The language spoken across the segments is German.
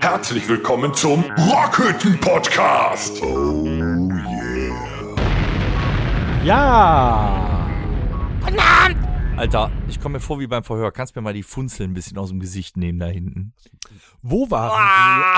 Herzlich willkommen zum Rockhütten Podcast. Oh yeah. Ja! Alter, ich komme mir vor wie beim Verhör. Kannst mir mal die Funzel ein bisschen aus dem Gesicht nehmen da hinten? Wo Ah! waren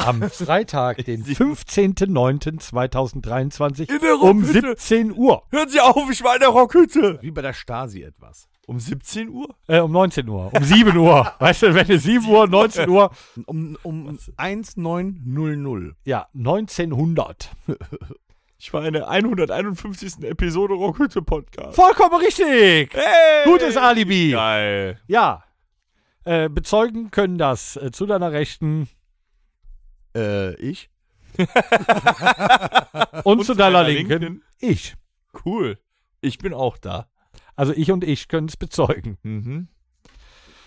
Sie am Freitag, den 15.09.2023 In der um Rockhütte. 17 Uhr? Hören Sie auf, ich war in der Rockhütte. Wie bei der Stasi etwas. Um 17 Uhr? Äh, um 19 Uhr, um 7 Uhr. Weißt du, wenn es 7 Uhr, 19 Uhr, Um, um 1900. ja, 1900. Ich war in der 151. Episode Rockhütte Podcast. Vollkommen richtig! Hey! Gutes Alibi! Ja. Geil. Äh, bezeugen können das äh, zu deiner Rechten Äh, ich? und, zu deiner meiner Linken. Linken. Ich. Cool. Ich bin auch da. Also ich und ich können es bezeugen. Mhm.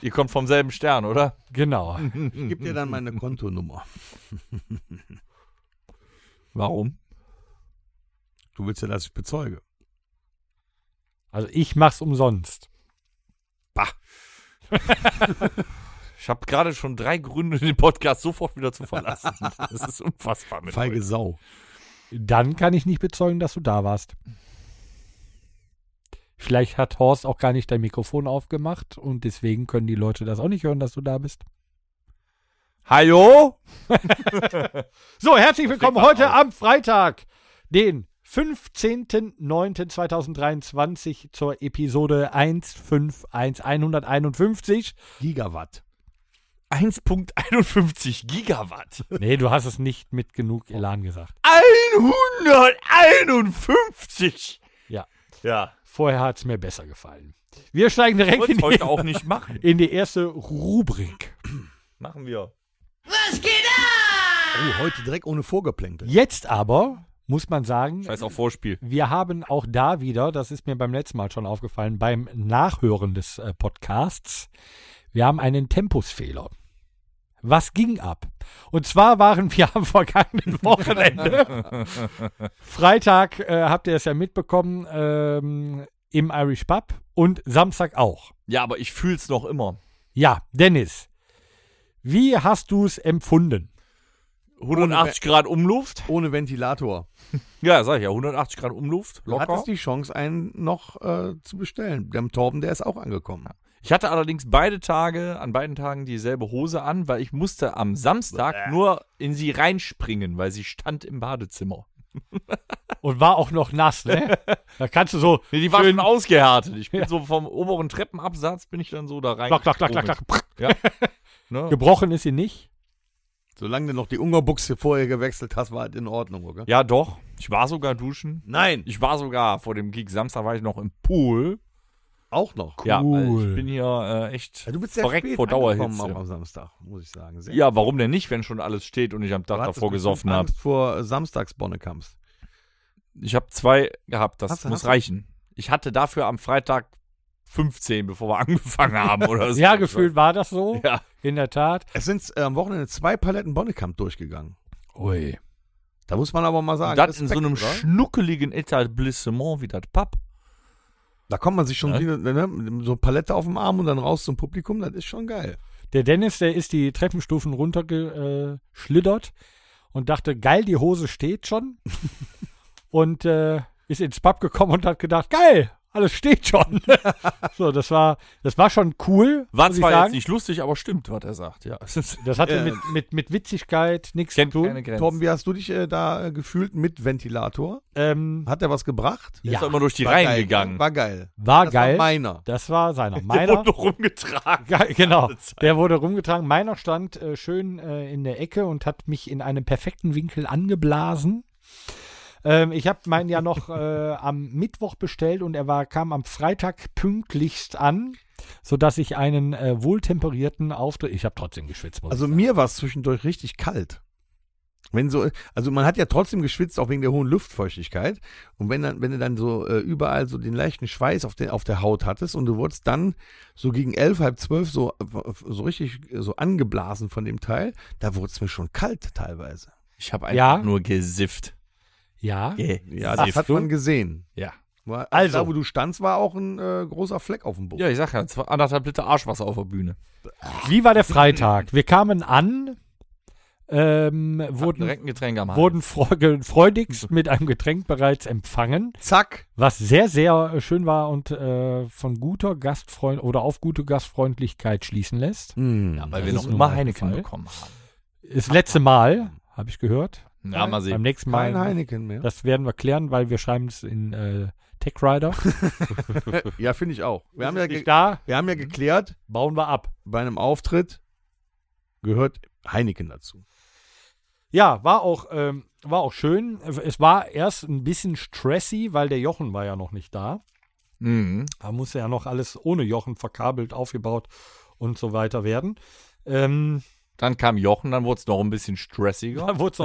Ihr kommt vom selben Stern, oder? Genau. Ich gebe dir dann meine Kontonummer. Warum? Du willst ja, dass ich bezeuge. Also ich mach's umsonst. Ich habe gerade schon drei Gründe, den Podcast sofort wieder zu verlassen. Das ist unfassbar mit Feige euch. Sau. Dann kann ich nicht bezeugen, dass du da warst. Vielleicht hat Horst auch gar nicht dein Mikrofon aufgemacht und deswegen können die Leute das auch nicht hören, dass du da bist. Hallo? So, herzlich willkommen heute am Freitag, den 15.09.2023 zur Episode 151151. Gigawatt. 1.51 Gigawatt. Nee, du hast es nicht mit genug Elan gesagt. 151! Ja. Ja. Vorher hat es mir besser gefallen. Wir steigen direkt Wollte in ich heute die, auch nicht machen. in die erste Rubrik. Machen wir. Oh, heute direkt ohne Vorgeplänkel. Jetzt aber muss man sagen, Scheiß auf Vorspiel. Wir haben auch da wieder, das ist mir beim letzten Mal schon aufgefallen, beim Nachhören des äh, Podcasts, wir haben einen Tempusfehler. Was ging ab? Und zwar waren wir am vergangenen Wochenende. Freitag äh, habt ihr es ja mitbekommen ähm, im Irish Pub und Samstag auch. Ja, aber ich fühl's noch immer. Ja, Dennis, wie hast du es empfunden? 180 Grad Umluft? Ohne Ventilator. Ja, sag ich ja. 180 Grad Umluft. Du Locker. hattest die Chance, einen noch äh, zu bestellen. Dem Torben, der ist auch angekommen. Ich hatte allerdings beide Tage, an beiden Tagen dieselbe Hose an, weil ich musste am Samstag nur in sie reinspringen, weil sie stand im Badezimmer. Und war auch noch nass, ne? Da kannst du so Nee, die war schon ausgehärtet. Ich bin so vom oberen Treppenabsatz bin ich dann so da rein. klack, klack, klack, klack, klack. Ne? Gebrochen ist sie nicht. Solange du noch die Ungerbuchse vorher gewechselt hast, war halt in Ordnung, oder? Ja, doch. Ich war sogar duschen. Nein, Ich war sogar vor dem Gig Samstag war ich noch im Pool. auch noch. Ja, weil Cool. ich bin hier äh, echt also Ja, du bist sehr verreckt spät vor angekommen am, Dauerhitze. am Samstag, muss ich sagen. Sehr Ja, warum denn nicht, wenn schon alles steht und ich am Tag Du hattest davor bestimmt gesoffen habe? Angst vor äh, Samstagsbonne kamst. Ich habe zwei gehabt, das Hast du- muss hast du- reichen. Ich hatte dafür am Freitag 15, bevor wir angefangen haben oder so. Ja, gefühlt war das so. Ja. In der Tat. Es sind äh, am Wochenende zwei Paletten Bonnekamp durchgegangen. Ui. Da muss man aber mal sagen, Und das in so Respekt, einem oder? schnuckeligen Etablissement wie das Pub. da kommt man sich schon Ja. wieder ne, so Palette auf dem Arm und dann raus zum Publikum, das ist schon geil. Der Dennis, der ist die Treppenstufen runtergeschlittert und dachte, geil, die Hose steht schon. und äh, ist ins Pub gekommen und hat gedacht, geil, alles steht schon. so, das war, das war schon cool. War muss ich zwar sagen. jetzt nicht lustig, aber stimmt, was er sagt. Ja, es ist Das hatte Äh. mit, mit, mit Witzigkeit nichts zu kennt tun. keine Grenzen. Torben, wie hast du dich äh, da äh, gefühlt mit Ventilator? Ähm, Hat er was gebracht? Der ja, ist doch immer durch die War Reihen geil. gegangen. War geil. war das geil. War meiner. das war seiner. Der Meiner. wurde rumgetragen. Ge- Genau, ganze Zeit. der wurde rumgetragen. Meiner stand äh, schön äh, in der Ecke und hat mich in einem perfekten Winkel angeblasen. Ähm, ich habe meinen ja noch äh, am Mittwoch bestellt und er war, kam am Freitag pünktlichst an, sodass ich einen äh, wohltemperierten Auftritt. Ich habe trotzdem geschwitzt. Muss Also ich sagen. mir war es zwischendurch richtig kalt. Wenn so, also man hat ja trotzdem geschwitzt, auch wegen der hohen Luftfeuchtigkeit. Und wenn dann, wenn du dann so äh, überall so den leichten Schweiß auf, den, auf der Haut hattest und du wurdest dann so gegen elf, halb zwölf so, so richtig äh, so angeblasen von dem Teil, da wurde es mir schon kalt teilweise. Ich habe Ja. nur gesifft. ja, Ge Ja, das hat man gesehen. Ja. War, Also. Da, wo du standst, war auch ein äh, großer Fleck auf dem Boden. Ja, ich sag ja, zwei, anderthalb Liter Arschwasser auf der Bühne. Wie war der Freitag? Wir kamen an, ähm, Hatten wurden, direkt ein Getränk am Hahn. wurden freu- freudigst mit einem Getränk bereits empfangen. Zack. was sehr, sehr schön war und äh, von guter Gastfreund oder auf gute Gastfreundlichkeit schließen lässt. Hm. weil das wir ist noch nun immer mal Heineken der Fall. bekommen haben. Das letzte Mal, habe ich gehört. Ja, mal Beim sehen. nächsten Kein Mal. Heineken mehr. Das werden wir klären, weil wir schreiben es in äh, Tech Rider. Ja, finde ich auch. Wir haben, ja ge- nicht da, wir haben ja geklärt, bauen wir ab. bei einem Auftritt gehört Heineken dazu. Ja, war auch, ähm, war auch schön. Es war erst ein bisschen stressy, weil der Jochen war ja noch nicht da. Mhm. Da musste ja noch alles ohne Jochen verkabelt, aufgebaut und so weiter werden. Ähm, Dann kam Jochen, dann wurde es noch ein bisschen stressiger. Da wurde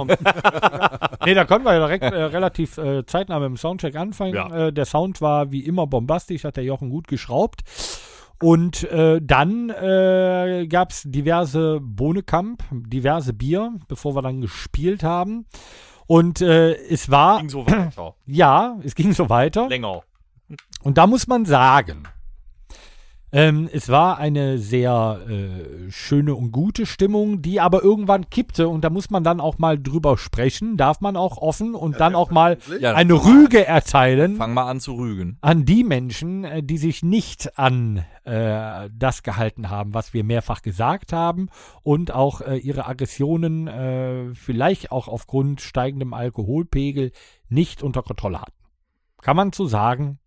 nee, da konnten wir ja direkt äh, relativ äh, zeitnah mit dem Soundcheck anfangen. Ja. Äh, der Sound war wie immer bombastisch, hat der Jochen gut geschraubt. Und äh, dann äh, gab es diverse Bohnekamp, diverse Bier, bevor wir dann gespielt haben. Und äh, es war, Ging so weiter. ja, es ging so weiter. Länger. Und da muss man sagen, ähm, es war eine sehr äh, schöne und gute Stimmung, die aber irgendwann kippte und da muss man dann auch mal drüber sprechen, darf man auch offen und dann auch mal Ja, eine Rüge erteilen fang mal an zu rügen. an die Menschen, äh, die sich nicht an äh, das gehalten haben, was wir mehrfach gesagt haben und auch äh, ihre Aggressionen äh, vielleicht auch aufgrund steigendem Alkoholpegel nicht unter Kontrolle hatten. Kann man so sagen?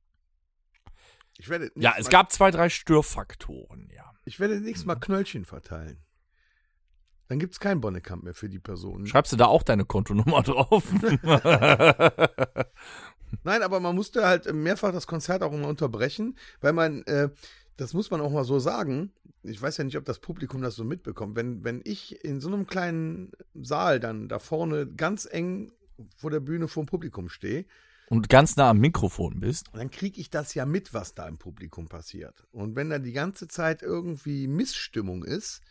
Ich werde nächstes Ja, es Mal- gab zwei, drei Störfaktoren, ja. Ich werde nächstes Mal Knöllchen verteilen. Dann gibt es kein Bonnekamp mehr für die Personen. Schreibst du da auch deine Kontonummer drauf? Nein, aber man musste halt mehrfach das Konzert auch immer unterbrechen, weil man, äh, das muss man auch mal so sagen, ich weiß ja nicht, ob das Publikum das so mitbekommt, wenn, wenn ich in so einem kleinen Saal dann da vorne ganz eng vor der Bühne vor dem Publikum stehe, und Und ganz nah am Mikrofon bist. dann kriege ich das ja mit, was da im Publikum passiert. Und wenn da die ganze Zeit irgendwie Missstimmung ist,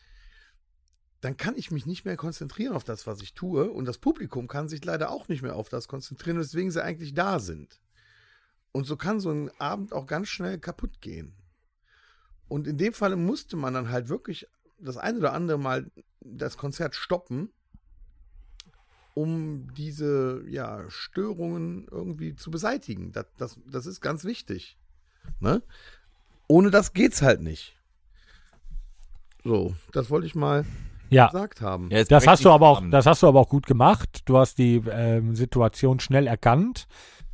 dann kann ich mich nicht mehr konzentrieren auf das, was ich tue. Und das Publikum kann sich leider auch nicht mehr auf das konzentrieren, weswegen sie eigentlich da sind. Und so kann so ein Abend auch ganz schnell kaputt gehen. Und in dem Falle musste man dann halt wirklich das ein oder andere Mal das Konzert stoppen, um diese ja, Störungen irgendwie zu beseitigen. Das, das, das ist ganz wichtig. Ne? Ohne das geht's halt nicht. So, das wollte ich mal Ja, gesagt haben. Ah. Ja, jetzt das bringt hast du dich aber auch, an. das hast du aber auch gut gemacht. Du hast die ähm, Situation schnell erkannt.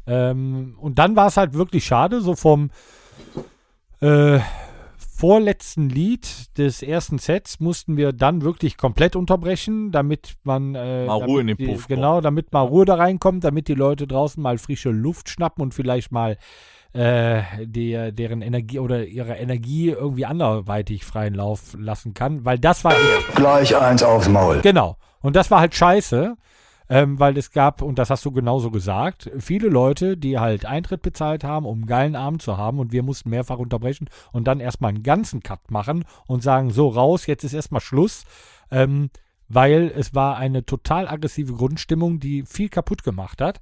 Ähm, und dann war es halt wirklich schade, so vom äh, vorletzten Lied des ersten Sets mussten wir dann wirklich komplett unterbrechen, damit man äh, Mal damit Ruhe in den die, Puff kommt. genau, damit mal Ruhe da reinkommt, damit die Leute draußen mal frische Luft schnappen und vielleicht mal äh, der, deren Energie oder ihre Energie irgendwie anderweitig freien Lauf lassen kann, weil das war Gleich eins aufs Maul. Genau. Und das war halt scheiße, ähm, weil es gab, und das hast du genauso gesagt, viele Leute, die halt Eintritt bezahlt haben, um einen geilen Abend zu haben und wir mussten mehrfach unterbrechen und dann erstmal einen ganzen Cut machen und sagen, so raus, jetzt ist erstmal Schluss, ähm, weil es war eine total aggressive Grundstimmung, die viel kaputt gemacht hat.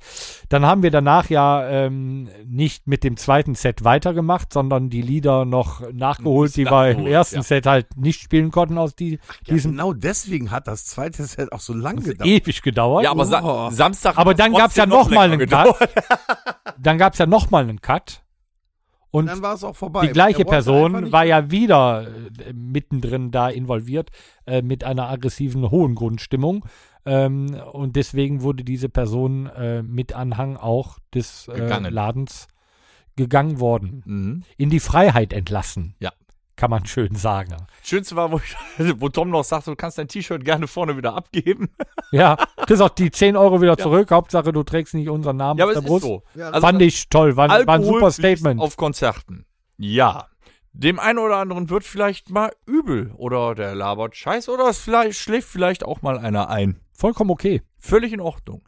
Dann haben wir danach ja ähm, nicht mit dem zweiten Set weitergemacht, sondern die Lieder noch nachgeholt, die wir im nachgeholt, ersten ja. Set halt nicht spielen konnten aus die, Ja, diesem genau deswegen hat das zweite Set auch so lang gedauert. eh- ewig gedauert. Ja, aber Oh. Sa Samstag. Aber hat's dann gab es ja trotzdem noch nochmal länger einen gedauert. Cut. Dann gab es ja nochmal einen Cut. Und dann war es auch vorbei. die gleiche Er wollte einfach Person nicht- war ja wieder äh, mittendrin da involviert äh, mit einer aggressiven, hohen Grundstimmung. Ähm, und deswegen wurde diese Person äh, mit Anhang auch des äh, Gegangen. Ladens gegangen worden. Mhm. In die Freiheit entlassen. Ja. Kann man schön sagen. Schönste war, wo, ich, wo Tom noch sagte, du kannst dein T-Shirt gerne vorne wieder abgeben. Ja, das auch die 10 Euro wieder zurück. Hauptsache, du trägst nicht unseren Namen Ja, auf aber der es ist Brust. so. Ja, Also, Fand ich toll. War, war ein super Alkoholpflicht Statement. Auf Konzerten. Ja. Dem einen oder anderen wird vielleicht mal übel oder der labert Scheiß oder es vielleicht, schläft vielleicht auch mal einer ein. Vollkommen okay. Völlig in Ordnung.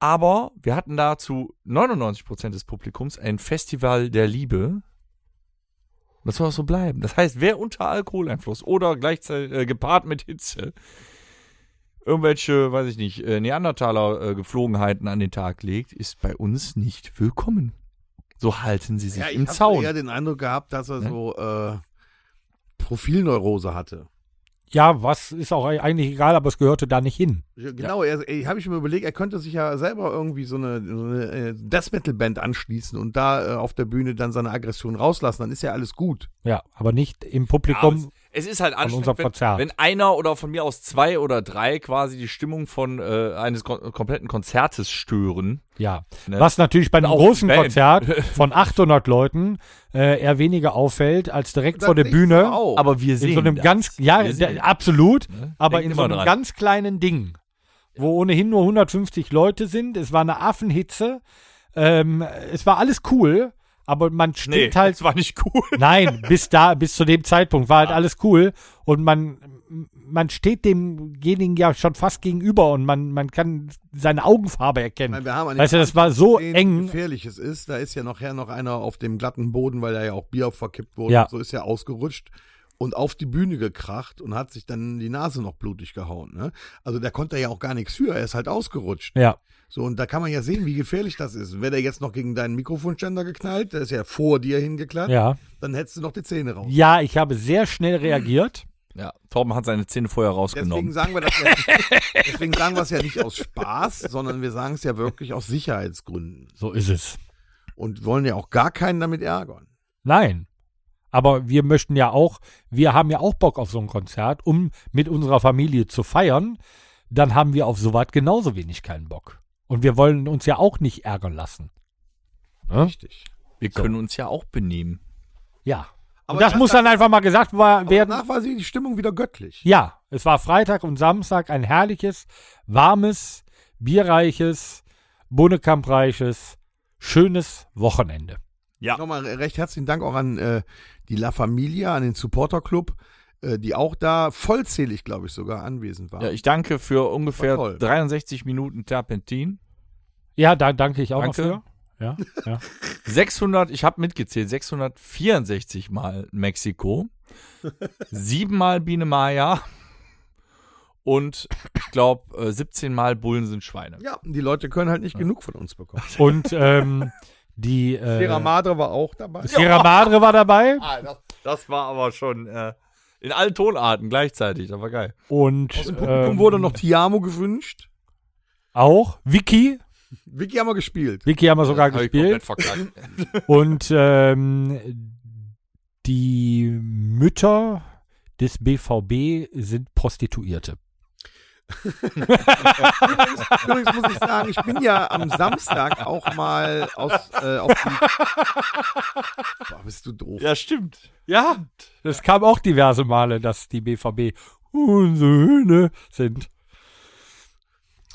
Aber wir hatten da zu 99% des Publikums ein Festival der Liebe. Das soll auch so bleiben. Das heißt, wer unter Alkoholeinfluss oder gleichzeitig äh, gepaart mit Hitze irgendwelche, weiß ich nicht, äh, Neandertaler-Geflogenheiten an den Tag legt, ist bei uns nicht willkommen. So halten sie sich Ja, ich im hab Zaun. eher den Eindruck gehabt, dass er Ne? so äh, Profilneurose hatte. Ja, was ist auch e-, eigentlich egal, aber es gehörte da nicht hin. Ja, Genau, er, habe ich mir überlegt, er könnte sich ja selber irgendwie so eine, so eine äh, Death Metal Band anschließen und da äh, auf der Bühne dann seine Aggression rauslassen, dann ist ja alles gut. Ja, aber nicht im Ja, Publikum. es, es ist halt unserem anstrengend, wenn, Konzert. wenn einer oder von mir aus zwei oder drei quasi die Stimmung von äh, eines kon kompletten Konzertes stören. Ja, Ne? was natürlich bei einem Auch großen die Band. Konzert von 800 Leuten äh, eher weniger auffällt als direkt vor der Dann legst du Bühne. auf. Aber wir sehen In so einem das. ganz, ja, Wir sehen da- absolut, aber Denkt in so immer einem dran. ganz kleinen Ding, wo ohnehin nur 150 Leute sind. Es war eine Affenhitze. Ähm, es war alles cool, aber man Nee, steht halt das war nicht cool. Nein, bis da, bis zu dem Zeitpunkt war halt Ah. alles cool und man, man steht demjenigen ja schon fast gegenüber und man, man kann seine Augenfarbe Ich erkennen. meine, wir haben an dem Weißt du, das war so gesehen, Wie eng. gefährlich es ist, da ist ja nachher noch einer auf dem glatten Boden, weil da ja auch Bier verkippt wurde, Ja. und so ist ja ausgerutscht und auf die Bühne gekracht und hat sich dann die Nase noch blutig gehauen. Ne? Also da konnte er ja auch gar nichts für, er ist halt ausgerutscht. Ja, So, und da kann man ja sehen, wie gefährlich das ist. Wäre der jetzt noch gegen deinen Mikrofonständer geknallt, der ist ja vor dir hingeklappt, ja. dann hättest du noch die Zähne raus. Ja, ich habe sehr schnell reagiert. Ja, Torben hat seine Zähne vorher Deswegen rausgenommen. sagen wir das ja, deswegen sagen wir es ja nicht aus Spaß, sondern wir sagen es ja wirklich aus Sicherheitsgründen So ist es. und wollen ja auch gar keinen damit ärgern. Nein. Aber wir möchten ja auch, wir haben ja auch Bock auf so ein Konzert, um mit unserer Familie zu feiern. Dann haben wir auf sowas genauso wenig keinen Bock. Und wir wollen uns ja auch nicht ärgern lassen. Ne? Richtig. Wir können uns ja auch benehmen. Ja. Aber und das das muss dann einfach mal gesagt wa- Aber werden. danach war sie die Stimmung wieder göttlich. Ja, es war Freitag und Samstag ein herrliches, warmes, bierreiches, Bonnekamp-reiches, schönes Wochenende. Ja. Nochmal recht herzlichen Dank auch an äh, die La Familia, an den Supporter Club, äh, die auch da vollzählig, glaube ich, sogar anwesend waren. Ja, ich danke für ungefähr War toll. 63 Minuten Terpentin. Ja, da danke ich auch Danke. dafür. Ja, ja. 600, ich habe mitgezählt, 664 Mal Mexiko, siebenmal Biene Maya und ich glaube 17 Mal Bullen sind Schweine. Ja, die Leute können halt nicht genug von uns bekommen. Und ähm, die Sierra äh, Madre war auch dabei. Sierra Madre war dabei Das war aber schon äh, in allen Tonarten gleichzeitig, das war geil. und Aus dem Publikum ähm, wurde noch Tiamo gewünscht. auch Vicky. Vicky haben wir gespielt. Vicky haben wir sogar Hab ich gespielt. komplett verkackt. Und ähm, die Mütter des BVB sind Prostituierte. übrigens, übrigens muss ich sagen, ich bin ja am Samstag auch mal aus, äh, auf die. Boah, bist du doof. ja, stimmt. Ja, es kam auch diverse Male, dass die BVB unsere Hühne sind.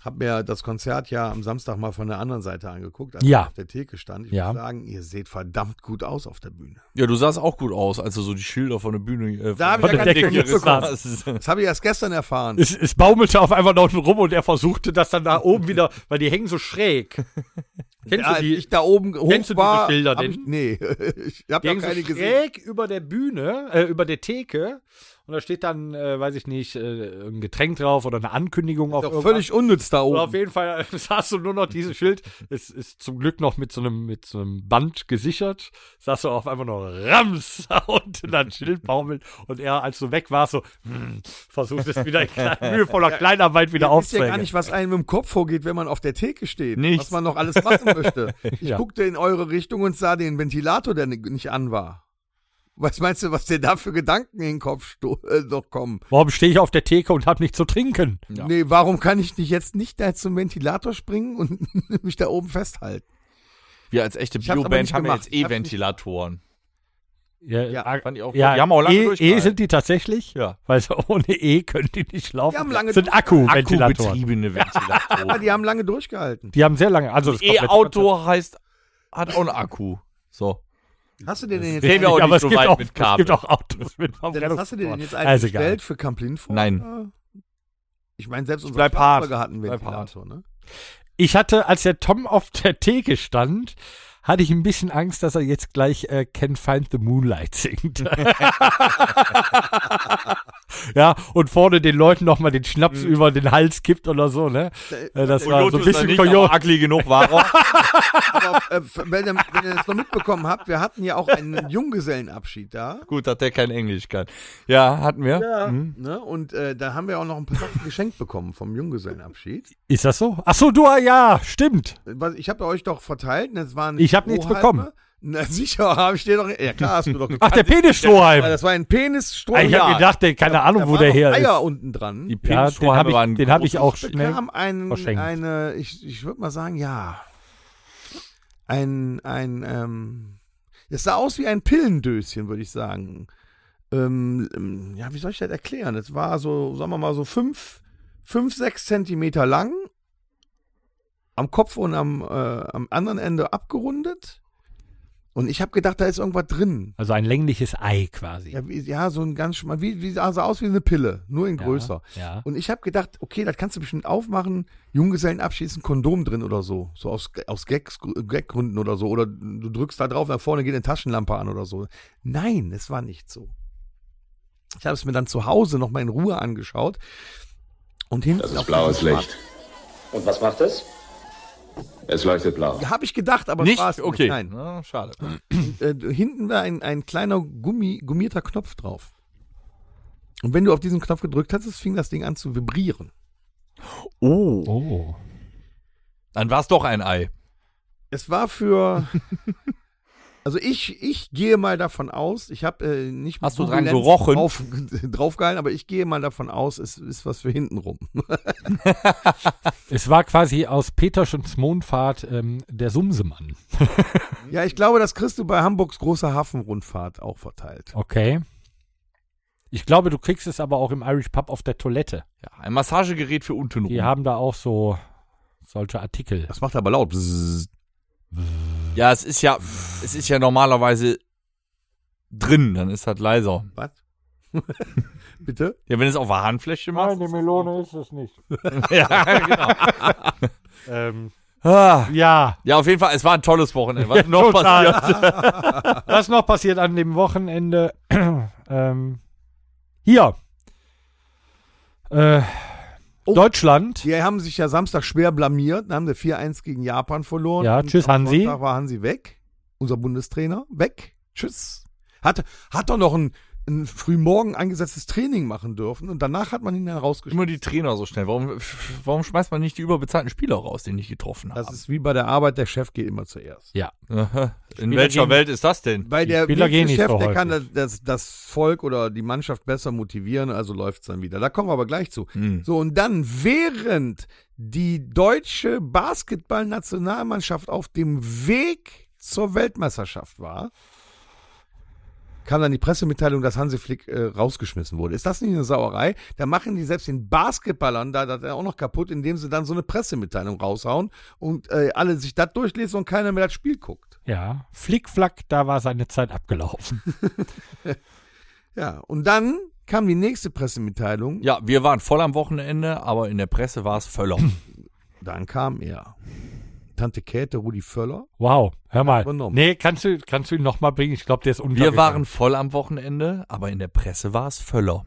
Hab mir das Konzert ja am Samstag mal von der anderen Seite angeguckt, als Ja. ich auf der Theke stand. Ich Ja. muss sagen, ihr seht verdammt gut aus auf der Bühne. Ja, du sahst auch gut aus, als du so die Schilder von der Bühne äh, Da hab ich von ja gar der nicht Decke gerissen mitbekommen. hast. Das habe ich erst gestern erfahren. Es, es baumelte auf einmal da unten rum und er versuchte das dann da oben wieder, weil die hängen so schräg. Kennst du ja, als die? ich da oben hoch kennst du diese war, Schilder hab denn? Ich, nee, ich habe die ja hängen so keine gesehen. schräg über der Bühne, äh, über der Theke. Und da steht dann, äh, weiß ich nicht, äh, ein Getränk drauf oder eine Ankündigung auf Doch irgendwas. völlig unnütz da Aber auf oben. jeden Fall sahst du nur noch dieses Schild. Es ist zum Glück noch mit so einem, mit so einem Band gesichert. Sahst du auf einmal noch Rams und dann Schild baumelt. Und er, als du weg warst, so hm, versucht es wieder in klein, mühevoller Kleinarbeit wieder Ich ja gar aufzuhängen. nicht, was einem im Kopf vorgeht, wenn man auf der Theke steht. Nichts. Was man noch alles machen möchte. Ich Ja. guckte in eure Richtung und sah den Ventilator, der ni- nicht an war. Was meinst du, was dir da für Gedanken in den Kopf sto- äh, noch kommen? Warum stehe ich auf der Theke und habe nichts zu trinken? Ja. Nee, warum kann ich nicht jetzt nicht da zum Ventilator springen und mich da oben festhalten? Wir als echte Ich hab's aber Bioband nicht haben ja gemacht. jetzt eh Ich hab's nicht- E-Ventilatoren. Ja, äh, Ja, Fand ich auch ja, gut. Die haben auch lange e, e durchgehalten. sind die tatsächlich? Ja. Weil so ohne E können die nicht laufen. Die haben lange sind Akkuventilatoren. akkubetriebene Ah, Ventilatoren. die haben lange durchgehalten. Die haben sehr lange. Also das komplette Konzept- E-Auto heißt, hat auch einen Akku. So. Hast du den denn jetzt, Sehen wir auch aber nicht es so gibt weit auch, mit Es Kabel. gibt auch Autos mit denn, hast du den denn jetzt eigentlich Also egal. bestellt für Kamplin vor? Nein. Oder? Ich meine, selbst unser bleib hart. Schlagzeuger hat einen Bleib Ventilator, ne? Ich hatte, als der Tom auf der Theke stand, hatte ich ein bisschen Angst, dass er jetzt gleich äh, Can Find the Moonlight singt. ja, und vorne den Leuten nochmal den Schnaps Mhm. über den Hals kippt oder so, ne? Äh, Das war so ein bisschen nicht, Koyo. ugly genug war er. Aber, äh, wenn, ihr, wenn ihr das noch mitbekommen habt, wir hatten ja auch einen Junggesellenabschied da. Gut, dass der kein Englisch kann. Ja, hatten wir. Mhm. Ne? Und äh, da haben wir auch noch ein paar Sachen geschenkt bekommen vom Junggesellenabschied. Ist das so? Ach so, du, ah, ja, stimmt. Was, ich habe euch doch verteilt. Ne? Das waren Ich hab nichts Strohhalme. bekommen. Na sicher, habe ich dir doch. Ja klar, hast du doch gekriegt. Ach, der Aber Penisstrohhalm. das war ein penis Ah, Ich habe gedacht, der, keine Ahnung, da wo waren der noch her Eier ist. unten dran. Die Ja, den Penistrohhalme habe waren ich, den hab ich groß. auch Ich schnell. bekam ein, Ne? verschenkt. eine, ich, ich würde mal sagen, ja. Ein, ein, ähm, es sah aus wie ein Pillendöschen, würde ich sagen. Ähm, ähm, ja, wie soll ich das erklären? Es war so, sagen wir mal, so fünf, fünf, sechs Zentimeter lang, am Kopf und am, äh, am anderen Ende abgerundet. Und ich habe gedacht, da ist irgendwas drin. Also ein längliches Ei quasi. Ja, wie, ja so ein ganz schmal, wie, wie sah so aus wie eine Pille, nur in größer. Ja. Und ich habe gedacht, okay, das kannst du bestimmt aufmachen. Junggesellenabschied ist ein Kondom drin oder so. So aus, aus Gags, Gaggründen oder so. Oder du drückst da drauf, nach vorne geht eine Taschenlampe an oder so. Nein, es war nicht so. Ich habe es mir dann zu Hause nochmal in Ruhe angeschaut. Und hinten Das ist auf blaues diesem Licht. Und was macht es? Es leuchtet blau. Habe ich gedacht, aber es Nicht? war es Okay. nicht. Nein. Na, schade. Äh, hinten war ein, ein kleiner Gummi, gummierter Knopf drauf. Und wenn du auf diesen Knopf gedrückt hast, fing das Ding an zu vibrieren. Oh. Oh. Dann war es doch ein Ei. Es war für. Also ich, ich gehe mal davon aus, ich habe äh, nicht Hast du dran Google Lens gerochen? drauf, draufgehalten, aber ich gehe mal davon aus, es ist was für hinten rum. Es war quasi aus Peterschens Mondfahrt ähm, der Sumsemann. ja, ich glaube, das kriegst du bei Hamburgs großer Hafenrundfahrt auch verteilt. Oh. Okay. Ich glaube, du kriegst es aber auch im Irish Pub auf der Toilette. Ja, ein Massagegerät für unten rum. Die haben da auch so solche Artikel. Das macht aber laut. Bzzz. Ja, es ist ja, es ist ja normalerweise drin, dann ist das leiser. Was? Bitte? Ja, wenn es auf der Handfläche machst. Melone ist es nicht. ja, genau. Ähm, Ah. ja, ja, auf jeden Fall, es war ein tolles Wochenende. Was Ja, noch total. passiert? was noch passiert an dem Wochenende? ähm, hier. Äh, Oh. Deutschland. Die haben sich ja Samstag schwer blamiert, dann haben sie 4-1 gegen Japan verloren. Ja, Und tschüss, am Hansi. Sonntag war Hansi weg, unser Bundestrainer, weg, tschüss. Hat, hat doch noch ein, ein frühmorgen angesetztes Training machen dürfen und danach hat man ihn dann rausgeschmissen. Immer die Trainer so schnell. Warum, warum schmeißt man nicht die überbezahlten Spieler raus, die nicht getroffen haben? Das ist wie bei der Arbeit, der Chef geht immer zuerst. Aha. In Spieler welcher gehen- Welt ist das denn? Bei der Spieler gehen nächste nicht Chef, so der kann das, häufig. das, das Volk oder die Mannschaft besser motivieren, also läuft es dann wieder. Da kommen wir aber gleich zu. Hm. So, und dann, während die deutsche Basketballnationalmannschaft auf dem Weg zur Weltmeisterschaft war, kam dann die Pressemitteilung, dass Hansi Flick äh, rausgeschmissen wurde. Ist das nicht eine Sauerei? Da machen die selbst den Basketballern da das auch noch kaputt, indem sie dann so eine Pressemitteilung raushauen und äh, alle sich das durchlesen und keiner mehr das Spiel guckt. Ja, Flickflack, da war seine Zeit abgelaufen. Ja, und dann kam die nächste Pressemitteilung. Ja, wir waren voll am Wochenende, aber in der Presse war es Völler. Dann kam er. Tante Käthe, Rudi Völler. Wow, hör mal. Übernommen. Nee, kannst du, kannst du ihn nochmal bringen? Ich glaube, der ist Wir untergegangen. waren voll am Wochenende, aber in der Presse war es Völler.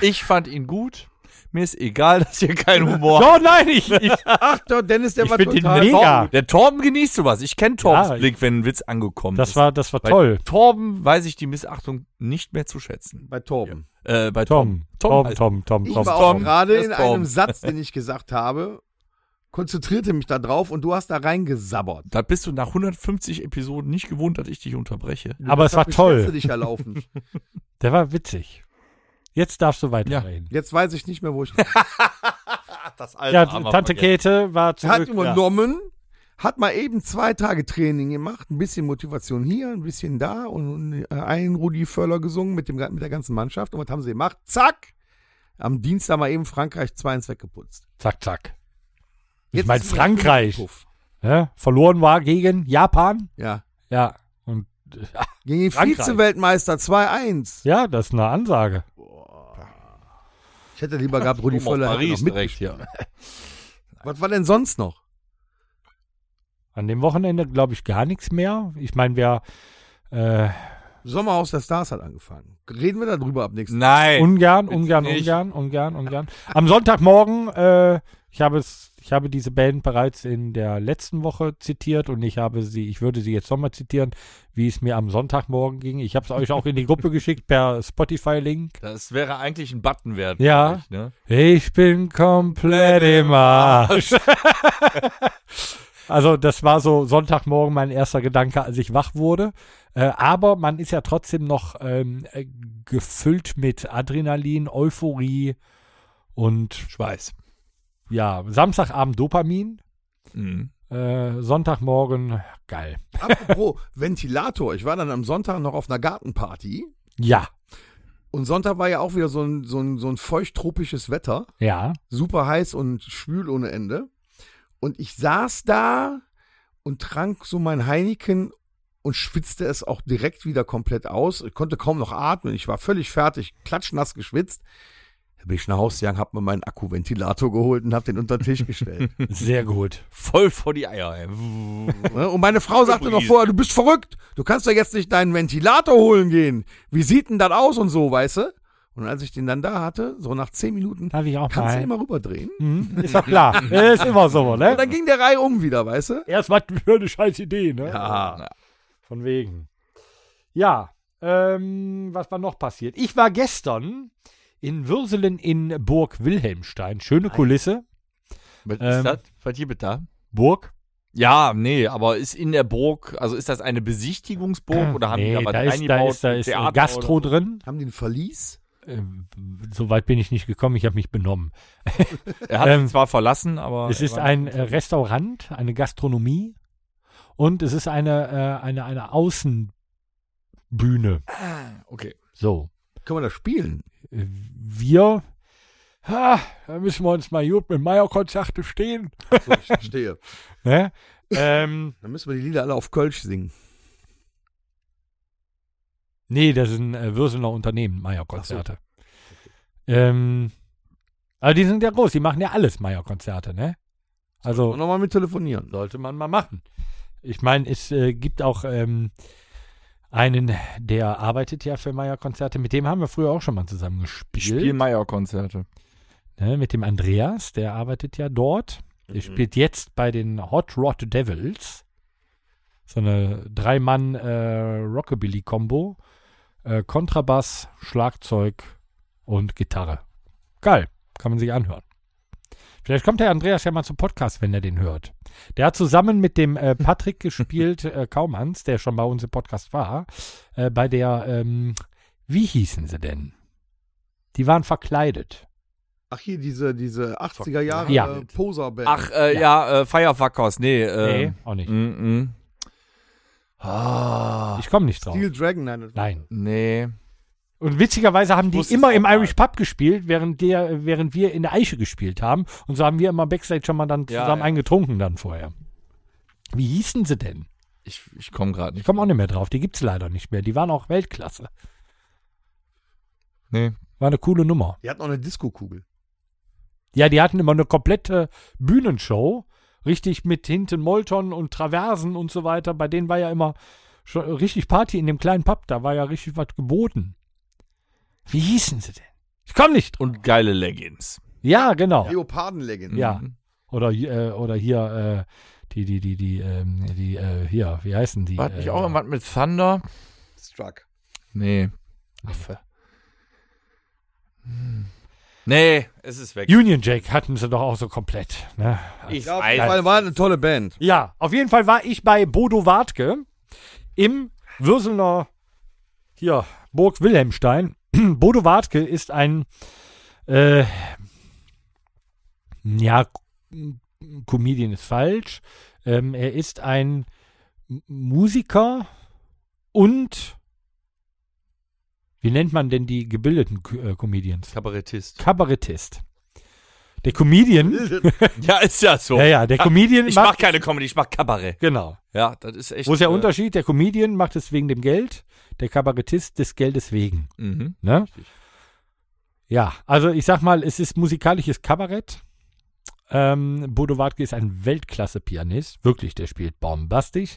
Ich fand ihn gut. Mir ist egal, dass ihr keinen Humor habt. Oh nein, ich, ich, Ach doch, Dennis, der Ich war find den total mega. Ja. Der Torben genießt sowas. Ich kenne Torbens Ja. Blick, wenn ein Witz angekommen das ist. war, das war bei toll. Torben weiß ich die Missachtung nicht mehr zu schätzen. bei Torben. Äh, bei also, Tom, Tom, Tom, heißt- Tom, Tom, Ich Tom. war auch Tom. gerade Das in ist Tom. einem Satz, den ich gesagt habe, konzentrierte mich da drauf und du hast da reingesabbert. Da bist du nach 150 Episoden nicht gewohnt, dass ich dich unterbreche. Aber es war Deshalb toll. beschwerst du dich ja laufend. Der war witzig. Jetzt darfst du weiterreden. Jetzt weiß ich nicht mehr, wo ich. Das Ja, Tante Käthe war Hat zurück. Ja. übernommen, hat mal eben zwei Tage Training gemacht, ein bisschen Motivation hier, ein bisschen da und äh, ein Rudi Völler gesungen mit, dem, mit der ganzen Mannschaft. Und was haben sie gemacht? Zack! Am Dienstag mal eben Frankreich 2-1 weggeputzt. Zack, zack. Ich Jetzt mein, ist wieder Frankreich. Puff. Ja, verloren war gegen Japan. Ja. Ja. Und ja, Gegen den Frankreich. Vize-Weltmeister 2-1. ja, das ist eine Ansage. Ich hätte lieber gehabt, Rudi Völler hätte noch Paris mit. direkt hier. Was war denn sonst noch? An dem Wochenende glaube ich gar nichts mehr. Ich meine, wir äh, Sommerhaus der Stars hat angefangen. Reden wir darüber ab nächsten Nein. Ungarn, Bitte Ungarn, nicht. Ungarn, Ungarn, Ungarn. Am Sonntagmorgen, äh, ich habe es, ich habe diese Band bereits in der letzten Woche zitiert und ich habe sie, ich würde sie jetzt nochmal zitieren, wie es mir am Sonntagmorgen ging. Ich habe es euch auch in die Gruppe geschickt per Spotify-Link. das wäre eigentlich ein Button werden. Ja. glaub ich, Ne? Ich bin komplett im Arsch. Also das war so Sonntagmorgen mein erster Gedanke, als ich wach wurde. Äh, aber man ist ja trotzdem noch ähm, äh, gefüllt mit Adrenalin, Euphorie und Schweiß. ja, Samstagabend Dopamin, Mhm. äh, Sonntagmorgen geil. Apropos Ventilator. Ich war dann am Sonntag noch auf einer Gartenparty. Ja, Und Sonntag war ja auch wieder so ein, so ein, so ein feucht-tropisches Wetter. ja. Super heiß und schwül ohne Ende. Und ich saß da und trank so mein Heineken und schwitzte es auch direkt wieder komplett aus. Ich konnte kaum noch atmen. Ich war völlig fertig, klatschnass geschwitzt. Da bin ich nach Hause gegangen, hab mir meinen Akkuventilator geholt und hab den unter den Tisch gestellt. Sehr gut. Voll vor die Eier. Ey. Ne? Und meine Frau sagte noch vorher, du bist verrückt, du kannst doch jetzt nicht deinen Ventilator holen gehen. Wie sieht denn das aus und so, weißt du? Und als ich den dann da hatte, so nach zehn Minuten, Darf ich auch kannst mal? du den mal rüberdrehen? Hm, Ist doch klar. ist immer so, Und dann ne? ging der Reihe um wieder, weißt du? Erstmal für eine scheiß Idee, ne? Ja. Von wegen. Ja, ähm, was war noch passiert? Ich war gestern in Würselen in Burg Wilhelmstein. Schöne Kulisse. Was Ähm. ist das? Was gibt da? Burg? Ja, nee, aber ist in der Burg, also ist das eine Besichtigungsburg oder haben die da Äh, was da ist, da reingebaut? ist, da ist Theater äh, Gastro oder so? drin. Haben den Verlies? Ähm, so weit bin ich nicht gekommen, ich habe mich benommen. Er hat Ähm, ihn zwar verlassen, aber. Es er ist war- ein äh, Restaurant, eine Gastronomie und es ist eine, äh, eine, eine Außenbühne. Okay. So. Können wir das spielen? Äh, Wir. Ha, da müssen wir uns mal gut mit Meierkonzerte stehen. So, ich verstehe. Ne? ähm, Dann müssen wir die Lieder alle auf Kölsch singen. nee, das ist ein äh, Würselener Unternehmen, Meierkonzerte. Ähm, aber die sind ja groß, die machen ja alles Meierkonzerte, ne? Also. Und nochmal mit telefonieren. Sollte man mal machen. Ich meine, es äh, gibt auch ähm, einen, der arbeitet ja für Meier-Konzerte. Mit dem haben wir früher auch schon mal zusammen Ich gespielt. spiele Meier-Konzerte. Ne, mit dem Andreas, der arbeitet ja dort. Der spielt jetzt bei den Hot Rod Devils. So eine Drei-Mann-Rockabilly-Kombo. Äh, Kontrabass, Schlagzeug und Gitarre. Geil. Kann man sich anhören. Vielleicht kommt der Andreas ja mal zum Podcast, wenn er den hört. Der hat zusammen mit dem äh, Patrick gespielt, äh, Kaumanns, der schon bei uns im Podcast war, äh, bei der, ähm, wie hießen sie denn? Die waren verkleidet. Ach, hier diese, diese 80er Jahre Ja. äh, Poserband. Ach, äh, ja, äh, Firefuckers, nee. Äh, Nee, auch nicht. Mm -mm. Ah, Ich komme nicht drauf. Steel Dragon, nein. das war- Nein. nee. Und witzigerweise haben die wusste es immer im auch mal. Irish Pub gespielt, während, der, während wir in der Eiche gespielt haben. Und so haben wir immer Backstage schon mal dann Ja, zusammen ja. eingetrunken dann vorher. Wie hießen sie denn? Ich, ich komme gerade Ich nicht. komme auch nicht mehr drauf. Die gibt's leider nicht mehr. Die waren auch Weltklasse. Nee. War eine coole Nummer. Die hat noch eine Disco-Kugel. Ja, die hatten immer eine komplette Bühnenshow. Richtig mit hinten Molton und Traversen und so weiter. Bei denen war ja immer schon richtig Party in dem kleinen Pub. Da war ja richtig was geboten. Wie hießen sie denn? Ich komme nicht drauf. Und geile Leggings. Ja, genau. Leoparden-Legend. Ja. Mhm. Oder, hi- äh, oder hier, äh, die, die, die, die, ähm, die, äh, hier, wie heißen die? War hat äh, nicht auch irgendwas mit Thunder? Struck. Nee. Affe. Nee, es ist weg. Union Jack hatten sie doch auch so komplett. Ne? Ich Ja, auf weiß. jeden Fall war eine tolle Band. Ja, auf jeden Fall war ich bei Bodo Wartke im Würselener hier, Burg Wilhelmstein. Bodo Wartke ist ein äh, ja, K- Comedian ist falsch. Ähm, er ist ein M- Musiker und wie nennt man denn die gebildeten K- äh, Comedians? Kabarettist. Kabarettist. Der Comedian, Ja, ist ja so. ja, ja, der Comedian Ich mach macht, keine Comedy, ich mach Kabarett. genau. Ja, das ist echt. Wo ist der äh, Unterschied? Der Comedian macht es wegen dem Geld, der Kabarettist des Geldes wegen. Mhm. Ne? Ja, also ich sag mal, es ist musikalisches Kabarett. Ähm, Bodo Wartke ist ein Weltklasse-Pianist. Wirklich, der spielt bombastisch.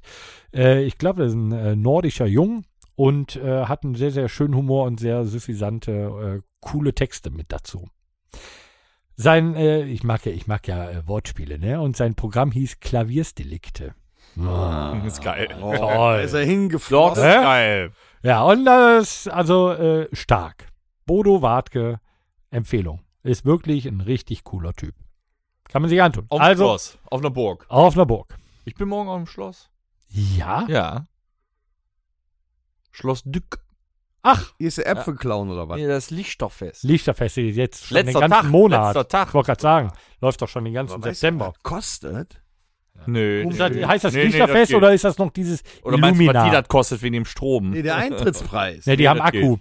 Äh, ich glaube, das ist ein äh, nordischer Jung. und äh, hat einen sehr, sehr schönen Humor und sehr suffisante, äh, coole Texte mit dazu. Sein, äh, ich mag ja, ich mag ja äh, Wortspiele, ne? Und sein Programm hieß Klaviersdelikte. Ist geil. Da ist er hingeflogen. Oh. Also, ist geil. Ja, und das ist also äh, stark. Bodo Wartke, Empfehlung. Ist wirklich ein richtig cooler Typ. Kann man sich antun. Auf also also, Schloss. Auf einer Burg. auf einer Burg. Ich bin morgen auf dem Schloss. Ja. Ja. Schloss Dück. Ach, Hier ist der Äpfelclown oder was? Nee, das Lichterfest. Lichterfest ist jetzt schon Letzter den ganzen Tag, Monat. letzter Tag. Ich wollte gerade sagen, läuft doch schon den ganzen Aber weißt du, September. was Kostet? Nö. Um nö. das, heißt das Nee, nee, Lichterfest geht. oder ist das noch dieses Oder meinst du, was die Illumina? das kostet wegen dem Strom? Nee, der Eintrittspreis. Ne, die Nee, haben das Akku.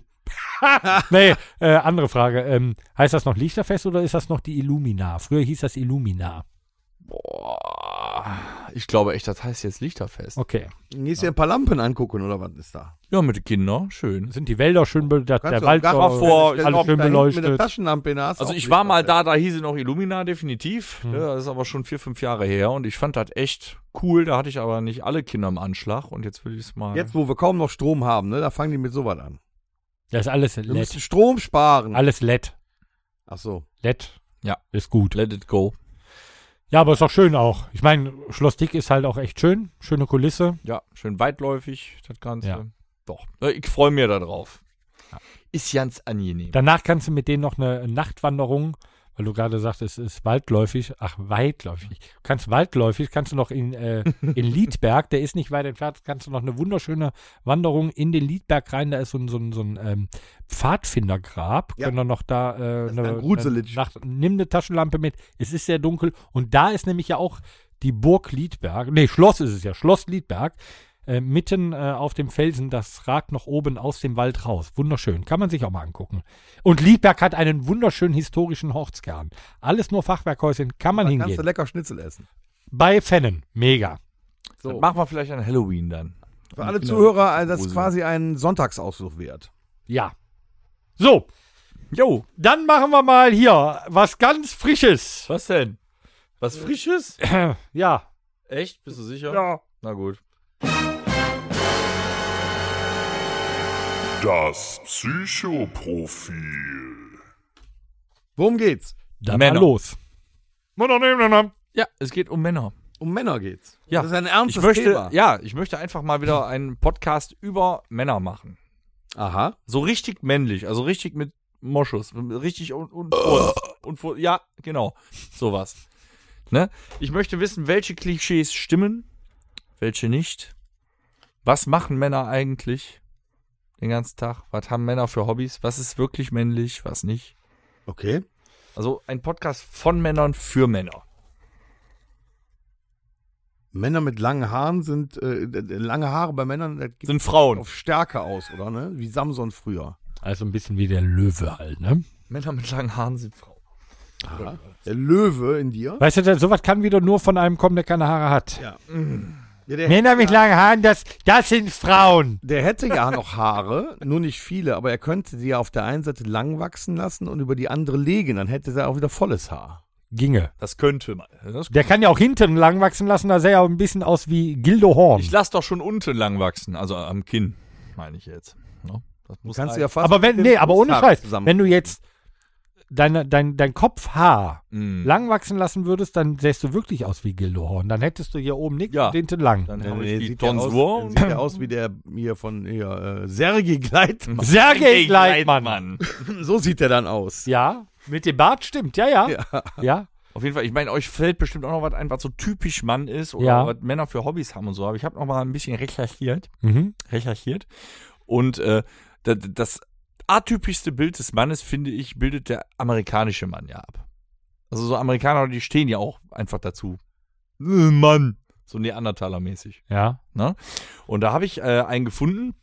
nee, äh, andere Frage. Ähm, heißt das noch Lichterfest oder ist das noch die Illumina? Früher hieß das Illumina. Boah. Ich glaube echt, das heißt jetzt Lichterfest. Okay. Gehst dir ein paar Lampen angucken oder was ist da? Ja, mit den Kindern. Schön. Sind die Wälder schön beleuchtet, der Kannst du Wald am Dach soll- vor- stellen, alles ob schön da hinten Mit der beleuchtet. Taschenlampe in der Hast Also auch ich nicht war mal auf der- da, da hieß sie noch Illumina, definitiv. Ja, das ist aber schon vier, fünf Jahre her und ich fand das echt cool. Da hatte ich aber nicht alle Kinder im Anschlag und jetzt will ich es mal. Jetzt, wo wir kaum noch Strom haben, ne, da fangen die mit sowas an. Das ist alles Wir müssen LED. Strom sparen. Alles LED. Ach so. LED. Ja. Ist gut. let it go. Ja, aber ist doch schön auch. Ich meine, Schloss Dick ist halt auch echt schön. Schöne Kulisse. Ja, schön weitläufig, das Ganze. Ja. Doch. Ja, Ich freue mich da drauf. Ist ganz angenehm. Danach kannst du mit denen noch eine Nachtwanderung, weil du gerade sagtest, es ist waldläufig. Ach, weitläufig. Du kannst waldläufig, kannst du noch in, äh, in Liedberg, der ist nicht weit entfernt, kannst du noch eine wunderschöne Wanderung in den Liedberg rein. Da ist so ein, so ein, so ein ähm, Pfadfindergrab. Ja. Können wir noch da äh, ist dann gruselig. Nacht, nimm eine Taschenlampe mit. Es ist sehr dunkel. Und da ist nämlich ja auch die Burg Liedberg. Nee, Schloss ist es ja. Schloss Liedberg. Äh, mitten äh, auf dem Felsen, das ragt noch oben aus dem Wald raus. Wunderschön, kann man sich auch mal angucken. Und Liedberg hat einen wunderschönen historischen Ortskern. Alles nur Fachwerkhäuschen, kann man Da kannst du hingehen. lecker Schnitzel essen. Bei Fennen, mega. So. Machen wir vielleicht an Halloween dann. Für alle Zuhörer, also das ist quasi ein Sonntagsausflug wert. Ja. So, Jo, dann machen wir mal hier was ganz Frisches. was denn? Was Frisches? Ja. Äh, Echt? Bist du sicher? Ja. Na gut. Das Psychoprofil. Worum geht's? Dann mal Männer. los. Ja, es geht um Männer. Um Männer geht's. Ja. Das ist ein ernstes ich möchte, Thema. Ja, ich möchte einfach mal wieder einen Podcast über Männer machen. Aha. So richtig männlich, also richtig mit Moschus, richtig und und, und, und, und ja, genau, sowas. Ne? Ich möchte wissen, welche Klischees stimmen, welche nicht. Was machen Männer eigentlich den ganzen Tag? Was haben Männer für Hobbys? Was ist wirklich männlich, was nicht? Okay. Also ein Podcast von Männern für Männer. Männer mit langen Haaren sind, äh, d- d- lange Haare bei Männern das gibt Sind Frauen. auf Stärke aus, oder? Ne? Wie Samson früher. Also ein bisschen wie der Löwe halt, ne? Männer mit langen Haaren sind Frauen. Der Löwe in dir. Weißt du, da- sowas kann wieder nur von einem kommen, der keine Haare hat. Ja, der, Männer mit langen Haaren, das, das sind Frauen. der hätte ja noch Haare, nur nicht viele, aber er könnte sie ja auf der einen Seite lang wachsen lassen und über die andere legen, dann hätte er auch wieder volles Haar. Ginge. Das könnte man. Das Der kann ja auch hinten lang wachsen lassen, da sähe er auch ein bisschen aus wie Gildo Horn. Ich lass doch schon unten lang wachsen, also am Kinn, meine ich jetzt. Ne? Das muss Kannst du sein. ja fast Aber wenn, mit dem nee, aber ohne Fußhaar Scheiß, zusammen- wenn du jetzt deine, dein, dein Kopfhaar Mhm. Mm. lang wachsen lassen würdest, dann sähst du wirklich aus wie Gildo Horn. Dann hättest du hier oben nichts Ja. und hinten lang. Dann Nee, habe Äh, nee, ich die sieht ja aus, Tonsur und sieht ja aus wie der hier von hier, äh, Sergei Hm. Gleitmann. Sergei Gleitmann. So sieht er dann aus. Ja, mit dem Bart stimmt, ja, ja. Ja. Ja, Auf jeden Fall, ich meine, euch fällt bestimmt auch noch was ein, was so typisch Mann ist oder Ja. was Männer für Hobbys haben und so. Aber ich habe noch mal ein bisschen recherchiert, Mhm. recherchiert und äh, das, das atypischste Bild des Mannes finde ich bildet der amerikanische Mann ja ab. Also so Amerikaner, die stehen ja auch einfach dazu. Äh, Mann, so Neandertaler-mäßig. ja. Ne? Und da habe ich äh, einen gefunden,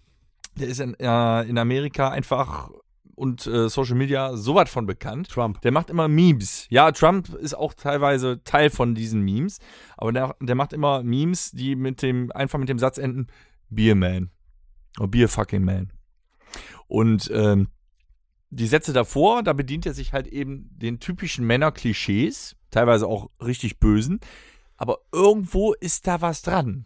der ist in, äh, in Amerika einfach und äh, Social Media so was von bekannt. Trump. Der macht immer Memes. Ja, Trump ist auch teilweise Teil von diesen Memes, aber der, der macht immer Memes, die mit dem, einfach mit dem Satz enden, Beer Man. Oder Beer Fucking Man. Und ähm, die Sätze davor, da bedient er sich halt eben den typischen Männer-Klischees, teilweise auch richtig bösen, aber irgendwo ist da was dran.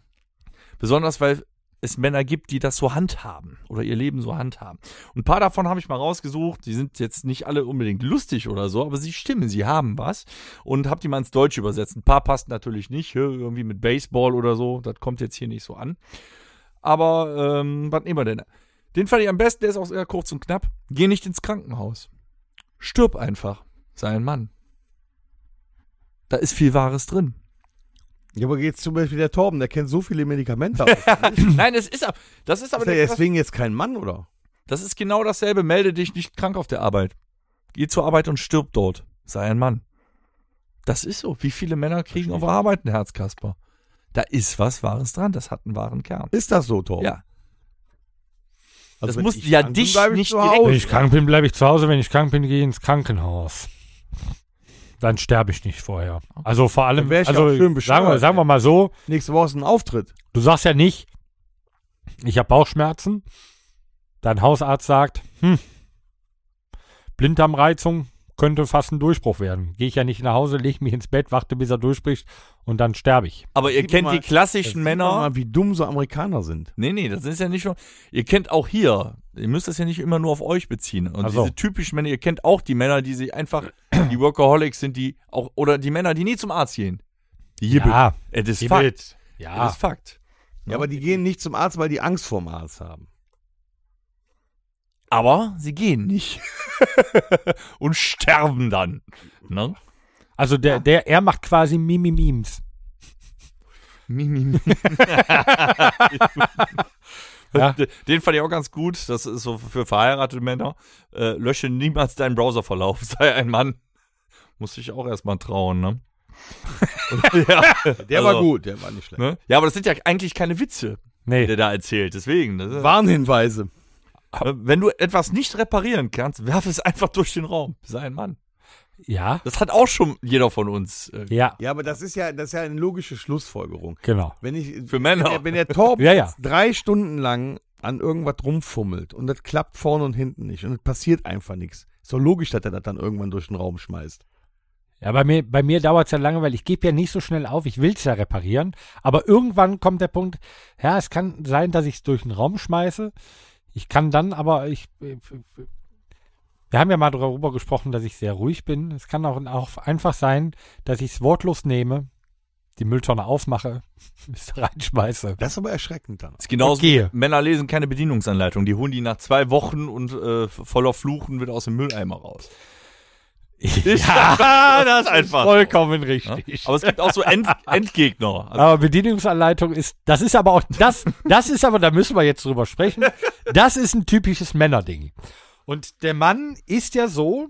Besonders weil es Männer gibt, die das so handhaben oder ihr Leben so handhaben. Und ein paar davon habe ich mal rausgesucht. Die sind jetzt nicht alle unbedingt lustig oder so, aber sie stimmen, sie haben was. Und habe die mal ins Deutsche übersetzt. Ein paar passt natürlich nicht, hier irgendwie mit Baseball oder so. Das kommt jetzt hier nicht so an. Aber ähm, was nehmen wir denn? Den fand ich am besten, der ist auch sehr kurz und knapp. Geh nicht ins Krankenhaus. Stirb einfach. Sei ein Mann. Da ist viel Wahres drin. Ja, aber jetzt zum Beispiel der Torben, der kennt so viele Medikamente. Aus. ist Nein, das ist, ab- das ist aber er der- das, deswegen jetzt kein Mann, oder? das ist genau dasselbe. Melde dich nicht krank auf der Arbeit. Geh zur Arbeit und stirb dort. Sei ein Mann. Das ist so. Wie viele Männer kriegen auf der Arbeit ein Herzkasper? Da ist was Wahres dran. Das hat einen wahren Kern. Ist das so, Torben? Ja, Also das wenn muss ich ja krank dich bleib ich nicht zu direkt- Hause. Wenn ich krank bin, bleibe ich zu Hause. Wenn ich krank bin, gehe ich ins Krankenhaus. Dann sterbe ich nicht vorher. Also vor allem, Dann wär ich ja also auch schön sagen, wir, bescheuert, sagen wir mal so, Nächste Woche ist ein Auftritt. du sagst ja nicht, ich habe Bauchschmerzen. Dein Hausarzt sagt, hm, Blinddarmreizung könnte fast ein Durchbruch werden. Gehe ich ja nicht nach Hause, lege mich ins Bett, warte, bis er durchbricht und dann sterbe ich. aber ihr Sieht kennt man mal- die klassischen Sieht man Männer. Mal, wie dumm so Amerikaner sind. Nee, nee, das ist ja nicht nur. Ihr kennt auch hier, ihr müsst das ja nicht immer nur auf euch beziehen. Und Ach so. diese typischen Männer, ihr kennt auch die Männer, die sich einfach, die Workaholics sind, die auch, oder die Männer, die nie zum Arzt gehen. Die jibbeln. Ja, It is Jibbelt. Fakt. ja. It is Fakt. Ja, aber die gehen nicht zum Arzt, weil die Angst vorm Arzt haben. Aber sie gehen nicht. Und sterben dann. Ne? Also der, der, er macht quasi Mimi-Memes. Mi, mi, mi. Ja. Den- Den fand ich auch ganz gut. Das ist so für verheiratete Männer. Äh, lösche niemals deinen Browserverlauf. Sei ein Mann. Muss ich auch erstmal trauen, ne? ja, Der Also, war gut, der war nicht schlecht. ne? ja, aber das sind ja eigentlich keine Witze, Nee, die der da erzählt. Deswegen, das ist, Warnhinweise. äh, wenn du etwas nicht reparieren kannst, werf es einfach durch den Raum. Sei ein Mann. ja, Das hat auch schon jeder von uns. Äh, ja, Ja, aber das ist ja, das ist ja eine logische Schlussfolgerung. genau. Wenn ich, Für Männer. wenn der, wenn der Torben Ja, ja. jetzt drei Stunden lang an irgendwas rumfummelt und das klappt vorne und hinten nicht und es passiert einfach nichts. Ist doch logisch, dass er das dann irgendwann durch den Raum schmeißt. Ja, bei mir, bei mir dauert es ja lange, weil ich gebe ja nicht so schnell auf, ich will es ja reparieren. Aber irgendwann kommt der Punkt, ja, es kann sein, dass ich es durch den Raum schmeiße. Ich kann dann aber, ich. Wir haben ja mal darüber gesprochen, dass ich sehr ruhig bin. Es kann auch, auch einfach sein, dass ich es wortlos nehme, die Mülltonne aufmache, es reinschmeiße. Das ist aber erschreckend dann. Ist genauso. Und gehe. Männer lesen keine Bedienungsanleitung. Die holen die nach zwei Wochen und äh, voller Fluchen wird aus dem Mülleimer raus. Ja, das ist einfach. Vollkommen Ja? richtig. Aber es gibt auch so End Endgegner. Also, Aber Bedienungsanleitung ist, das ist aber auch, das, das ist aber, da müssen wir jetzt drüber sprechen, das ist ein typisches Männerding. Und der Mann ist ja so,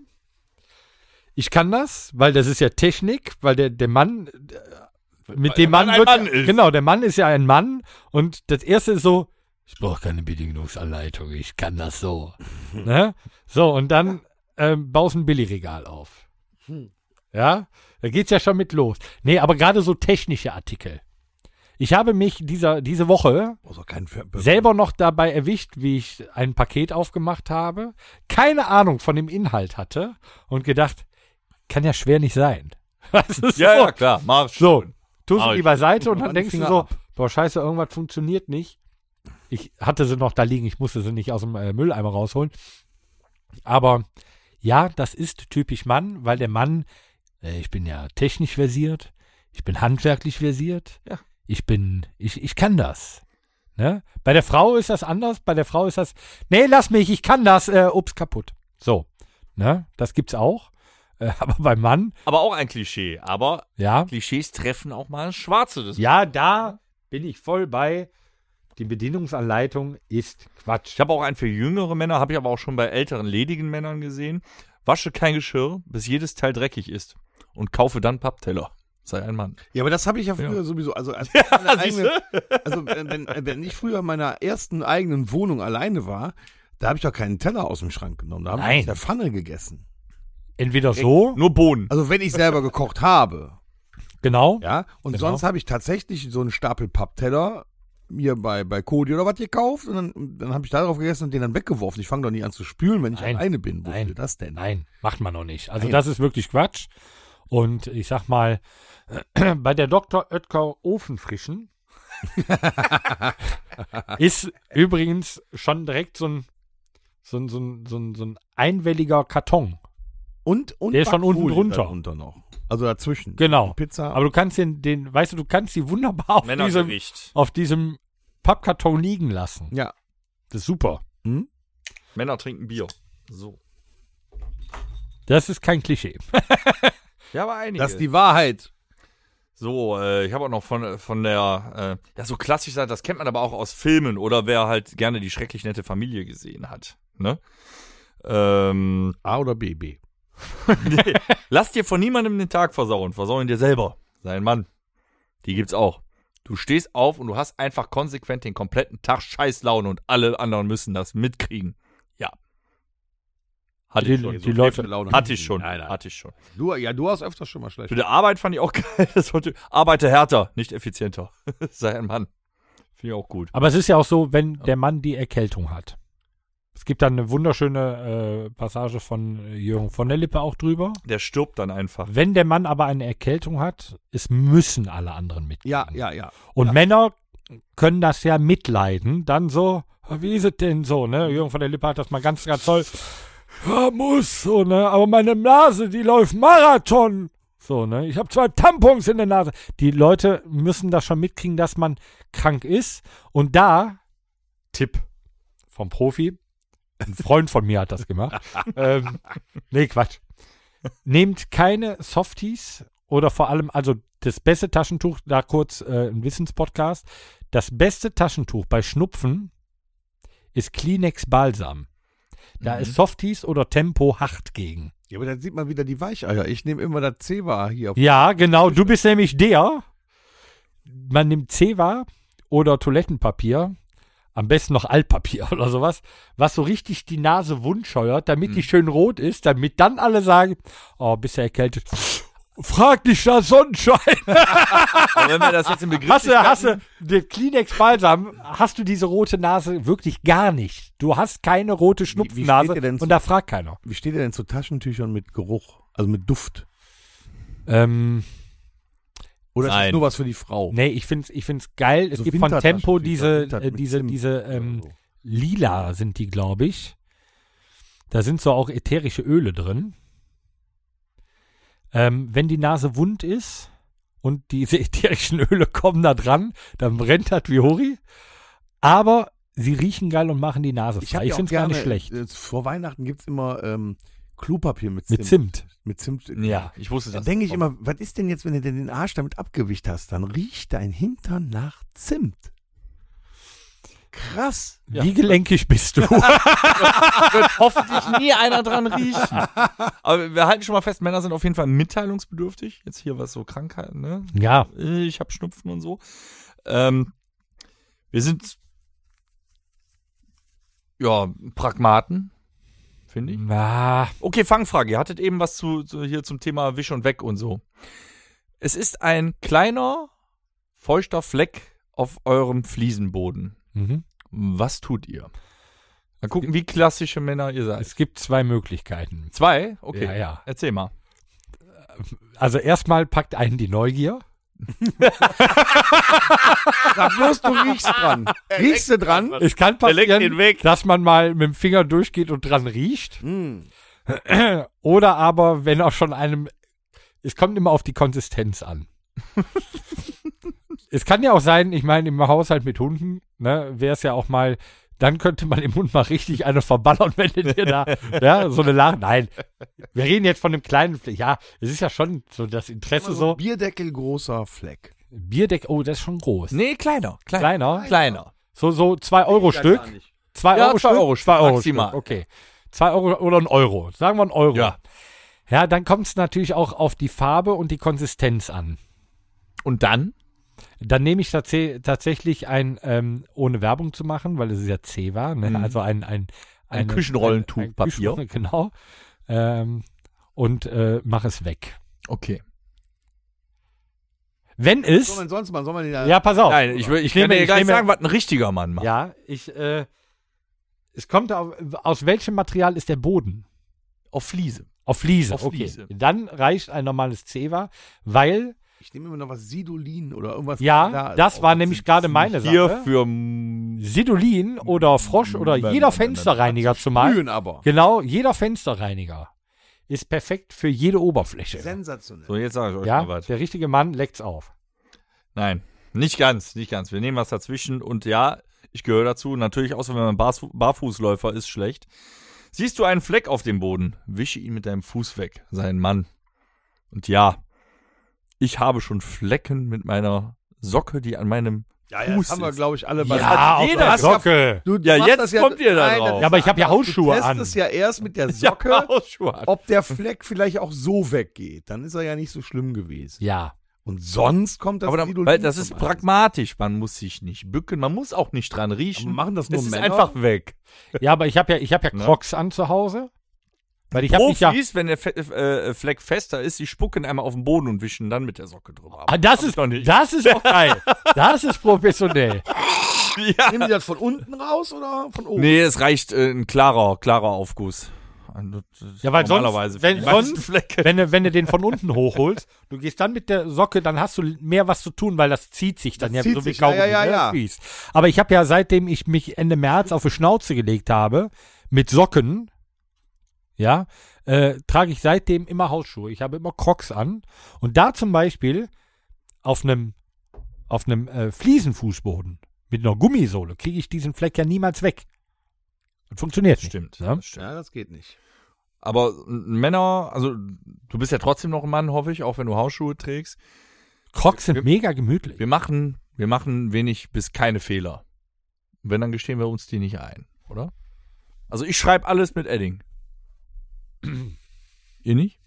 ich kann das, weil das ist ja Technik, weil der, der Mann, äh, mit dem Mann, Mann ein wird, Mann ist. genau, der Mann ist ja ein Mann und das erste ist so, ich brauche keine Bedienungsanleitung, ich kann das so. ne? So, und dann ähm, baust ein Billigregal auf. Ja, da geht's ja schon mit los. Nee, aber gerade so technische Artikel. Ich habe mich dieser, diese Woche Muss doch kein Ver- selber noch dabei erwischt, wie ich ein Paket aufgemacht habe, keine Ahnung von dem Inhalt hatte und gedacht, kann ja schwer nicht sein. Das ist ja, so. ja, klar, Marsch. So, tust Ah, du die ich- beiseite und dann Mann, denkst du Finger so, ab. boah, scheiße, irgendwas funktioniert nicht. Ich hatte sie noch da liegen, ich musste sie nicht aus dem äh, Mülleimer rausholen. Aber ja, das ist typisch Mann, weil der Mann, äh, ich bin ja technisch versiert, ich bin handwerklich versiert, Ja. ich bin, ich, ich kann das. Ne? Bei der Frau ist das anders, bei der Frau ist das, nee, lass mich, ich kann das, äh, ups, kaputt. So, ne, das gibt's auch. Äh, aber beim Mann, Aber auch ein Klischee. Aber ja, Klischees treffen auch mal Schwarze. Das Ja, da bin ich voll bei. Die Bedienungsanleitung ist Quatsch. Ich habe auch einen für jüngere Männer, habe ich aber auch schon bei älteren ledigen Männern gesehen. Wasche kein Geschirr, bis jedes Teil dreckig ist. Und kaufe dann Pappteller. Sei ein Mann. Ja, aber das habe ich ja früher Ja. sowieso. Also, als Ja, meine eigene, also wenn, wenn- wenn ich früher in meiner ersten eigenen Wohnung alleine war, da habe ich doch keinen Teller aus dem Schrank genommen. Da habe ich Nein. aus der Pfanne gegessen. Entweder so, Nur Bohnen. Also wenn ich selber gekocht habe, genau. ja. Und Genau. sonst habe ich tatsächlich so einen Stapel Pappteller mir bei, bei Kodi oder was gekauft und dann, dann habe ich da drauf gegessen und den dann weggeworfen. Ich fange doch nie an zu spülen, wenn ich Nein. alleine bin. Wo Nein. will das denn? Nein, macht man noch nicht. Also Nein. das ist wirklich Quatsch. Und ich sag mal, bei der Dr. Oetker Ofenfrischen Ist übrigens schon direkt so ein, so ein, so ein, so ein, so ein einwelliger Karton. Und, und Der ist schon unten Backfolie drunter. darunter noch. Also dazwischen. Genau. Pizza. Aber du kannst den, den, weißt du, du kannst die wunderbar auf diesem, Männergewicht. auf diesem Pappkarton liegen lassen. ja. Das ist super. Männer trinken Bier. So. Das ist kein Klischee. Ja, aber einige. Das ist die Wahrheit. So, äh, ich habe auch noch von, von der, äh, ja, so klassisch sein, das kennt man aber auch aus Filmen oder wer halt gerne die schrecklich nette Familie gesehen hat. Ne? Ähm, A oder B, B. nee. Lass dir von niemandem den Tag versauen, versauen dir selber. Sein Mann. Die gibt's auch. Du stehst auf und du hast einfach konsequent den kompletten Tag Scheißlaune und alle anderen müssen das mitkriegen. Ja. Hatte Die- ich schon. die Leute- Laune. hatte ich schon. Nein, nein. Hatte ich schon. Du, ja, du hast öfters schon mal schlecht. Für die Arbeit fand ich auch geil. Das heute, arbeite härter, nicht effizienter. Sei ein Mann. Finde ich auch gut. Aber es ist ja auch so, wenn der Mann die Erkältung hat. Es gibt dann eine wunderschöne äh, Passage von äh, Jürgen von der Lippe auch drüber. Der stirbt dann einfach. Wenn der Mann aber eine Erkältung hat, es müssen alle anderen mitgehen. Ja, ja, ja. Und Männer können das ja mitleiden. Dann so, wie ist es denn so, ne? Jürgen von der Lippe hat das mal ganz, ganz toll. Ja, muss, so, ne? Aber meine Nase, die läuft Marathon. So, ne? Ich habe zwei Tampons in der Nase. Die Leute müssen das schon mitkriegen, dass man krank ist. Und da, Tipp vom Profi, ein Freund von mir hat das gemacht. ähm, nee, Quatsch. Nehmt keine Softies oder vor allem, also das beste Taschentuch, da kurz äh, ein Wissenspodcast, das beste Taschentuch bei Schnupfen ist Kleenex Balsam. Da ist Softies oder Tempo hart gegen. Ja, aber dann sieht man wieder die Weicheier. Ich nehme immer das Zewa hier. Ja, genau, du bist nämlich der. Man nimmt Zewa oder Toilettenpapier, am besten noch Altpapier oder sowas, was so richtig die Nase wundscheuert, damit Hm. die schön rot ist, damit dann alle sagen, oh, bist du erkältet. Frag dich nach Sonnenschein. Aber wenn wir das jetzt im Begriff Hasse, hasse, der Kleenex Balsam, hast du diese rote Nase wirklich gar nicht. Du hast keine rote steht ihr Schnupfnase denn zu- und da fragt keiner. Wie steht ihr denn zu Taschentüchern mit Geruch? Also mit Duft? Ähm, Oder ist Nein. das nur was für die Frau? nee, ich find's, ich find's geil. Es Oh. So gibt von Tempo Wintertaschentücher, diese, Winter- äh, mit diese, Zimt diese, oder ähm, so. lila sind die, glaube ich. Da sind so auch ätherische Öle drin. Ähm, wenn die Nase wund ist und diese ätherischen Öle kommen da dran, dann brennt das wie Hori. Aber sie riechen geil und machen die Nase hab frei. ja Ich, auch find's gar nicht gerne, schlecht. äh, Vor Weihnachten gibt es immer ähm, Klopapier mit Zimt. Mit Zimt. Mit Zimt. Ja, ich wusste Da das. denke ich immer, was ist denn jetzt, wenn du denn den Arsch damit abgewicht hast? Dann riecht dein Hintern nach Zimt. Krass. Wie gelenkig bist du? hoffentlich nie einer dran riechen. Aber wir halten schon mal fest, Männer sind auf jeden Fall mitteilungsbedürftig. Jetzt hier was so Krankheiten, ne? ja. Äh, Ich hab Schnupfen und so. Ähm, wir sind ja Pragmaten, finde ich. Na, Okay, Fangfrage. Ihr hattet eben was zu, zu hier zum Thema Wisch und Weg und so. Es ist ein kleiner feuchter Fleck auf eurem Fliesenboden. mhm. Was tut ihr? Mal gucken, wie klassische Männer ihr seid. Es gibt zwei Möglichkeiten. Zwei? Okay. Ja, ja. Erzähl mal. Also erstmal packt einen die Neugier. Sag bloß, du riechst dran. Riechst du dran? Es kann leckt den passieren, weg. dass man mal mit dem Finger durchgeht und dran riecht. Mm. Oder aber, wenn auch schon einem. Es kommt immer auf die Konsistenz an. es kann ja auch sein, ich meine, im Haushalt mit Hunden, ne, wäre es ja auch mal. Dann könnte man im Hund mal richtig eine verballern, wenn du dir da, ja, so eine Lache. Nein. Wir reden jetzt von einem kleinen Fleck. Ja, es ist ja schon so das Interesse so. Bierdeckel großer Fleck. Bierdeck, oh, das ist schon groß. Nee, kleiner. Kleiner. Kleiner. Kleiner. So, so 2 Euro Stück. 2 Ja, Euro, zwei Stück? Euro Zwei Stück, Euro maximal. Stück, Okay. 2 Euro oder ein Euro. Sagen wir ein Euro. Ja. Ja, dann kommt es natürlich auch auf die Farbe und die Konsistenz an. Und dann? Dann nehme ich tatsä- tatsächlich ein, ähm, ohne Werbung zu machen, weil es ist ja C war, ne? also ein, ein, Mhm. Ein eine- Küchenrollentuchpapier. Küchenrolle- Genau. Ähm, und äh, mach es weg. Okay. Wenn Soll es. man sonst mal, soll man den Ja, pass auf. äh, Nein, ich, will- ich kann nehme- dir ich gar nicht nehme- sagen, was ein richtiger Mann macht. Ja, ich. Äh, es kommt auf, aus welchem Material ist der Boden? Auf Fliese. Auf Fliese. Auf okay. Fliese. Dann reicht ein normales Zewa, weil Ich nehme immer noch was Sidolin oder irgendwas. Ja, da- das oh, war das nämlich sind- gerade meine Hier Sache. für Sidolin oder Frosch oder jeder Nein, nein, nein, Fensterreiniger zumal. Mühen aber. Genau, jeder Fensterreiniger ist perfekt für jede Oberfläche. Sensationell. So, jetzt sage ich euch mal Ja, was. der richtige Mann leckt's auf. Nein, nicht ganz, nicht ganz. Wir nehmen was dazwischen und ja, ich gehöre dazu. Natürlich, außer wenn man Barfu- Barfußläufer ist, schlecht. Siehst du einen Fleck auf dem Boden, wische ihn mit deinem Fuß weg, sein Mann. Und ja, ich habe schon Flecken mit meiner Socke, die an meinem Ja, ja, das haben wir, glaube ich, alle bei. Ja, auf jeder der Socke. Socke. Du Ja, machst jetzt das kommt ihr da Nein, das drauf. ist Ja, aber ich habe ja Du Hausschuhe an. testest ja erst mit der Socke, Hausschuhe an. ob der Fleck vielleicht auch so weggeht. Dann ist er ja nicht so schlimm gewesen. Ja, Und sonst kommt das Aber dann, Fridolin weil das ist zum Einsatz. pragmatisch. Man muss sich nicht bücken, man muss auch nicht dran riechen. Aber machen das nur es Männer? ist einfach weg. ja aber ich habe ja, ich hab ja Ne? Crocs an zu Hause. Weil ich habe mich Profis, ja. wenn der Fe äh, Fleck fester ist, die spucken einmal auf den Boden und wischen dann mit der Socke drüber. Ah, das ist, noch nicht. das ist doch geil. Das ist professionell. ja. Nehmen die das von unten raus oder von oben? Nee, es reicht äh, ein klarer, klarer Aufguss. Ein- Ja, weil Normalerweise sonst, wenn, für die meisten sonst Flecke. wenn, du- wenn du den von unten hochholst, du gehst dann mit der Socke, dann hast du mehr was zu tun, weil das zieht sich dann Das ja zieht so wie sich, ja, ja, Kaugummi, ja, ne? ja. Fies. Aber ich habe ja, seitdem ich mich Ende März auf die Schnauze gelegt habe, mit Socken, ja, äh, trage ich seitdem immer Hausschuhe. Ich habe immer Crocs an. Und da zum Beispiel auf einem auf einem äh, Fliesenfußboden mit einer Gummisohle kriege ich diesen Fleck ja niemals weg. Das funktioniert nicht. Stimmt, Ja? das stimmt. Ja, das geht nicht. Aber äh, Männer, also du bist ja trotzdem noch ein Mann, hoffe ich, auch wenn du Hausschuhe trägst. Crocs sind mega gemütlich. Wir machen, wir machen wenig bis keine Fehler. Und wenn, dann gestehen wir uns die nicht ein, oder? Also ich schreibe alles mit Edding. Ihr nicht?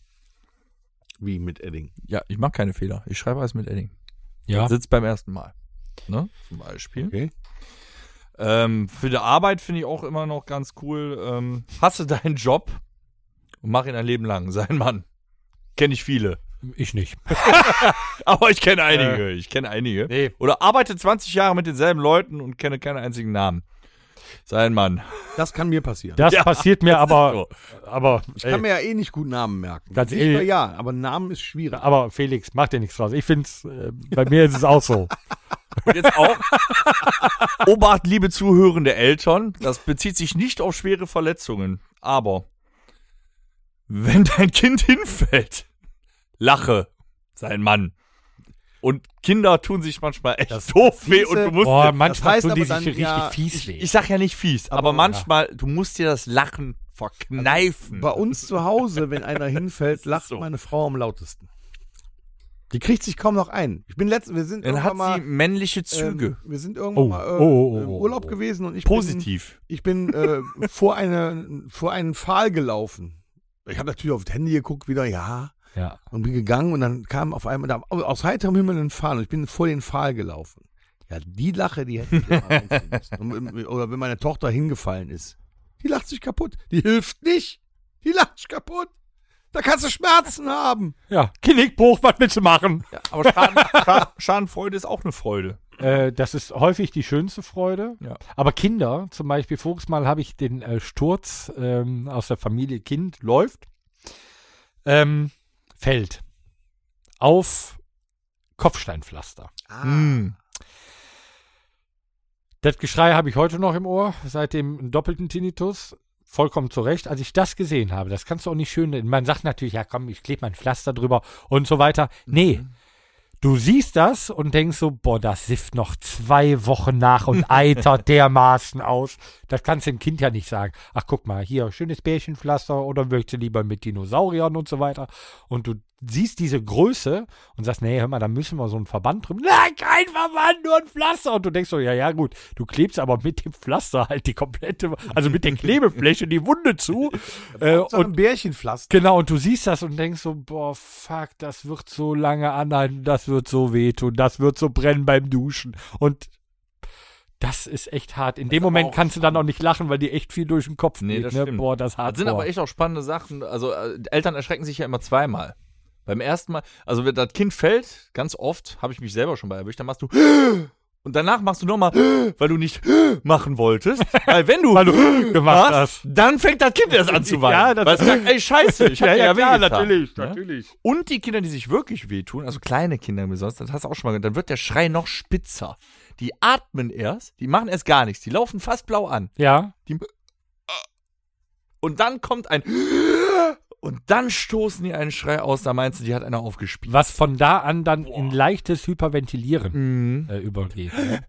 Wie mit Edding. Ja, ich mache keine Fehler. Ich schreibe alles mit Edding. ja. Sitzt beim ersten Mal. Ne? Zum Beispiel. Okay. Ähm, für die Arbeit finde ich auch immer noch ganz cool. Ähm, hasse deinen Job und mach ihn ein Leben lang. Sein Mann. Kenne ich viele. Ich nicht. Aber ich kenne einige. ich kenne einige. Oder arbeite 20 Jahre mit denselben Leuten und kenne keinen einzigen Namen. Sein Mann. Das kann mir passieren. Das Ja, passiert mir aber, aber, ich ey, kann mir ja eh nicht gut Namen merken. Ganz Sichtbar ehrlich. ja, aber Namen ist schwierig. aber Felix, mach dir nichts draus. Ich find's, äh, bei mir ist es auch so. Und jetzt auch. Obacht, liebe zuhörende Eltern, das bezieht sich nicht auf schwere Verletzungen. Aber wenn dein Kind hinfällt, lache, sein Mann. Und Kinder tun sich manchmal echt doof weh und du musst. Boah, dir- manchmal heißt tun die aber sich dann, richtig ja, fies weh. ich sag ja nicht fies, aber, manchmal, du musst dir das Lachen verkneifen. Bei uns zu Hause, wenn einer hinfällt, lacht meine Frau am lautesten. Die kriegt sich kaum noch ein. Ich bin letztens, wir sind Dann irgendwann hat mal, sie männliche Züge. Ähm, wir sind irgendwann Oh, mal äh, oh, oh, oh, im oh, Urlaub oh. gewesen und ich Positiv. Bin, ich bin äh, vor, eine, vor einen Pfahl gelaufen. Ich habe natürlich auf das Handy geguckt wieder, ja, ja. und bin gegangen und dann kam auf einmal da, aus heiterem Himmel ein Pfahl und ich bin vor den Pfahl gelaufen. Ja, die Lache, die hätte ich mir mal einfallen müssen. Und wenn- Oder wenn meine Tochter hingefallen ist. Die lacht sich kaputt. Die hilft nicht. Die lacht sich kaputt. Da kannst du Schmerzen haben. Ja, Genickbruch, was willst du machen? Aber Schaden, Schaden, Schadenfreude ist auch eine Freude. Äh, das ist häufig die schönste Freude. Ja. Aber Kinder, zum Beispiel, voriges Mal habe ich den äh, Sturz ähm, aus der Familie Kind läuft, ähm, fällt auf Kopfsteinpflaster. Ah, Hm. Mm. Das Geschrei habe ich heute noch im Ohr, seit dem doppelten Tinnitus. Vollkommen zu Recht. Als ich das gesehen habe, das kannst du auch nicht schön. Man sagt natürlich, ja komm, ich klebe mein Pflaster drüber und so weiter. Nee. Du siehst das und denkst so, boah, das sifft noch zwei Wochen nach und eitert dermaßen aus. Das kannst du dem Kind ja nicht sagen. Ach, guck mal, hier, schönes Bärchenpflaster oder möchte lieber mit Dinosauriern und so weiter. Und du siehst diese Größe und sagst, nee, hör mal, da müssen wir so einen Verband drüber. Nein, kein Verband, nur ein Pflaster. Und du denkst so, ja, ja, gut. Du klebst aber mit dem Pflaster halt die komplette, also mit der Klebefläche die Wunde zu. äh, So und ein Bärchenpflaster. Genau, und du siehst das und denkst so, boah, fuck, das wird so lange anhalten, das wird so wehtun, das wird so brennen beim Duschen. Und das ist echt hart. In dem Moment auch kannst du dann auch nicht lachen, weil dir echt viel durch den Kopf Nee, geht. das ne? stimmt. Boah, das ist hart. Das sind aber echt auch spannende Sachen. Also äh, Eltern erschrecken sich ja immer zweimal. Beim ersten Mal, also wenn das Kind fällt, ganz oft, habe ich mich selber schon bei erwischt, dann machst du Und danach machst du nochmal, weil du nicht machen wolltest. Weil wenn du, Weil du gemacht machst, hast. dann fängt das Kind erst an zu weinen. Ja, das- weil es sagt, ey, scheiße, ich hab dir ja, wehgetan. Ne? natürlich. Und die Kinder, die sich wirklich wehtun, also kleine Kinder besonders, das hast du auch schon mal gehört, dann wird der Schrei noch spitzer. Die atmen erst, die machen erst gar nichts, die laufen fast blau an. Ja. Und dann kommt ein und dann stoßen die einen Schrei aus, da meinst du, die hat einer aufgespielt. Was von da an dann in leichtes Hyperventilieren äh, übergeht. ne?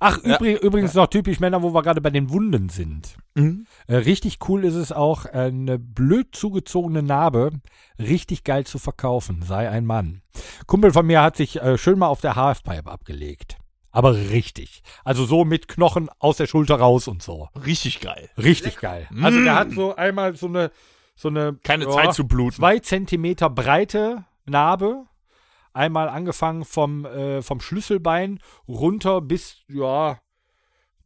Ach, übri- übrigens noch typisch Männer, wo wir gerade bei den Wunden sind. Mhm. Äh, richtig cool ist es auch, äh, eine blöd zugezogene Narbe richtig geil zu verkaufen, sei ein Mann. Kumpel von mir hat sich äh, schön mal auf der Halfpipe abgelegt. Aber richtig. Also so mit Knochen aus der Schulter raus und so. Richtig geil. Richtig geil. Also der hat so einmal so eine, so eine Mm. Keine ja, Zeit zu bluten. zwei Zentimeter breite Narbe. Einmal angefangen vom, äh, vom Schlüsselbein runter bis, ja,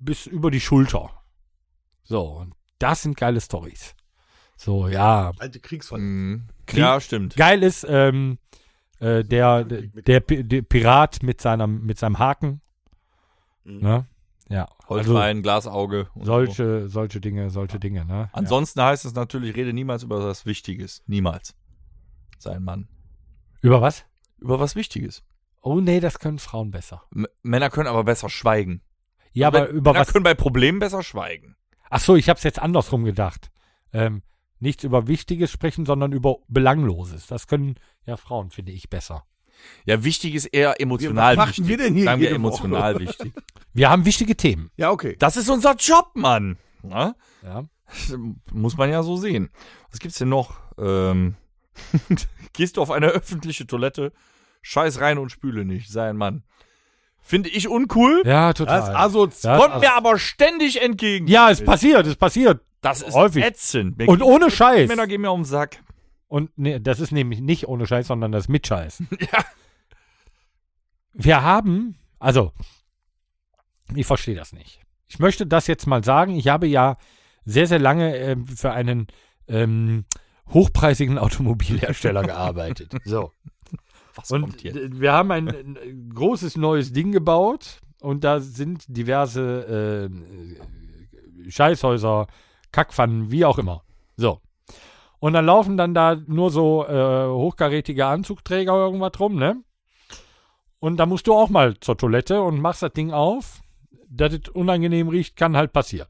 bis über die Schulter. So, und das sind geile Stories. So, ja. Alte Kriegsfall. Mhm. Krieg- Ja, stimmt. Geil ist, ähm, äh, der, der, der, Pi- der Pirat mit seinem, mit seinem Haken. Ne? Ja. Holzbein, Glasauge und So. solche, solche Dinge, solche Dinge, ne? Ja. Ansonsten heißt es natürlich, rede niemals über was Wichtiges. Niemals. Sein Mann. Über was? Über was Wichtiges. Oh nee, das können Frauen besser. M Männer können aber besser schweigen. Also, Ja, aber Männer über was? können bei Problemen besser schweigen. Ach so, ich habe es jetzt andersrum gedacht. Ähm, nicht über Wichtiges sprechen, sondern über Belangloses. Das können ja Frauen, finde ich, besser. Ja, wichtig ist eher emotional Was machen wichtig. wir denn hier Sagen wir jede emotional wichtig. Wir haben wichtige Themen. Ja, okay. Das ist unser Job, Mann. Na? Ja. Muss man ja so sehen. Was gibt's denn noch? Ähm, gehst du auf eine öffentliche Toilette, scheiß rein und spüle nicht, sei ein Mann. Finde ich uncool, Ja, Das total. ist also asozial. Das- kommt mir aber ständig entgegen. ja, es passiert, es passiert. das ist häufig. ätzend. Mir Und geht- ohne Scheiß. Männer gehen mir auf den Sack. Und nee, das ist nämlich nicht ohne Scheiß, sondern das mit Scheiß. ja. Wir haben, also, ich verstehe das nicht. Ich möchte das jetzt mal sagen. Ich habe ja sehr, sehr lange ähm, für einen ähm, hochpreisigen Automobilhersteller gearbeitet. So. Was Und kommt hier? d- wir haben ein, ein großes neues Ding gebaut und da sind diverse äh, Scheißhäuser, Kackpfannen, wie auch immer. So. Und dann laufen dann da nur so äh, hochkarätige Anzugträger oder irgendwas rum, ne? Und da musst du auch mal zur Toilette und machst das Ding auf. Dass es unangenehm riecht, kann halt passieren.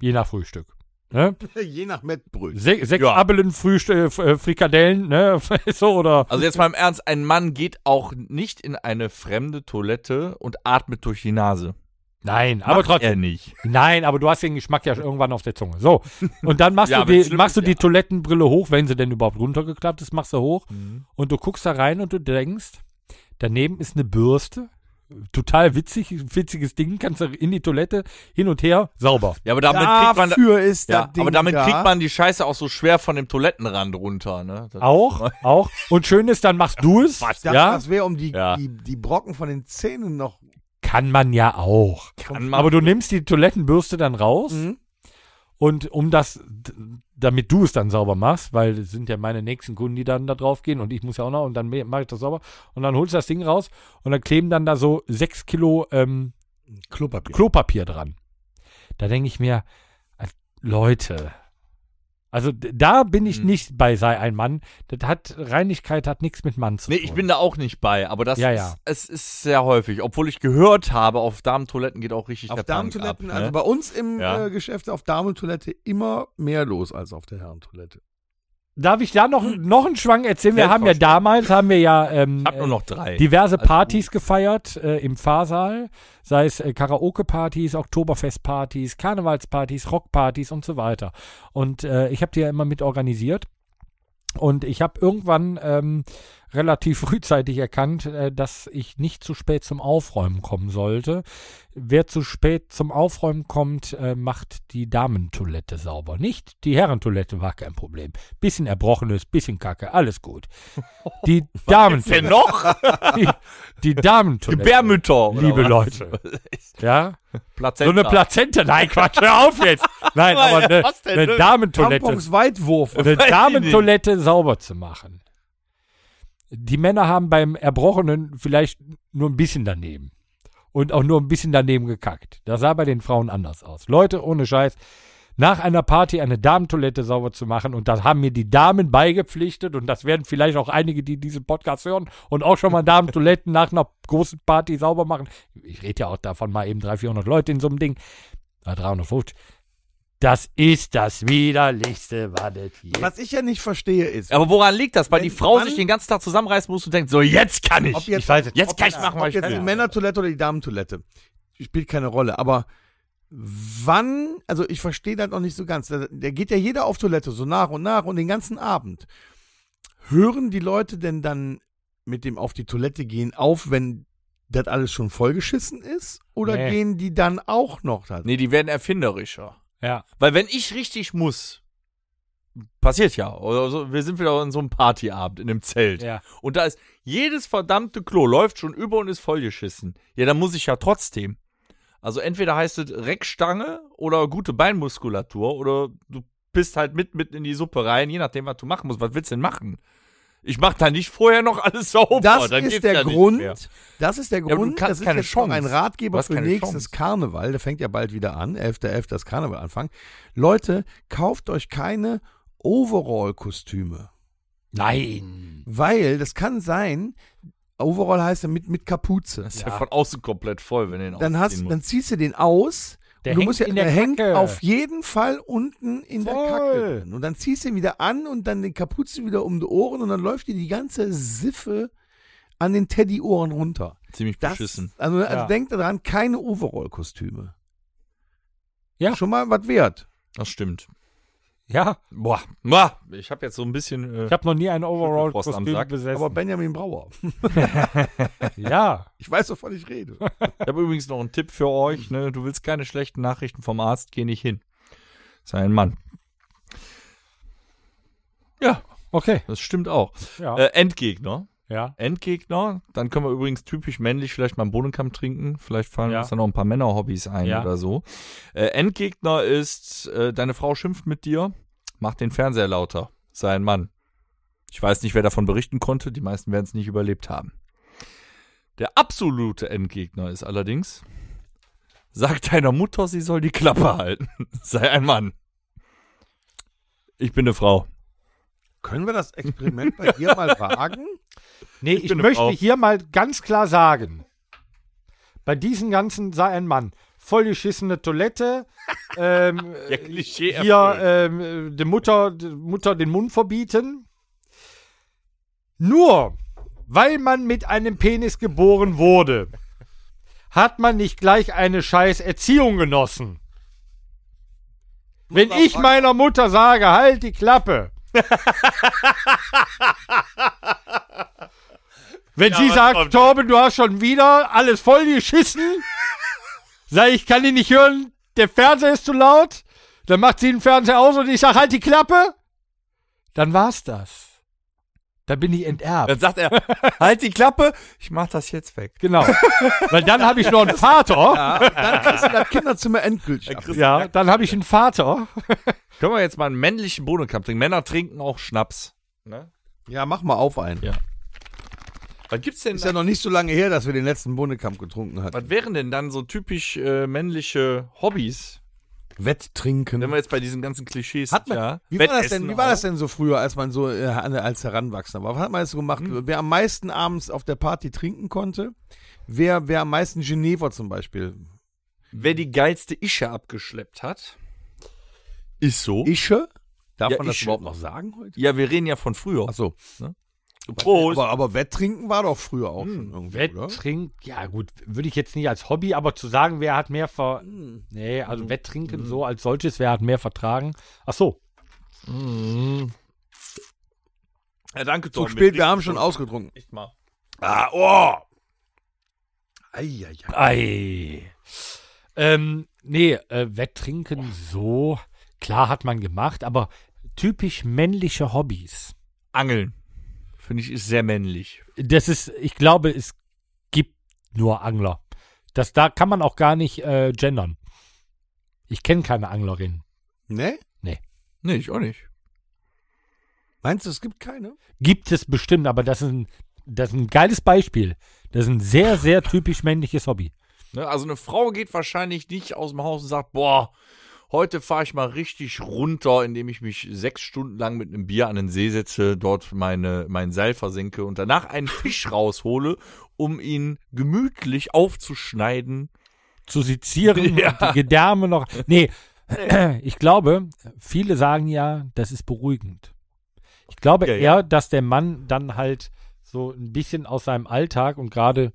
Je nach Frühstück. Ne? Je nach Mettbrötchen. Se sechs Ja. Abeln Frühstück, äh, Frikadellen, ne? so, oder Also jetzt mal im Ernst, ein Mann geht auch nicht in eine fremde Toilette und atmet durch die Nase. Nein, aber Macht trotzdem. Er nicht. Nein, aber du hast den Geschmack ja irgendwann auf der Zunge. So. Und dann machst Ja, du wenn's die, schlimm machst du ist, die ja. Toilettenbrille hoch, wenn sie denn überhaupt runtergeklappt ist, machst du hoch und du guckst da rein und du denkst, daneben ist eine Bürste. Total witzig, witziges Ding, kannst du in die Toilette hin und her, sauber. Ja, aber damit kriegt man. Dafür ist Ja, das Ding aber damit da. kriegt man die Scheiße auch so schwer von dem Toilettenrand runter, ne? Das- Auch, auch. Und schön ist, dann machst du es. Ich dachte, Ja, das wäre um die, Ja. die, die Brocken von den Zähnen noch. kann man ja auch. Kann man- Mhm. Aber du nimmst die Toilettenbürste dann raus und um das, d- damit du es dann sauber machst, weil es sind ja meine nächsten Kunden, die dann da drauf gehen und ich muss ja auch noch und dann mache ich das sauber und dann holst du das Ding raus und dann kleben dann da so sechs Kilo ähm, Klopapier. Klopapier dran. Da denke ich mir, äh, Leute, also d- da bin ich Mhm. nicht bei sei ein Mann. Das hat Reinigkeit hat nichts mit Mann zu Nee, tun. ich bin da auch nicht bei, aber das Ja, ist, ja. es ist sehr häufig. Obwohl ich gehört habe, auf Damentoiletten geht auch richtig auf der Punk Damentoiletten, ab, ne? also bei uns im Ja. äh, Geschäft auf Damentoilette immer mehr los als auf der Herrentoilette. Darf ich da noch, noch einen Schwang erzählen? Wir haben ja Selbstverständlich. damals, haben wir ja ähm, ich hab nur noch drei. diverse Also Partys gefeiert äh, im Fahrsaal, sei es äh, Karaoke-Partys, Oktoberfest-Partys, Karnevalspartys, Rockpartys und so weiter. Und äh, ich habe die ja immer mit organisiert. Und ich habe irgendwann ähm, relativ frühzeitig erkannt, äh, dass ich nicht zu spät zum Aufräumen kommen sollte. Wer zu spät zum Aufräumen kommt, äh, macht die Damentoilette sauber. Nicht die Herrentoilette war kein Problem. Bisschen Erbrochenes, bisschen Kacke, alles gut. Die Wer Damentoilette noch? die, die Damentoilette. Gebärmütter. oder Liebe was? Leute. Ja? Plazenta. So eine Plazente. Nein, Quatsch, hör auf jetzt. Nein, aber eine, was denn? ne? eine Damentoilette. Tampons Weitwurf. Eine Weiß ich Damentoilette sauber zu machen. Die Männer haben beim Erbrochenen vielleicht nur ein bisschen daneben. und auch nur ein bisschen daneben gekackt. Das sah bei den Frauen anders aus. Leute, ohne Scheiß, nach einer Party eine Damentoilette sauber zu machen und das haben mir die Damen beigepflichtet und das werden vielleicht auch einige, die diesen Podcast hören und auch schon mal Damentoiletten nach einer großen Party sauber machen. Ich rede ja auch davon mal eben 300, 400 Leute in so einem Ding. Na, 350. Das ist das Widerlichste, was es je Was ich ja nicht verstehe ist, Aber woran liegt das? Weil Wenn die Frau Mann- sich den ganzen Tag zusammenreißen muss und denkt, so jetzt kann ich. ob jetzt, Ich weiß es. jetzt ob kann jetzt- ich machen, ob was ich jetzt die will. Männertoilette oder die Damentoilette spielt keine Rolle. Aber wann? Also ich verstehe das noch nicht so ganz. Da, da geht ja jeder auf Toilette so nach und nach und den ganzen Abend. Hören die Leute denn dann mit dem auf die Toilette gehen auf, wenn das alles schon vollgeschissen ist? Oder Nee. gehen die dann auch noch da? Nee, die werden erfinderischer. Ja. Weil wenn ich richtig muss, passiert ja. Oder so, wir sind wieder in so einem Partyabend in einem Zelt. Ja. Und da ist jedes verdammte Klo läuft schon über und ist vollgeschissen. Ja, dann muss ich ja trotzdem. Also entweder heißt es Reckstange oder gute Beinmuskulatur oder du bist halt mit mitten in die Suppe rein, je nachdem, was du machen musst. Was willst du denn machen? Ich mach da nicht vorher noch alles sauber. Das dann geht's ist, der ja nicht Grund, mehr. das ist der aber du Grund, kannst das ist keine jetzt auch Chance. ein Du Ratgeber hast für keine nächstes Chance. Karneval, der fängt ja bald wieder an, 11.11. das Karneval anfangen. Leute, kauft euch keine Overall-Kostüme, Nein. weil das kann sein, Overall heißt ja mit, mit Kapuze. Das ist ja. von außen komplett voll, wenn du den Dann, hast, ausziehen musst. dann ziehst du den aus Der und du hängt musst ja, in der hängt Kacke. auf jeden Fall unten in Voll. der Kacke drin. Und dann ziehst du ihn wieder an und dann die Kapuze wieder um die Ohren und dann läuft dir die ganze Siffe an den Teddy-Ohren runter. Ziemlich Das, beschissen. Also, also Ja. denkt daran, keine Overall-Kostüme. Ja. Schon mal was wert. Das stimmt. Ja, Boah, Boah. ich habe jetzt so ein bisschen. Äh, ich habe noch nie ein Frost am Overall-Kostüm Sack. Aber besessen. Benjamin Brauer. ja. Ich weiß, wovon ich rede. Ich habe übrigens noch einen Tipp für euch. Ne? Du willst keine schlechten Nachrichten vom Arzt, geh nicht hin. Sei ein Mann. Ja, Okay. das stimmt auch. Ja. Äh, Endgegner. ja. Endgegner. Dann können wir übrigens typisch männlich vielleicht mal einen Bohnenkamm trinken. Vielleicht fallen Ja. uns dann noch ein paar Männerhobbys ein Ja. oder so. Äh, Endgegner ist, äh, deine Frau schimpft mit dir, mach den Fernseher lauter. Sei ein Mann. Ich weiß nicht, wer davon berichten konnte. Die meisten werden es nicht überlebt haben. Der absolute Endgegner ist allerdings, sag deiner Mutter, sie soll die Klappe halten. Sei ein Mann. Ich bin eine Frau. Können wir das Experiment bei dir mal wagen? Nee, Ich ich, bin eine möchte Frau. hier mal ganz klar sagen: Bei diesen ganzen sei ein Mann. Vollgeschissene Toilette. ähm, Ja, Klischee hier ähm, der Mutter, der Mutter den Mund verbieten. Nur weil man mit einem Penis geboren wurde, hat man nicht gleich eine scheiß Erziehung genossen. Wenn ich meiner Mutter sage, halt die Klappe. Wenn sie sagt, Torben, du hast schon wieder alles voll geschissen, sag ich, kann die nicht hören, der Fernseher ist zu laut, dann macht sie den Fernseher aus und ich sag, halt die Klappe, dann war's das. Dann bin ich enterbt. Dann sagt er, halt die Klappe, ich mach das jetzt weg. Genau. Weil dann habe ich noch einen Vater. Dann kriegst du das Kinderzimmer endgültig ab. Ja, dann habe ich einen Vater. Können wir jetzt mal einen männlichen Bohnenkampf trinken? Männer trinken auch Schnaps. Ja, mach mal auf einen. Ja. Was gibt's denn? Ist ja noch nicht so lange her, dass wir den letzten Bundekamp getrunken hatten. was wären denn dann so typisch äh, männliche Hobbys, wenn wir Wetttrinken. jetzt bei diesen ganzen Klischees Hat man, ja? wie, war das Wettessen denn, wie war das auch. denn so früher, als man so äh, als Heranwachsender war? Was hat man jetzt so gemacht? Wer am meisten abends auf der Party trinken konnte? Wer, wer am meisten Geneva zum Beispiel? Wer die geilste Ische abgeschleppt hat, ist so. Ische? Darf Ja, man das Ische. überhaupt noch sagen heute? Ja, wir reden ja von früher. Ach so. Prost. Aber, aber Wetttrinken war doch früher auch Hm, schon irgendwie, oder? Wetttrinken, ja gut, würde ich jetzt nicht als Hobby, aber zu sagen, wer hat mehr ver... Nee, also Wetttrinken so als solches, wer hat mehr vertragen? Ach so, ja, danke, Zu Tom. spät, wir haben schon ausgetrunken. Echt mal. Ah, oh! Eieiei. Ei. Ähm, nee, äh, Wetttrinken so, klar hat man gemacht, aber typisch männliche Hobbys. Angeln. Finde ich ist sehr männlich. Das ist, ich glaube, es gibt nur Angler. Das, da kann man auch gar nicht äh, gendern. Ich kenne keine Anglerin. Ne? Nee, ich auch nicht. Meinst du, es gibt keine? Gibt es bestimmt, aber das ist ein, das ist ein geiles Beispiel. Das ist ein sehr, sehr typisch männliches Hobby. Ne? Also eine Frau geht wahrscheinlich nicht aus dem Haus und sagt, boah, heute fahre ich mal richtig runter, indem ich mich sechs Stunden lang mit einem Bier an den See setze, dort meine, mein Seil versenke und danach einen Fisch raushole, um ihn gemütlich aufzuschneiden. zu sezieren, Ja. und die Gedärme noch. Nee, ich glaube, viele sagen ja, das ist beruhigend. Ich glaube Ja, ja. eher, dass der Mann dann halt so ein bisschen aus seinem Alltag und gerade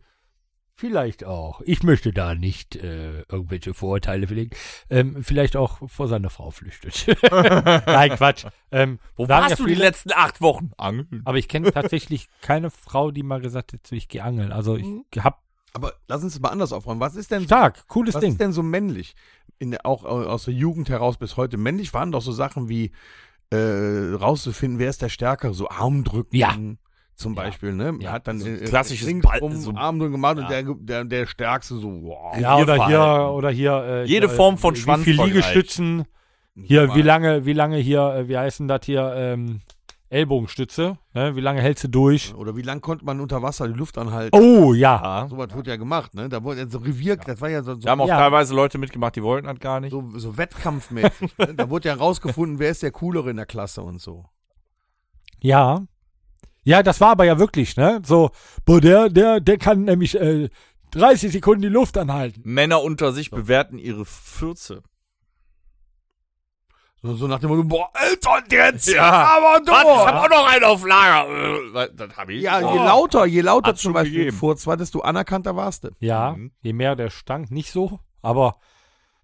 vielleicht auch, ich möchte da nicht äh, irgendwelche Vorurteile verlegen, ähm, vielleicht auch vor seiner Frau flüchtet. Nein, Quatsch. Ähm, Wo sagen warst ja du die viele- letzten acht Wochen? Angeln. Aber ich kenne tatsächlich keine Frau, die mal gesagt hätte, ich gehe angeln. Also Mhm. ich hab Aber lass uns mal anders aufräumen. Was ist denn stark, cooles Was Ding. ist denn so männlich? In der, auch äh, aus der Jugend heraus bis heute. Männlich waren doch so Sachen wie äh, rauszufinden, wer ist der Stärkere, so Armdrücken. Ja. Zum Beispiel, ne? Ja. Hat dann So äh, klassisches Ring Ball- rum, so- Armdrücken gemacht und der, der, der Stärkste so, wow. Ja, oder hier, Revierverhalten. oder hier. Äh, Jede äh, Form von Schwanz- Wie viel Vergleich. Liegestützen. Hier, wie lange, wie lange hier, äh, wie heißen das hier, ähm, Ellbogenstütze? Ne? Wie lange hältst du durch? Oder wie lange konnte man unter Wasser die Luft anhalten? Oh, ja. Ja. So was wurde ja gemacht, ne? Da wurde so Revier, das war ja so, Da haben so, auch Ja. teilweise Leute mitgemacht, die wollten das gar nicht. so, so wettkampfmäßig. ne? Da wurde ja rausgefunden, wer ist der Coolere in der Klasse und so. Ja. Ja, das war aber ja wirklich, ne? So, boah, der, der, der kann nämlich äh, 30 Sekunden die Luft anhalten. Männer unter sich bewerten ihre Fürze. So, so nach dem Motto, boah, äh, Elton, der zieht Ja. aber durch. auch noch einen auf Lager. Äh, Das habe ich. Ja, je lauter, je lauter Oh. Hat's zum schon Beispiel gegeben. Furz war, desto anerkannter warst du. Ja, Mhm. je mehr der stank, nicht so, aber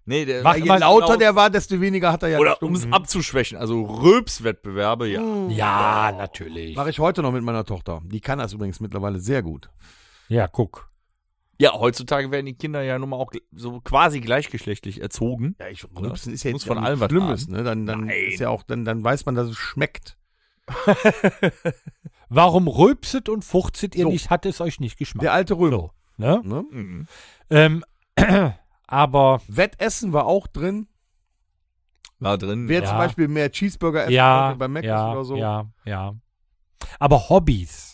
Nee, der, genau Mach Je immer lauter der war, desto weniger hat er ja Mhm. Oder um gestunken. Mhm. es abzuschwächen, also Röpswettbewerbe, ja. Oh. ja, natürlich. Mache ich heute noch mit meiner Tochter. Die kann das übrigens mittlerweile sehr gut. Ja, guck. Ja, heutzutage werden die Kinder ja nun mal auch gl- so quasi gleichgeschlechtlich erzogen. Ja, ich rülpsen ist ja Muss jetzt von ja allem was nichts Schlimmes, haben. ne? Dann, dann Nein. ist ja auch, dann, dann weiß man, dass es schmeckt. Warum rülpset und fuchzet ihr So. nicht, hat es euch nicht geschmeckt. Der alte Römer. Ne? Ne? Mhm. Ähm, aber Wettessen war auch drin. War drin. Wer Ja. zum Beispiel mehr Cheeseburger essen ja, wollte bei Mc's ja, oder so. ja, ja. Aber Hobbys,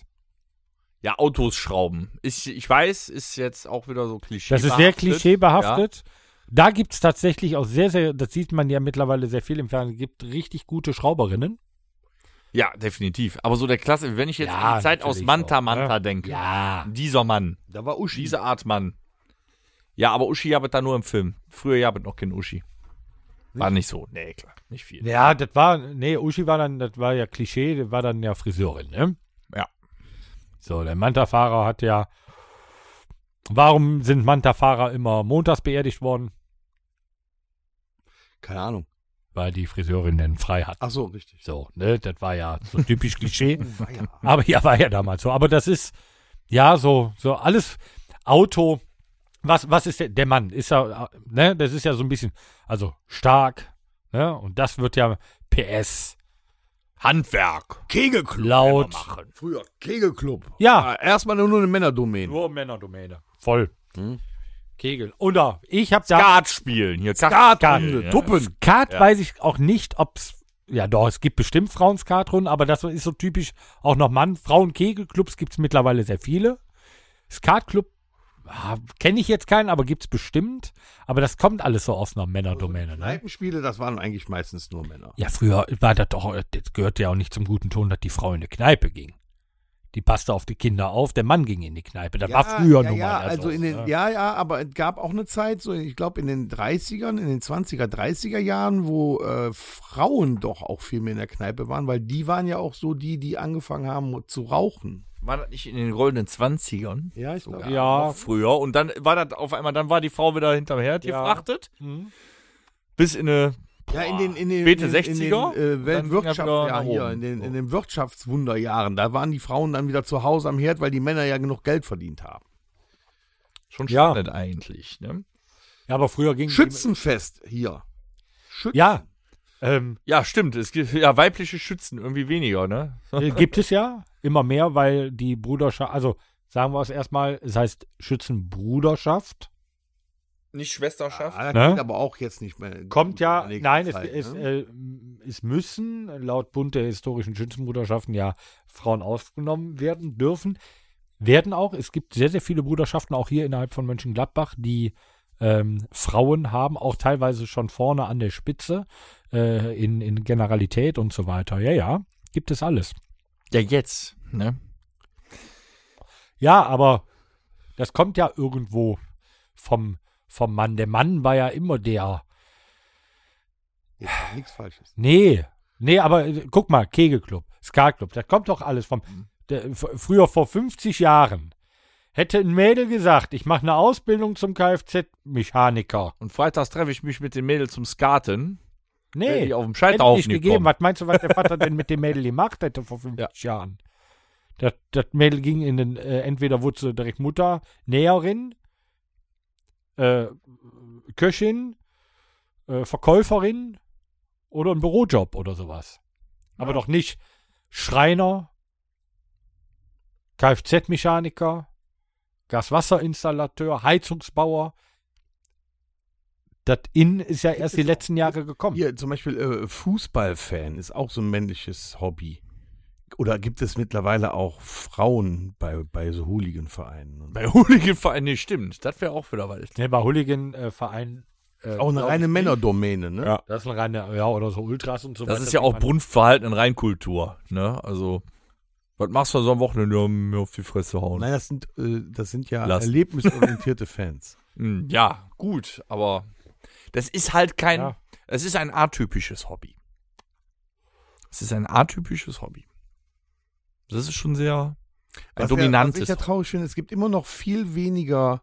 Ja, Autos schrauben. Ich, ich weiß, ist jetzt auch wieder so Klischee. das ist sehr klischeebehaftet. Da gibt es tatsächlich auch sehr, sehr, das sieht man ja mittlerweile sehr viel im Fernsehen, gibt richtig gute Schrauberinnen. Ja. ja, definitiv. Aber so der Klasse, wenn ich jetzt Ja, an die Zeit aus natürlich Manta auch, ne? Manta denke. Ja. Dieser Mann. Da war Uschi. Diese Art Mann. Ja, aber Uschi habet da nur im Film. Früher jabet noch kein Uschi. War nicht so. Nee, klar. Nicht viel. Ja, das war, nee, Uschi war dann, das war ja Klischee, das war dann ja Friseurin, ne? Ja. So, der Manta-Fahrer hat ja, warum sind Manta-Fahrer immer montags beerdigt worden? Keine Ahnung. Weil die Friseurin dann frei hat. Ach so, richtig. So, ne, das war ja so typisch Klischee. War ja. Aber ja, war ja damals so. Aber das ist, ja, so, so alles Auto. Was, was ist der, der Mann? Ist ja, äh, ne, das ist ja so ein bisschen, also stark, ne, und das wird ja PS, Handwerk. Kegelclub. laut. Früher Kegelclub. Ja, Ah, erstmal nur eine Männerdomäne. nur Männerdomäne. Voll. Kegel. Oder ich habe da. Skat spielen. Hier, Skat. Skat. Ja. Tuppen. Skat Ja. weiß ich auch nicht, ob's. Ja, doch, es gibt bestimmt Frauen-Skatrunden, aber das ist so typisch auch noch Mann. Frauen-Kegelclubs gibt's mittlerweile sehr viele. Skatclub ah, kenne ich jetzt keinen, aber gibt's bestimmt. Aber das kommt alles so aus einer Männerdomäne, ne? Kneipenspiele, das waren eigentlich meistens nur Männer. Ja, früher war das doch, äh, das gehörte ja auch nicht zum guten Ton, dass die Frau in eine Kneipe ging. Die passte auf die Kinder auf, der Mann ging in die Kneipe. Das war früher ja, nun mal. ja, das also so, in den, ne? ja, ja, aber es gab auch eine Zeit, so ich glaube in den 30ern, in den 20er, 30er Jahren, wo äh, Frauen doch auch viel mehr in der Kneipe waren, weil die waren ja auch so die, die angefangen haben zu rauchen. War das nicht in den goldenen 20ern? Ja, ich Sogar glaube. Ja. noch Früher. Und dann war das auf einmal, dann war die Frau wieder hinterm Herd Ja. gefrachtet. Mhm. Bis in eine. Ja, in den, in den, Späte in, in 60er? den äh, Dann Weltwirtschaft, ging er wieder ja, nach hier, oben. in den, in So. den Wirtschaftswunderjahren, da waren die Frauen dann wieder zu Hause am Herd, weil die Männer ja genug Geld verdient haben. Schon Ja. spannend eigentlich. Ne? ja, aber früher ging Schützenfest hier. Schützen. Ja. Ähm, Ja, stimmt. Es gibt ja weibliche Schützen irgendwie weniger, ne? Äh, Gibt es ja immer mehr, weil die Bruderschaft, also sagen wir es erstmal, es heißt Schützenbruderschaft. Nicht Schwesterschaft. Ah, das Ne? geht aber auch jetzt nicht mehr. Kommt ja, in der nächsten nein, es, Zeit, es, ne? äh, es müssen laut Bund der historischen Schützenbruderschaften ja Frauen ausgenommen werden dürfen. werden auch, es gibt sehr, sehr viele Bruderschaften auch hier innerhalb von Mönchengladbach, die ähm, Frauen haben, auch teilweise schon vorne an der Spitze, äh, in, in Generalität und so weiter. Ja, ja, gibt es alles. Ja, jetzt. Ne? Ja, aber das kommt ja irgendwo vom, vom Mann. Der Mann war ja immer der. Jetzt nichts Falsches. Nee, nee, aber äh, guck mal, Kegelclub, Ska-Club, das kommt doch alles vom. Der, f- früher vor 50 Jahren hätte ein Mädel gesagt, ich mache eine Ausbildung zum Kfz-Mechaniker. Und freitags treffe ich mich mit den Mädels zum Skaten. Nee, die auf dem hätte Scheiterhaufen nicht gegeben. gekommen. Was meinst du, was der Vater denn mit dem Mädel gemacht hätte vor 50 Jahren? Das, das Mädel ging in den, äh, entweder wurde sie direkt Mutter, Näherin, äh, Köchin, äh, Verkäuferin oder ein Bürojob oder sowas. Aber doch nicht Schreiner, Kfz-Mechaniker, Gaswasserinstallateur, Heizungsbauer. Das In ist ja erst die letzten Jahre gekommen. Hier zum Beispiel äh, Fußballfan ist auch so ein männliches Hobby. Oder gibt es mittlerweile auch Frauen bei, bei so Hooligan-Vereinen? Und- Bei Hooligan-Verein, nee, stimmt. Das wäre auch wieder weit. Ne, bei Hooligan-Verein. Äh, Auch eine glaub reine ich nicht. Männerdomäne, ne? Das ist eine reine, ja, oder so Ultras und so Das weiter. ist ja die auch man- Brunftverhalten in Reinkultur. Ne? Also, was machst du so am Wochenende? Ja, mir auf die Fresse hauen. Nein, das sind, äh, das sind ja Lass. erlebnisorientierte Fans. Hm, Ja, gut, aber das ist halt kein. Ja. Es ist ein atypisches Hobby. Es ist ein atypisches Hobby. Das ist schon sehr ein Was ja- Was dominantes. ich ja traurig finde, es gibt immer noch viel weniger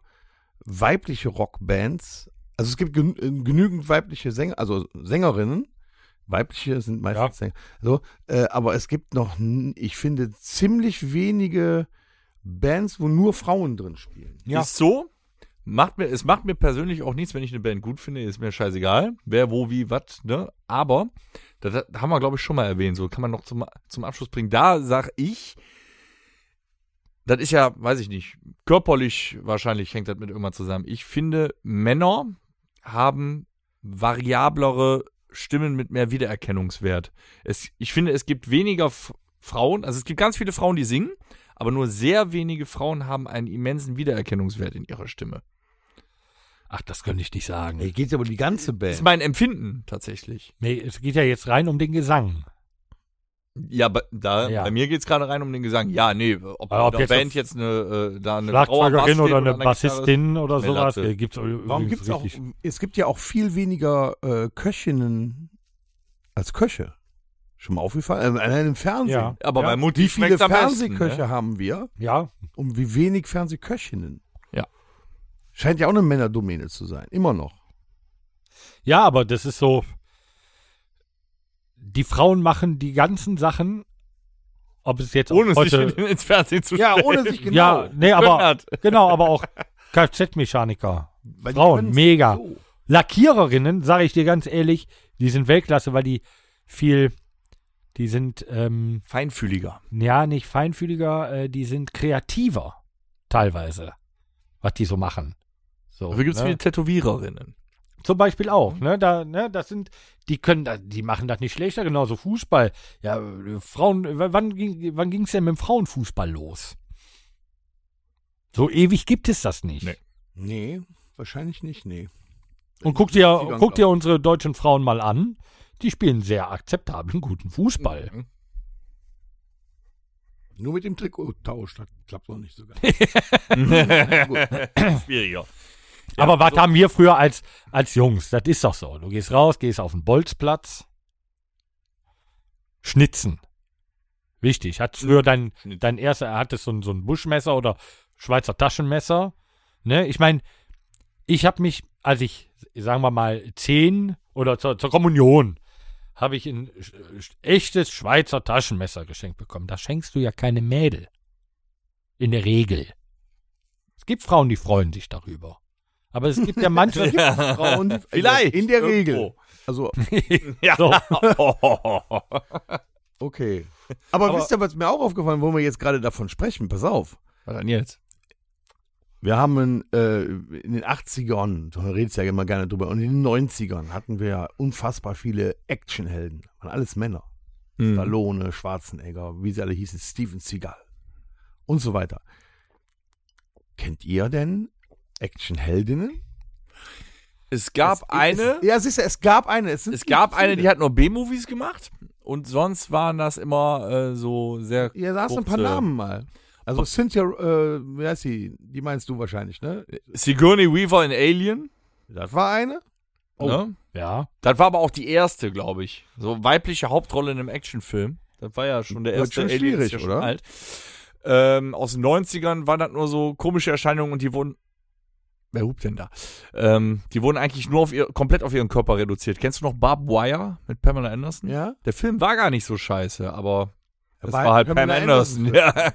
weibliche Rockbands. Also es gibt gen äh, genügend weibliche Sänger, also Sängerinnen. Weibliche sind meistens Sänger. So, äh, aber es gibt noch, n- ich finde, ziemlich wenige Bands, wo nur Frauen drin spielen. Ja. Ist so. Macht mir, es macht mir persönlich auch nichts, wenn ich eine Band gut finde, ist mir scheißegal, wer, wo, wie, was, ne? Aber, das, das haben wir, glaube ich, schon mal erwähnt, so kann man noch zum, zum Abschluss bringen. Da sag ich, das ist ja, weiß ich nicht, körperlich wahrscheinlich hängt das mit irgendwann zusammen. Ich finde, Männer haben variablere Stimmen mit mehr Wiedererkennungswert. Es, ich finde, es gibt weniger F Frauen, also es gibt ganz viele Frauen, die singen, aber nur sehr wenige Frauen haben einen immensen Wiedererkennungswert in ihrer Stimme. Ach, das könnte ich nicht sagen. Hier geht ja um die ganze Das ist Band. mein Empfinden tatsächlich. Nee, es geht ja jetzt rein um den Gesang. Ja, aber da, Ja. bei mir geht es gerade rein um den Gesang. Ja, nee, ob Aber ob in der jetzt Band jetzt eine, äh, da eine Frau am Bass Schlagzeugerin steht oder eine an der Gitarre ist. Bassistin oder Mir sowas. Latte. Äh, gibt's Warum übrigens gibt es auch, richtig. es gibt ja auch viel weniger äh, Köchinnen als Köche. Schon mal aufgefallen? Äh, allein im Fernsehen. Ja. Aber bei Mutti Wie viele schmeckt's am besten, ne? Fernsehköche haben wir? Ja, um wie wenig Fernsehköchinnen. Ja. Scheint ja auch eine Männerdomäne zu sein, immer noch. ja, aber das ist so. Die Frauen machen die ganzen Sachen, ob es jetzt Ne? Ohne auch sich heute, in, ins Fernsehen zu stellen. sich genau- Ja, nee, aber Gönnert. genau, aber auch Kfz-Mechaniker. Weil die Frauen, können's mega. so. Lackiererinnen, sage ich dir ganz ehrlich, die sind Weltklasse, weil die viel, die sind ähm, Feinfühliger. ja nicht feinfühliger, äh, die sind kreativer teilweise, was die so machen. So, Dafür gibt es ne? viele Tätowiererinnen. Zum Beispiel auch, ne? Da, ne, das sind, die können, da- die machen das nicht schlechter, genauso Fußball. Ja, äh, Frauen, w- wann ging, wann ging's denn mit dem Frauenfußball los? So ewig gibt es das nicht. Nee. Nee, wahrscheinlich nicht, nee. Und guck dir, Siegern, guck glaub ich. dir unsere deutschen Frauen mal an. Die spielen sehr akzeptablen, guten Fußball. Nur mit dem Trikottausch, das klappt noch nicht sogar. Schwieriger. Aber was haben wir früher als, als Jungs? Das ist doch so. Du gehst raus, gehst auf den Bolzplatz. Schnitzen. Wichtig. Hattest früher dein, Schnitzen. dein erster, hattest so ein, so ein Buschmesser oder Schweizer Taschenmesser. Ne? Ich meine, ich habe mich, als ich, sagen wir mal, zehn oder zur, zur Kommunion, habe ich ein sch- echtes Schweizer Taschenmesser geschenkt bekommen. Da schenkst du ja keine Mädel. In der Regel. Es gibt Frauen, die freuen sich darüber. Aber es gibt ja manche. Frauen, die- Vielleicht. In der Regel. Irgendwo. Also, Ja. So. okay. Aber, wisst ihr, was mir auch aufgefallen ist, wo wir jetzt gerade davon sprechen? Pass auf. Was dann jetzt? Wir haben äh, in den 80ern, da redest ja immer gerne drüber, und in den 90ern hatten wir unfassbar viele Actionhelden. Waren alles Männer. Hm. Stallone, Schwarzenegger, wie sie alle hießen, Steven Seagal und so weiter. Kennt ihr denn Actionheldinnen? Es gab eine, Es, ja, siehst du, es gab eine. Es, sind es nicht gab eine, viele. die hat nur B-Movies gemacht und sonst waren das immer äh, so sehr. Ja, da hast du ein paar kurze- Namen mal. Also Cynthia, äh, wie heißt sie? Die meinst du wahrscheinlich, ne? Sigourney Weaver in Alien. Das war eine. Oh. Ne? Ja. Das war aber auch die erste, glaube ich. So weibliche Hauptrolle in einem Actionfilm. Das war ja schon der Wird erste schon Alien, schwierig, ist ja schon oder? Alt. Ähm, aus den 90ern waren das nur so komische Erscheinungen und die wurden. Wer hupt denn da? Ähm, die wurden eigentlich nur auf ihr, komplett auf ihren Körper reduziert. Kennst du noch Barb Wire mit Pamela Anderson? Ja. Der Film war gar nicht so scheiße, aber es War war halt Pamela Pam Anderson. Anderson. Ja.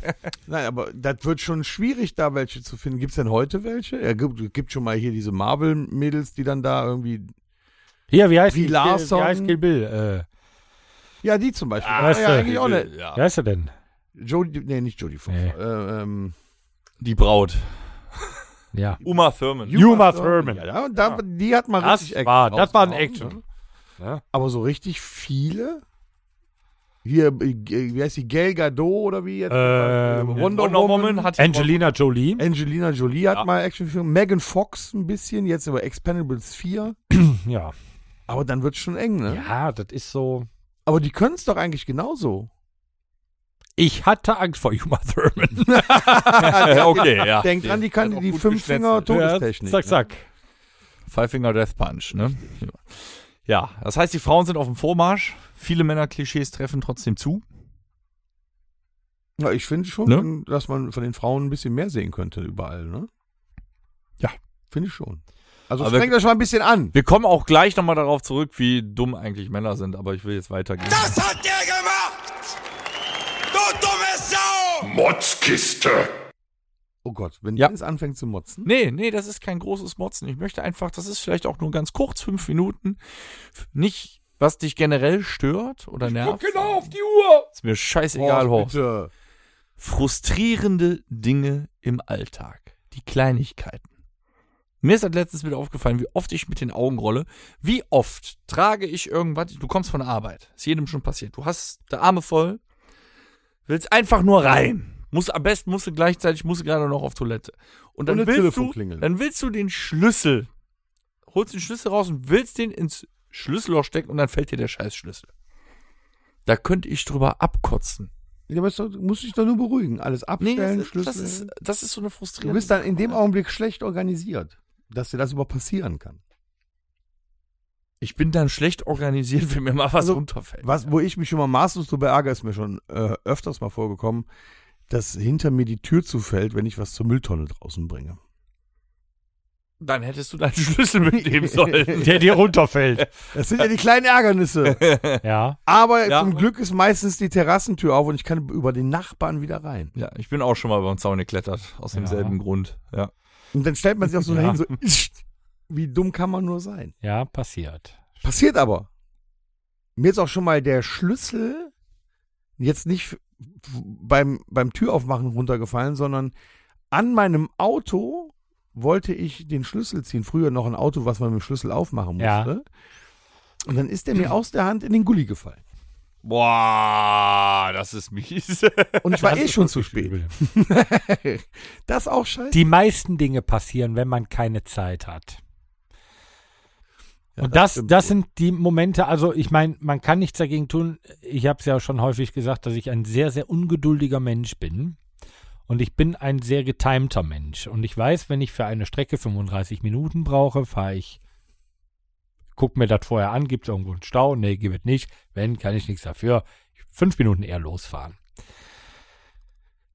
Nein, aber das wird schon schwierig, da welche zu finden. Gibt es denn heute welche? Ja, gibt, gibt schon mal hier diese Marvel-Mädels, die dann da irgendwie. Hier, wie heißt Wie die- Larson. Wie heißt Kill Bill? Äh, Ja, die zum Beispiel. Ah, ja, äh, eigentlich auch nicht. Ja. Wie heißt er denn? Jodie, nee, nicht Jodie Foster. Nee. Äh, ähm, Die Braut. Ja. Uma Thurman. Uma Thurman. Ja, da, und da, die hat mal Das richtig Action. war- das war ein rausgehauen, Action. ne? Ja. Aber so richtig viele? Hier, äh, wie heißt die? Gail Gadot oder wie jetzt? Äh, Ähm, Wonder, Wonder Woman. Woman hat die Angelina Jolie. Angelina Jolie hat Ja. mal Actionfilme. Megan Fox ein bisschen, jetzt über Expendables 4. Hm, Ja. Aber dann wird's schon eng, ne? Ja, das ist so. Aber die können's doch eigentlich genauso. Ich hatte Angst vor Uma Thurman. okay, ja. Denk dran, die kann hat auch die gut Fünffinger geschnetzelt. Todestechnik. ne? zack, zack. Five Finger Death Punch, ne? Ja, das heißt, die Frauen sind auf dem Vormarsch. Viele Männerklischees treffen trotzdem zu. Ne? Ja, ich finde schon, Ne? dass man von den Frauen ein bisschen mehr sehen könnte überall, ne? Ja. Finde ich schon. Also Aber- strengt euch mal ein bisschen an. Wir kommen auch gleich nochmal darauf zurück, wie dumm eigentlich Männer sind, aber ich will jetzt weitergehen. Das hat der gemacht! Du dumme Sau! Motzkiste. Oh Gott, wenn Ja. Dennis anfängt zu motzen. Nee, nee, das ist kein großes Motzen. Ich möchte einfach, das ist vielleicht auch nur ganz kurz, fünf Minuten. Nicht, was dich generell stört oder nervt. Genau auf die Uhr. Ist mir scheißegal, Horst. Horst, bitte. frustrierende Dinge im Alltag. Die Kleinigkeiten. Mir ist das letztens wieder aufgefallen, wie oft ich mit den Augen rolle. Wie oft trage ich irgendwas, du kommst von der Arbeit, ist jedem schon passiert. Du hast die Arme voll, willst einfach nur rein. Musst, am besten musst du gleichzeitig, musst du gerade noch auf Toilette. Und dann Und das willst Telefon du, klingelt. dann willst du den Schlüssel, holst den Schlüssel raus und willst den ins Schlüsselloch stecken und dann fällt dir der Scheißschlüssel. Da könnte ich drüber abkotzen. Ja, aber du musst dich doch nur beruhigen. Alles Nee, abstellen, das, Schlüssel. das, ist, das ist so eine du frustrierende. bist dann in dem Augenblick schlecht organisiert, dass dir das überhaupt passieren kann. ich bin dann schlecht organisiert, wenn mir mal was Also, runterfällt. Was, wo ich mich schon mal maßlos drüber ärgere, ist mir schon äh, öfters mal vorgekommen, dass hinter mir die Tür zufällt, wenn ich was zur Mülltonne draußen bringe. Dann hättest du deinen Schlüssel mitnehmen sollen. Der dir runterfällt. Das sind ja die kleinen Ärgernisse. ja. Aber Ja. zum Glück ist meistens die Terrassentür auf und ich kann über den Nachbarn wieder rein. Ja, ich bin auch schon mal über den Zaun geklettert, aus demselben Grund. Ja. Und dann stellt man sich auch so Ja. dahin, so, "Ischt." wie dumm kann man nur sein? Ja, passiert. Passiert aber. Mir ist auch schon mal der Schlüssel jetzt nicht f- beim, beim Türaufmachen runtergefallen, sondern an meinem Auto wollte ich den Schlüssel ziehen. Früher noch ein Auto, was man mit dem Schlüssel aufmachen musste. Ja. Und dann ist der mir aus der Hand in den Gully gefallen. Boah, das ist mies. Und ich war Das eh ist schon zu wirklich spät. übel. das ist auch scheiße. Die meisten Dinge passieren, wenn man keine Zeit hat. Ja, Und das, stimmt das wohl. sind die Momente, also ich meine, man kann nichts dagegen tun. Ich habe es ja schon häufig gesagt, dass ich ein sehr, sehr ungeduldiger Mensch bin. Und ich bin ein sehr getimter Mensch. Und ich weiß, wenn ich für eine Strecke 35 Minuten brauche, fahre ich, guck mir das vorher an, gibt es irgendwo einen Stau? Nee, gibt es nicht. Wenn, kann ich nichts dafür. Fünf Minuten eher losfahren.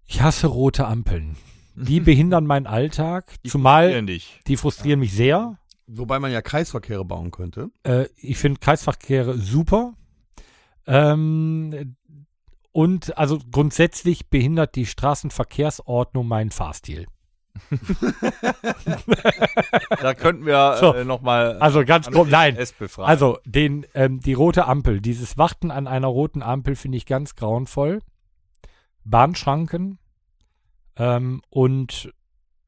Ich hasse rote Ampeln. Die behindern meinen Alltag, zumal dich. die frustrieren mich sehr. Wobei man ja Kreisverkehre bauen könnte. Äh, ich finde Kreisverkehre super. Ähm, und also grundsätzlich behindert die Straßenverkehrsordnung meinen Fahrstil. Da könnten wir So. äh, nochmal. Also ganz grob, nein. befragen. Also, Also den, ähm, die rote Ampel, dieses Warten an einer roten Ampel finde ich ganz grauenvoll. Bahnschranken ähm, und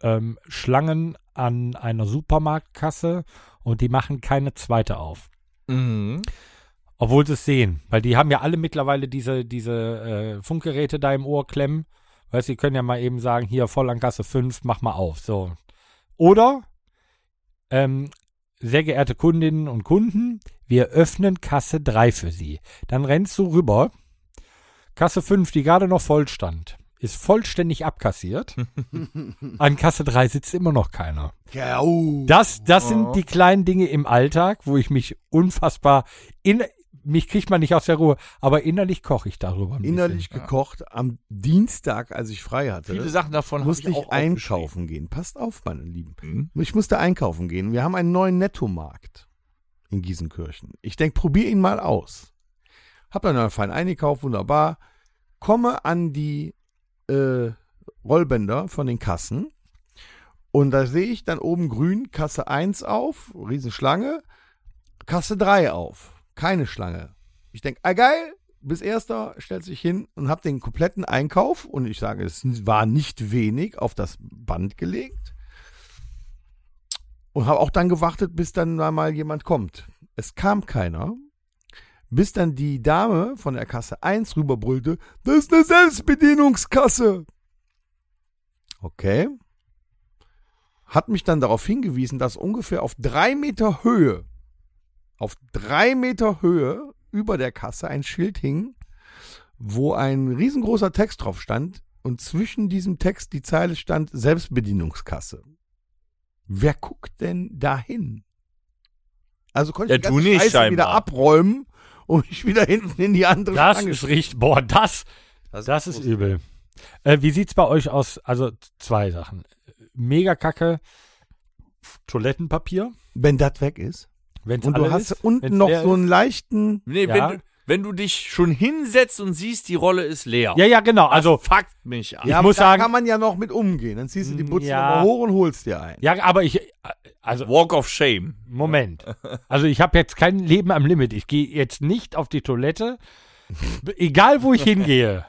ähm, Schlangen an einer Supermarktkasse und die machen keine zweite auf. mhm. Obwohl sie es sehen, weil die haben ja alle mittlerweile diese, diese äh, Funkgeräte da im Ohr klemmen, Weißt du, die können ja mal eben sagen, hier voll an Kasse 5, mach mal auf. So. Oder, ähm, sehr geehrte Kundinnen und Kunden, wir öffnen Kasse 3 für Sie. Dann rennst du rüber. Kasse 5, die gerade noch voll stand, ist vollständig abkassiert. an Kasse 3 sitzt immer noch keiner. Ja, oh. Das, das sind die kleinen Dinge im Alltag, wo ich mich unfassbar in mich kriegt man nicht aus der Ruhe, aber innerlich koche ich darüber. Ein Innerlich gekocht am Dienstag, als ich frei hatte. Viele Sachen davon musste hab ich, einkaufen gehen. Passt auf, meine Lieben. Mhm. Ich musste einkaufen gehen. Wir haben einen neuen Nettomarkt in Giesenkirchen. Ich denke, probier ihn mal aus. Hab dann einen feinen Einkauf, wunderbar. Komme an die äh, Rollbänder von den Kassen und da sehe ich dann oben grün Kasse 1 auf, Riesenschlange, Kasse 3 auf, keine Schlange. Ich denke, ah geil, bis erster stellt sich hin und habe den kompletten Einkauf und ich sage, es war nicht wenig auf das Band gelegt und habe auch dann gewartet, bis dann da mal jemand kommt. Es kam keiner, bis dann die Dame von der Kasse 1 rüberbrüllte, das ist eine Selbstbedienungskasse. Okay. Hat mich dann darauf hingewiesen, dass ungefähr auf drei Meter Höhe, auf drei Meter Höhe über der Kasse ein Schild hing, wo ein riesengroßer Text drauf stand und zwischen diesem Text die Zeile stand Selbstbedienungskasse. Wer guckt denn dahin? Also konnte Ja, ich die du ganze nicht, Scheiße wieder scheinbar. abräumen und um mich wieder hinten in die andere Das Schlange ist richtig. Boah, das, das, ist übel. Äh, wie sieht's bei euch aus? Also zwei Sachen. Mega Kacke. Toilettenpapier. Wenn das weg ist. Wenn's Und du alle hast ist, unten wenn's noch leer so einen ist. leichten. Nee, Ja. wenn, du, wenn du dich schon hinsetzt und siehst, die Rolle ist leer. Ja, ja, Ah, genau. Also, fuckt mich an. Ich aber muss da sagen- Mm, kann man ja noch mit umgehen. Dann ziehst du die Butze Ja. nochmal hoch und holst dir einen. ja, aber ich, äh, also Walk of Shame. Moment. Also ich habe jetzt kein Leben am Limit. Ich gehe jetzt nicht auf die Toilette, B- egal wo ich hingehe.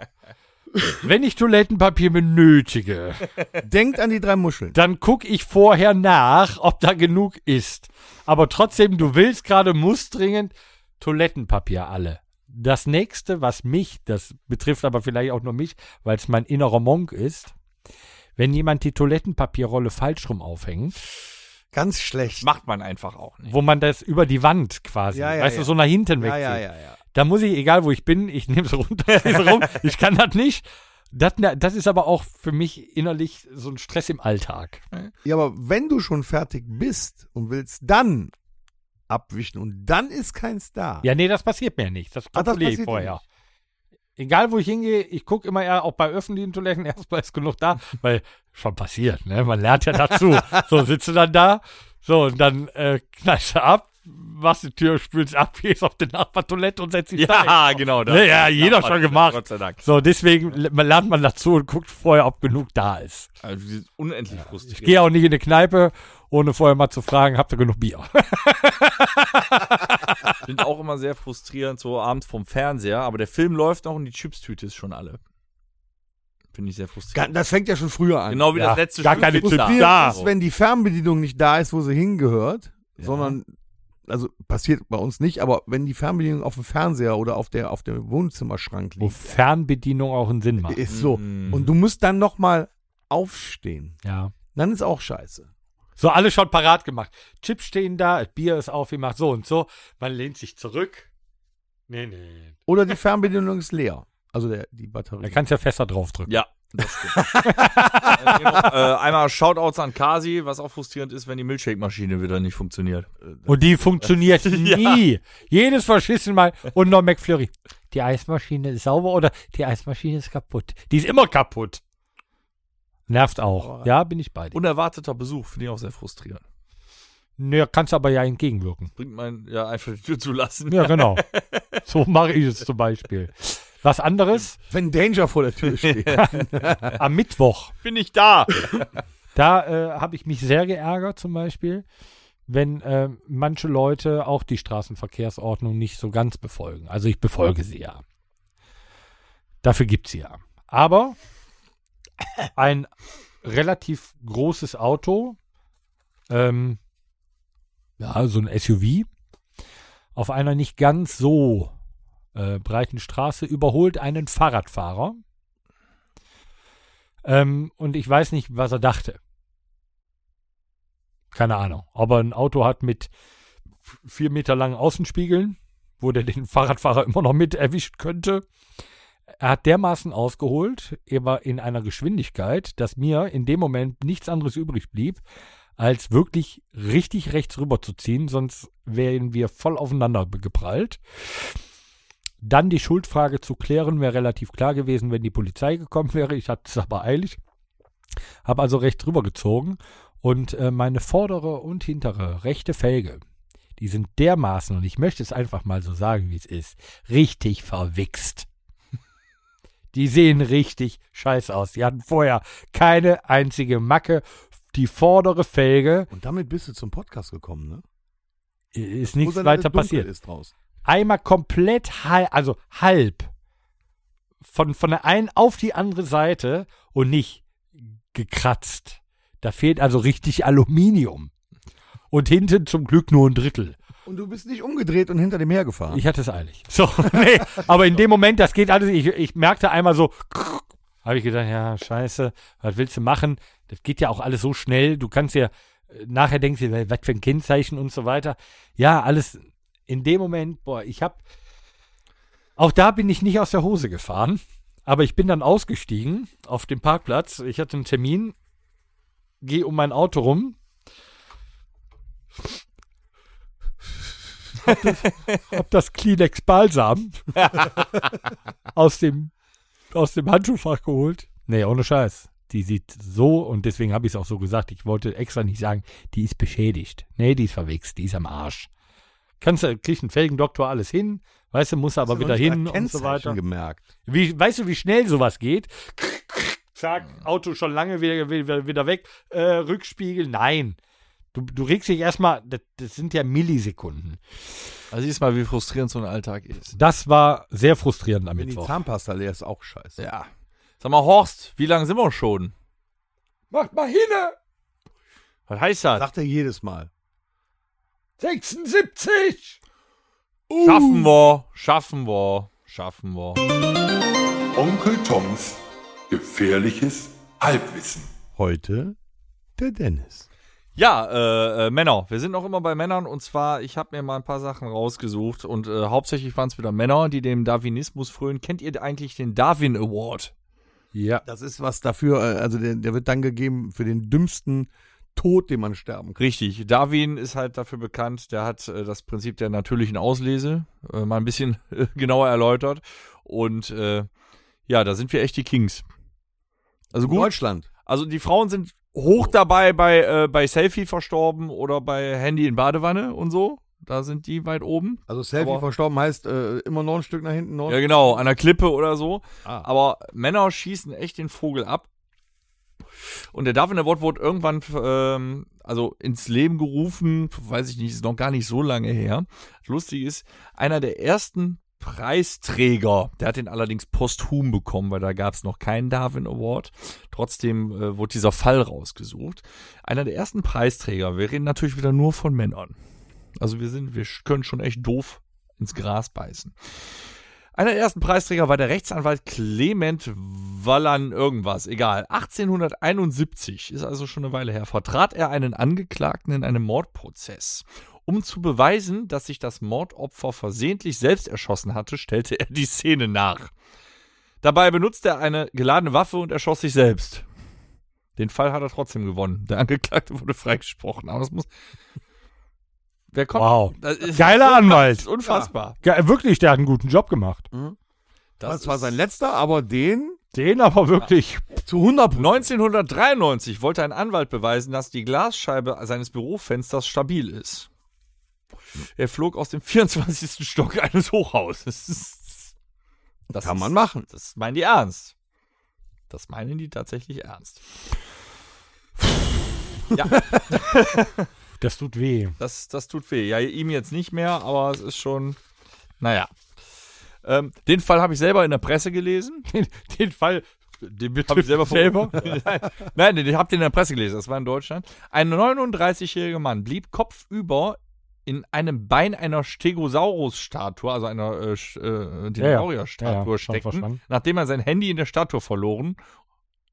Wenn ich Toilettenpapier benötige, Denkt an die drei Muscheln. dann gucke ich vorher nach, ob da genug ist. Aber trotzdem, du willst gerade, musst dringend Toilettenpapier alle. Das nächste, was mich, das betrifft aber vielleicht auch nur mich, weil es mein innerer Monk ist, wenn jemand die Toilettenpapierrolle falsch rum aufhängt, Ganz schlecht. Macht man einfach auch nicht. wo man das über die Wand quasi, Ja, ja, weißt ja. du, so nach hinten ja, wegzieht. ja, ja, ja. Da muss ich, egal wo ich bin, ich nehme es runter, zieh's rum. Ich kann das nicht. Das, das ist aber auch für mich innerlich so ein Stress im Alltag. Ja, aber wenn du schon fertig bist und willst dann abwischen und dann ist keins da. Ja, nee, das passiert mir nicht. Das Ah, das kontrolliere ich passiert dir vorher. nicht. Egal, wo ich hingehe, ich gucke immer eher auch bei öffentlichen Toiletten, erstmal ist genug da, weil schon passiert, ne? Man lernt ja dazu. so sitzt du dann da, so und dann äh, knallst du ab, machst die Tür, spülst ab, gehst auf die Nachbartoilette und setzt dich da. Ja, genau. Das Ja, ja, jeder das- schon gemacht. Gott sei Dank. So, deswegen l- lernt man dazu und guckt vorher, ob genug da ist. Also, wir sind unendlich frustrierend. Ich gehe auch nicht in eine Kneipe, ohne vorher mal zu fragen, habt ihr genug Bier? Sind auch immer sehr frustrierend, so abends vom Fernseher. Aber der Film läuft noch und die Chipstüte ist schon alle. Finde ich sehr Ga- frustrierend. Das fängt ja schon früher an. genau wie Ja, das letzte gar Stück keine Pizza. Chips. Frustrierend Da. ist, wenn die Fernbedienung nicht da ist, wo sie hingehört, sondern also passiert bei uns nicht, aber wenn die Fernbedienung auf dem Fernseher oder auf der auf dem Wohnzimmerschrank Wo Mm. liegt, Fernbedienung auch einen Sinn macht. ist so Mhm. und du musst dann noch mal aufstehen. Ja. Dann ist auch scheiße. So, alles schon parat gemacht. Chips stehen da, das Bier ist aufgemacht, so und so. Man lehnt sich zurück. Nee, nee. Oder die Fernbedienung ist leer. Also der, die Batterie. Da kannst du ja fester draufdrücken. Ja, das stimmt. äh, hier noch, äh, einmal Shoutouts an Kasi, was auch frustrierend ist, wenn die Milchshake-Maschine wieder nicht funktioniert. Und die funktioniert nie. Jedes verschissen Mal. Und noch McFlurry. Die Eismaschine ist sauber oder die Eismaschine ist kaputt. Die ist immer kaputt. Nervt auch. Ja, bin ich bei dir. Unerwarteter Besuch finde ich auch sehr frustrierend. Naja, kannst aber ja entgegenwirken. Bringt man ja einfach die Tür zu lassen. Ja, genau. So mache ich es zum Beispiel. Was anderes Wenn Danger vor der Tür steht. am Mittwoch. Bin ich da. Da äh, habe ich mich sehr geärgert, zum Beispiel, wenn äh, manche Leute auch die Straßenverkehrsordnung nicht so ganz befolgen. Also ich befolge sie ja. Dafür gibt sie ja. Aber ein relativ großes Auto, ähm, ja, so ein SUV, auf einer nicht ganz so äh, breiten Straße überholt einen Fahrradfahrer. Ähm, und ich weiß nicht, was er dachte. Keine Ahnung. Aber ein Auto hat mit vier Meter langen Außenspiegeln, wo der den Fahrradfahrer immer noch mit erwischen könnte. Er hat dermaßen ausgeholt, er war in einer Geschwindigkeit, dass mir in dem Moment nichts anderes übrig blieb, als wirklich richtig rechts rüber zu ziehen, sonst wären wir voll aufeinander geprallt. Dann die Schuldfrage zu klären, wäre relativ klar gewesen, wenn die Polizei gekommen wäre. Ich hatte es aber eilig. Habe also rechts rübergezogen und äh, meine vordere und hintere rechte Felge, die sind dermaßen, und ich möchte es einfach mal so sagen, wie es ist, richtig verwichst. Die sehen richtig scheiße aus. Die hatten vorher keine einzige Macke. Die vordere Felge Und damit bist du zum Podcast gekommen, ne? äh, ist Wo nichts dann weiter alles dunkel passiert. Ist draus. einmal komplett halb, also halb von, von der einen auf die andere Seite und nicht gekratzt. Da fehlt also richtig Aluminium. Und hinten zum Glück nur ein Drittel. Und du bist nicht umgedreht und hinter dem hergefahren. Ich hatte es eilig. So, nee, aber in dem Moment, das geht alles. Ich, ich merkte einmal so, habe ich gedacht, ja, scheiße, was willst du machen? Das geht ja auch alles so schnell. Du kannst ja, äh, nachher denkst du, was für ein Kennzeichen und so weiter. Ja, alles in dem Moment, boah, ich habe, auch da bin ich nicht aus der Hose gefahren, aber ich bin dann ausgestiegen auf dem Parkplatz. Ich hatte einen Termin, gehe um mein Auto rum, hab das Kleenex Balsam aus dem, aus dem Handschuhfach geholt. Nee, ohne Scheiß. Die sieht so, und deswegen habe ich es auch so gesagt, ich wollte extra nicht sagen, die ist beschädigt. Nee, die ist verwichst, die ist am Arsch. Kannst du, kriegst einen Felgendoktor alles hin, weißt du, musst aber Hast du wieder noch nicht hin mal und so Kennzeichen weiter. gemerkt. Wie, weißt du, wie schnell sowas geht? Zack, Auto schon lange wieder, wieder, wieder weg, äh, Rückspiegel, nein. Du, du regst dich erstmal, das, das sind ja Millisekunden. Also siehst mal, wie frustrierend so ein Alltag ist. Das war sehr frustrierend am Wenn die Mittwoch. Zahnpasta leer ist, auch scheiße. Ja. Sag mal, Horst, wie lange sind wir schon? Macht mal hinne! Was heißt das? Sagt er jedes Mal. 76! Schaffen wir, schaffen wir, schaffen wir. Onkel Toms gefährliches Halbwissen. Heute der Dennis. Ja, äh, äh, Männer. Wir sind noch immer bei Männern und zwar, ich habe mir mal ein paar Sachen rausgesucht und äh, hauptsächlich waren es wieder Männer, die dem Darwinismus frönen. Kennt ihr eigentlich den Darwin Award? Ja. Das ist was dafür, äh, also der, der wird dann gegeben für den dümmsten Tod, den man sterben kann. Richtig. Darwin ist halt dafür bekannt, der hat äh, das Prinzip der natürlichen Auslese äh, mal ein bisschen äh, genauer erläutert und äh, ja, da sind wir echt die Kings. Also gut, Deutschland. Also die Frauen sind hoch dabei bei, äh, bei Selfie verstorben oder bei Handy in Badewanne und so. Da sind die weit oben. Also Selfie Aber- verstorben heißt äh, immer noch ein Stück nach hinten. Noch. Ja, genau, an der Klippe oder so. Ah. Aber Männer schießen echt den Vogel ab. Und der Darwin Award wurde irgendwann ähm, also ins Leben gerufen, weiß ich nicht, ist noch gar nicht so lange her. Lustig ist, einer der ersten Preisträger, der hat den allerdings posthum bekommen, weil da gab es noch keinen Darwin Award. Trotzdem äh, wurde dieser Fall rausgesucht. Einer der ersten Preisträger, wir reden natürlich wieder nur von Männern. Also wir sind, wir können schon echt doof ins Gras beißen. Einer der ersten Preisträger war der Rechtsanwalt Clement Wallan irgendwas, egal. 1871, ist also schon eine Weile her, vertrat er einen Angeklagten in einem Mordprozess. Um zu beweisen, dass sich das Mordopfer versehentlich selbst erschossen hatte, stellte er die Szene nach. Dabei benutzte er eine geladene Waffe und erschoss sich selbst. Den Fall hat er trotzdem gewonnen. Der Angeklagte wurde freigesprochen. Aber das muss. Wer kommt? Wow. Das ist Geiler Anwalt. unfassbar. Ge äh, wirklich, der hat einen guten Job gemacht. Das, war sein letzter, aber den Den aber wirklich. zu 100 1993 wollte ein Anwalt beweisen, dass die Glasscheibe seines Bürofensters stabil ist. Er flog aus dem 24. Stock eines Hochhauses. Das Kann ist- man machen. Das meinen die ernst. Das meinen die tatsächlich ernst. Das tut weh. Das, das tut weh. Ja, ihm jetzt nicht mehr, aber es ist schon. Naja. Ähm, den Fall habe ich selber in der Presse gelesen. Den, den Fall, den Hab ich betrifft selber selber. Nein, den habt ihr in der Presse gelesen, das war in Deutschland. Ein 39-jähriger Mann blieb kopfüber in einem Bein einer Stegosaurus-Statue, also einer äh, Sch- äh, Dinosaurier-Statue Ja, ja. Ja, ja, schon stecken, verstanden. nachdem er sein Handy in der Statue verloren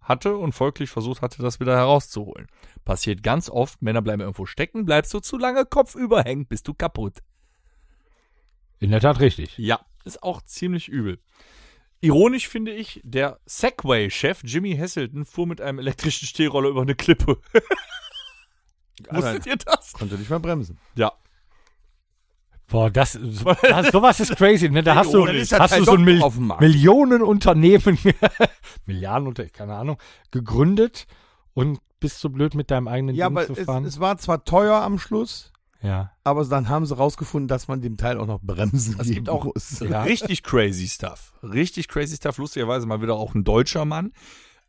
hatte und folglich versucht hatte, das wieder herauszuholen. Passiert ganz oft, Männer bleiben irgendwo stecken, bleibst du zu lange kopfüber hängen, bist du kaputt. In der Tat richtig. Ja, ist auch ziemlich übel. Ironisch finde ich, der Segway-Chef Jimmy Hasselton fuhr mit einem elektrischen Stehroller über eine Klippe. Wusstet ihr das? Konnte nicht mal bremsen. Ja. Boah, das, so- das sowas ist crazy. Ne? Da hast du, oh, Dann ist das hast Teil du so doch ein Mil auf dem Markt. Millionenunternehmen, Milliardenunternehmen, keine Ahnung, gegründet und bist so blöd mit deinem eigenen Ja, Ding aber zu es, fahren. es war zwar teuer am Schluss, ja. aber dann haben sie rausgefunden, dass man dem Teil auch noch bremsen Es gibt auch muss. richtig crazy Stuff. Richtig crazy Stuff. Lustigerweise mal wieder auch ein deutscher Mann.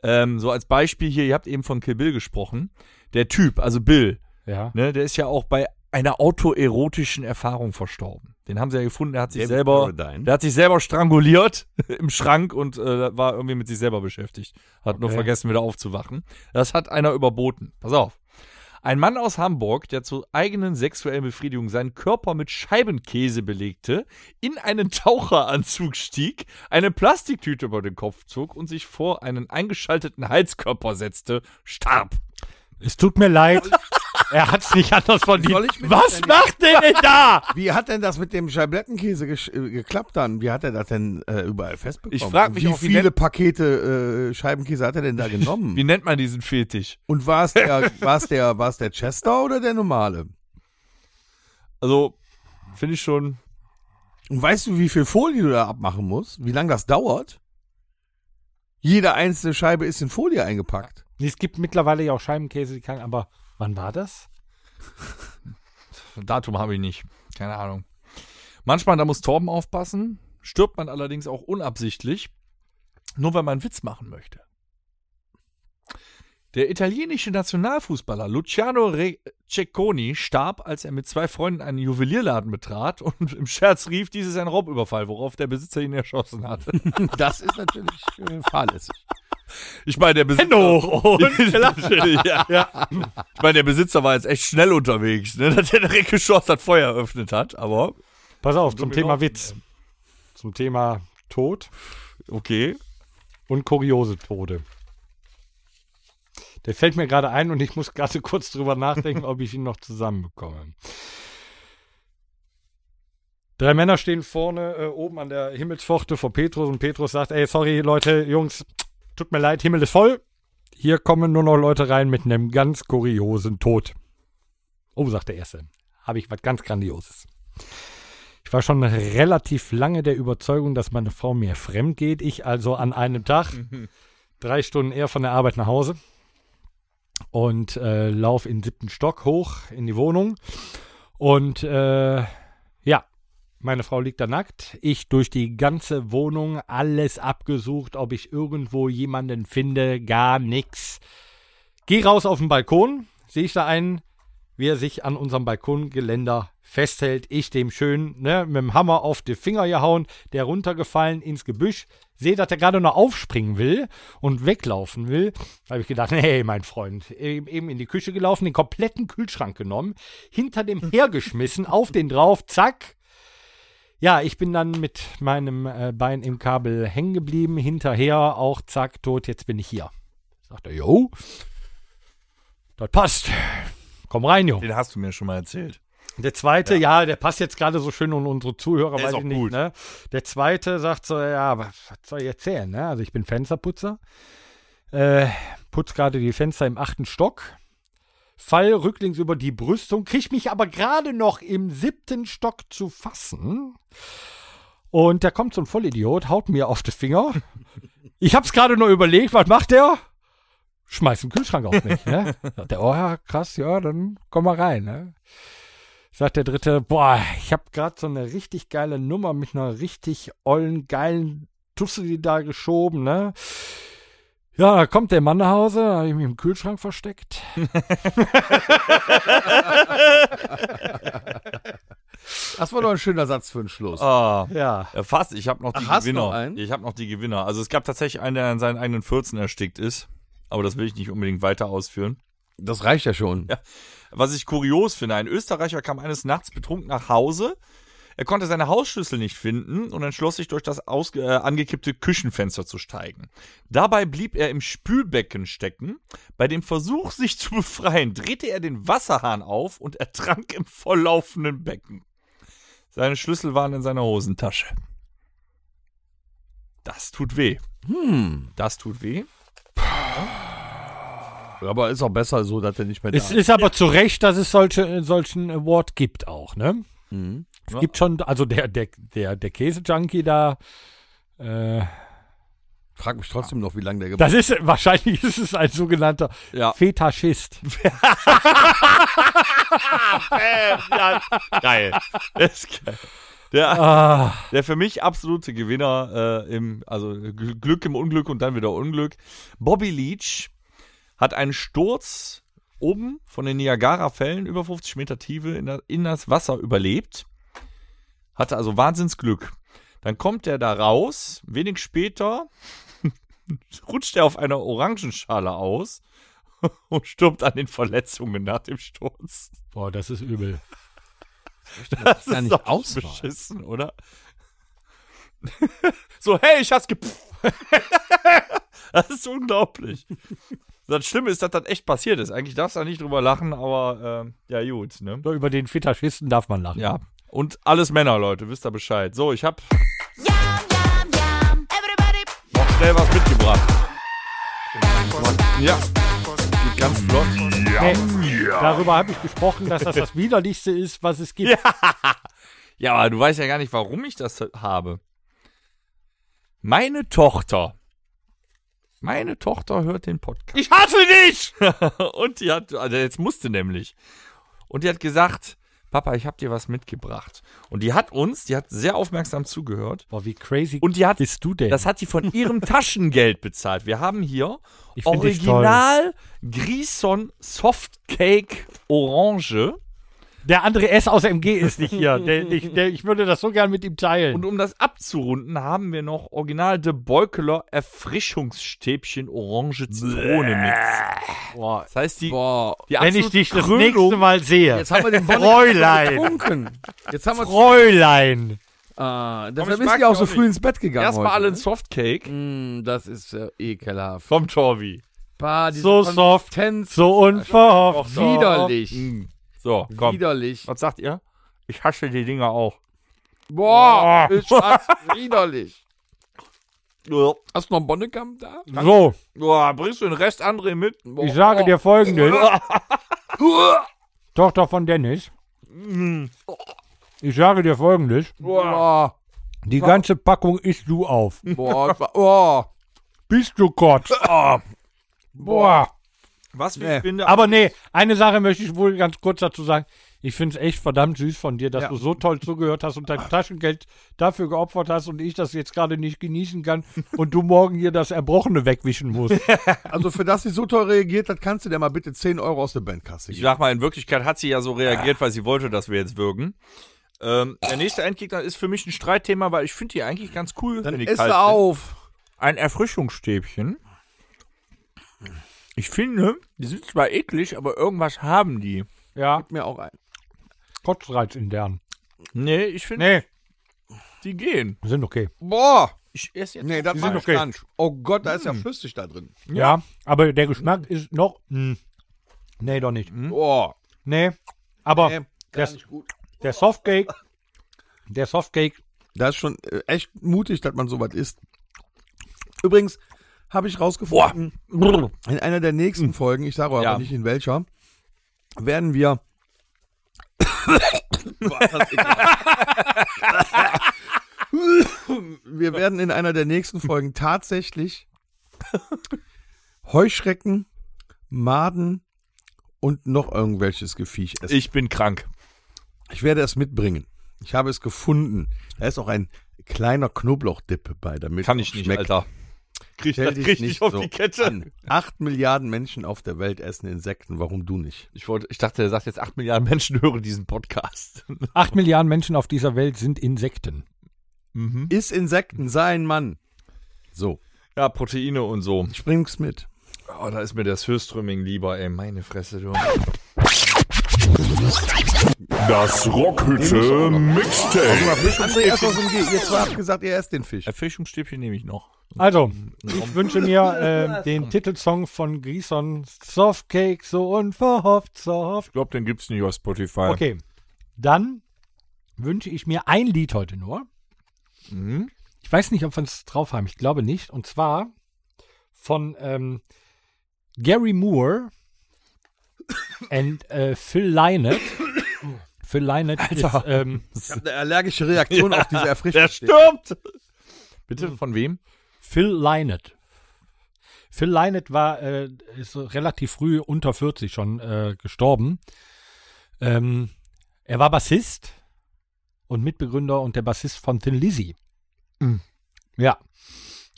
Ähm, so als Beispiel hier, ihr habt eben von Kill Bill gesprochen. Der Typ, also Bill, Ja. ne, der ist ja auch bei einer autoerotischen Erfahrung verstorben. Den haben sie ja gefunden, der hat sich selber, Carradine. der hat sich selber stranguliert im Schrank und äh, war irgendwie mit sich selber beschäftigt. Hat nur Okay. vergessen, wieder aufzuwachen. Das hat einer überboten. Pass auf. Ein Mann aus Hamburg, der zur eigenen sexuellen Befriedigung seinen Körper mit Scheibenkäse belegte, in einen Taucheranzug stieg, eine Plastiktüte über den Kopf zog und sich vor einen eingeschalteten Heizkörper setzte, starb. Es tut mir leid. er hat's nicht anders verdient. Soll ich mir Was das denn- macht der denn da? Wie hat denn das mit dem Scheiblettenkäse gesch- äh, geklappt dann? Wie hat er das denn äh, überall festbekommen? Ich frag mich wie auch, wie viele nennt- Pakete äh, Scheibenkäse hat er denn da Wie genommen? nennt man diesen Fetisch? Und war es der, war es der, war es der Chester oder der normale? Also, finde ich schon. Und weißt du, wie viel Folie du da abmachen musst? Wie lange das dauert? Jede einzelne Scheibe ist in Folie eingepackt. Nee, Es gibt mittlerweile ja auch Scheibenkäse, die kann, aber wann war das? Datum habe ich nicht. Keine Ahnung. Manchmal, da muss Torben aufpassen, stirbt man allerdings auch unabsichtlich, nur weil man einen Witz machen möchte. Der italienische Nationalfußballer Luciano Re Cecconi starb, als er mit zwei Freunden einen Juwelierladen betrat und im Scherz rief, dies ist ein Raubüberfall, worauf der Besitzer ihn erschossen hatte. Das ist natürlich äh, fahrlässig. Ich meine, der Besitzer. ja, ja. Ich meine, der Besitzer war jetzt echt schnell unterwegs, ne? dass er direkt geschossen hat, Feuer eröffnet hat, aber Pass auf, zum mir Thema auch- Witz. Zum Thema Tod okay. und kuriose Tode. Der fällt mir gerade ein und ich muss gerade kurz drüber nachdenken, ob ich ihn noch zusammenbekomme. Drei Männer stehen vorne äh, oben an der Himmelspforte vor Petrus und Petrus sagt, ey, sorry Leute, Jungs, tut mir leid, Himmel ist voll. Hier kommen nur noch Leute rein mit einem ganz kuriosen Tod. Oh, sagt der Erste, habe ich was ganz Grandioses. Ich war schon relativ lange der Überzeugung, dass meine Frau mir fremd geht. Ich also an einem Tag, drei Stunden eher von der Arbeit nach Hause und äh, lauf in den siebten Stock hoch in die Wohnung. Und äh, ja, meine Frau liegt da nackt. Ich durch die ganze Wohnung alles abgesucht, ob ich irgendwo jemanden finde, gar nix. Geh raus auf den Balkon, sehe ich da einen, wie er sich an unserem Balkongeländer festhält. Ich dem schön ne, mit dem Hammer auf die Finger gehauen, der runtergefallen ins Gebüsch. Sehe, dass er gerade noch aufspringen will und weglaufen will. Da habe ich gedacht, hey, mein Freund. Eben eben in die Küche gelaufen, den kompletten Kühlschrank genommen, hinter dem hergeschmissen, auf den drauf, zack. Ja, ich bin dann mit meinem äh, Bein im Kabel hängen geblieben, hinterher auch zack, tot, jetzt bin ich hier. Sagt er, jo, das passt. Komm rein, Junge. Den hast du mir schon mal erzählt. Der zweite, ja, der passt jetzt gerade so schön und unsere Zuhörer Der ist weiß ich auch nicht, gut. ne? Der zweite sagt so, ja, was was soll ich erzählen, ne? Also ich bin Fensterputzer. Äh, putz gerade die Fenster im achten Stock. Fall rücklings über die Brüstung, krieg mich aber gerade noch im siebten Stock zu fassen. Und da kommt so ein Vollidiot, haut mir auf die Finger. Ich hab's gerade nur überlegt, was macht der? Schmeißt einen Kühlschrank auf mich, ne? Sagt der, oh ja, krass, ja, dann komm mal rein, ne? Sagt der dritte, boah, ich hab grad so eine richtig geile Nummer mit einer richtig ollen, geilen Tusse, die da geschoben, ne? Ja, da kommt der Mann nach Hause, da hab ich mich im Kühlschrank versteckt. Das war doch ein schöner Satz für den Schluss. Ah. Ja. Ja, fast. Ich habe noch die Ach, hast Gewinner. noch einen? Ich habe noch die Gewinner. Also es gab tatsächlich einen, der an seinen eigenen Fürzen erstickt ist. Aber das will ich nicht unbedingt weiter ausführen. Das reicht ja schon. Was ich kurios finde, ein Österreicher kam eines Nachts betrunken nach Hause. Er konnte seine Hausschlüssel nicht finden und entschloss sich, durch das ausge- äh, angekippte Küchenfenster zu steigen. Dabei blieb er im Spülbecken stecken. Bei dem Versuch, sich zu befreien, drehte er den Wasserhahn auf und ertrank im volllaufenden Becken. Seine Schlüssel waren in seiner Hosentasche. Das tut weh. Hm. Das tut weh. Aber ist auch besser so, dass er nicht mehr da Es ist. ist aber zu Recht, dass es solche, solchen Award gibt auch, ne? Mhm. Es gibt schon, also der, der, der, der Käse-Junkie da, äh, Frag mich trotzdem noch, wie lange der gebraucht das ist, wahrscheinlich ist es ein sogenannter Ja. Fetaschist. Geil. Das ist geil. Der, Ah, der für mich absolute Gewinner äh, im, also Gl- Glück im Unglück und dann wieder Unglück. Bobby Leach hat einen Sturz oben von den Niagara-Fällen über 50 Meter Tiefe in, das- in das Wasser überlebt. Hatte also Wahnsinnsglück. Dann kommt er da raus, wenig später rutscht er auf einer Orangenschale aus und stirbt an den Verletzungen nach dem Sturz. boah, das ist übel. Das gar nicht doch aus war. beschissen, oder? so, hey, ich hasse ge... das ist unglaublich. Das Schlimme ist, dass das echt passiert ist. Eigentlich darfst du da nicht drüber lachen, aber ähm, ja gut, ne? Nur über den Fetaschisten darf man lachen. Ja. Und alles Männer, Leute, wisst ihr Bescheid. So, ich hab noch schnell was mitgebracht. Ja, geht ganz flott. Nee, Darüber habe ich gesprochen, dass das das widerlichste ist, was es gibt. Ja, aber du weißt ja gar nicht, warum ich das habe. Meine Tochter. Meine Tochter hört den Podcast. Ich hasse dich! und die hat, also jetzt musste nämlich. Und die hat gesagt, Papa, ich hab dir was mitgebracht. Und die hat uns, die hat sehr aufmerksam zugehört. Boah, wie crazy Und die hat, bist du denn? das hat die von ihrem Taschengeld bezahlt. Wir haben hier Ich find dich toll. Original Grison Softcake Orange. der andere S aus MG ist nicht hier. der, ich, der, ich würde das so gern mit ihm teilen. Und um das abzurunden, haben wir noch Original de Beukeler Erfrischungsstäbchen Orange Zitrone Mix. Boah, Das heißt, die, Boah, die wenn ich absolute dich das Krönung- nächste Mal sehe. jetzt haben wir den Fräulein. getrunken. Jetzt haben wir Fräulein. ah, Komm, ich Deshalb mag ist die auch die so auch früh nicht. ins Bett gegangen erstmal alle heute. ein Softcake Mm, das ist äh, ekelhaft. vom Torvi. Bah, diese So soft, Konsistenz. so unverhofft. widerlich. So, komm. Widerlich. Was sagt ihr? Ich hasche die Dinger auch. Oh. Boah, ist das widerlich. Boah, Hast du noch einen Bonnekamp da? So, bringst du den Rest André mit? ich sage dir folgendes. Tochter von Dennis. Ich sage dir folgendes. Boah, Die ganze Packung isst du auf. boah, boah. Bist du Gott. Boah. Was ich Nee. finde, Aber nee, eine Sache möchte ich wohl ganz kurz dazu sagen. Ich finde es echt verdammt süß von dir, dass du so toll zugehört hast und dein Taschengeld dafür geopfert hast und ich das jetzt gerade nicht genießen kann und du morgen hier das Erbrochene wegwischen musst. Also für das sie so toll reagiert hat, kannst du dir mal bitte 10 Euro aus der Bandkasse Ich geben. sag mal, in Wirklichkeit hat sie ja so reagiert, weil sie wollte, dass wir jetzt würgen. Ähm, der nächste Endgegner ist für mich ein Streitthema, weil ich finde die eigentlich ganz cool. Dann wenn die esse kalt sind. auf. ein Erfrischungsstäbchen. Ich finde, die sind zwar eklig, aber irgendwas haben die. Ja, Mir auch ein. Kotzreiz intern. Nee, ich finde, Nee, die gehen. sind okay. Boah. Ich esse jetzt. Nee, das Die war sind okay. okay. Stansch. Oh Gott, da ist ja flüssig da drin. Ja, aber der Geschmack ist noch. Mh. Nee, Hm? doch nicht. Boah. Nee, aber Hm. Nee, der, gut. der Softcake, der Softcake, Das ist schon äh, echt mutig, dass man sowas isst. Übrigens habe ich rausgefunden, Brr. in einer der nächsten Folgen, ich sage aber Ja. nicht in welcher, werden wir wir werden in einer der nächsten Folgen tatsächlich Heuschrecken, Maden und noch irgendwelches Gefiech essen. Ich bin krank. Ich werde es mitbringen. Ich habe es gefunden. Da ist auch ein kleiner Knoblauchdip bei, damit Kann es ich nicht, schmeckt. Alter. Krieg, Stell das dich krieg ich nicht nicht auf so die Kette. an. Acht Milliarden Menschen auf der Welt essen Insekten. Warum du nicht? Ich, wollte, ich dachte, er sagt jetzt 8 Milliarden Menschen hören diesen Podcast. 8 Milliarden Menschen auf dieser Welt sind Insekten. Hm? Iss Insekten, sei ein Mann. So, Ja, Proteine und so. ich bring's mit. Oh, da ist mir das Höchströming lieber, ey. Meine Fresse, du. Das Rockhütte Mixtape. André erst mal so ein Ge- Jetzt habt gesagt, ihr esst den Fisch. Erfischungsstäbchen nehme ich noch. Also, ich wünsche mir äh, den Titelsong von Grison Softcake, so unverhofft, soft. Ich glaube, den gibt's nicht auf Spotify. Okay, dann wünsche ich mir ein Lied heute nur. Mhm. Ich weiß nicht, ob wir es drauf haben. Ich glaube nicht. Und zwar von ähm, Gary Moore and äh, Phil Lynott. Phil Lynott ist, ähm, Ich habe eine allergische Reaktion auf diese Erfrischung. stimmt! Bitte, von wem? Phil Lynott. Phil Lynott war äh, ist relativ früh unter 40 schon äh, gestorben. Ähm, er war Bassist und Mitbegründer und der Bassist von Thin Lizzy. Ja.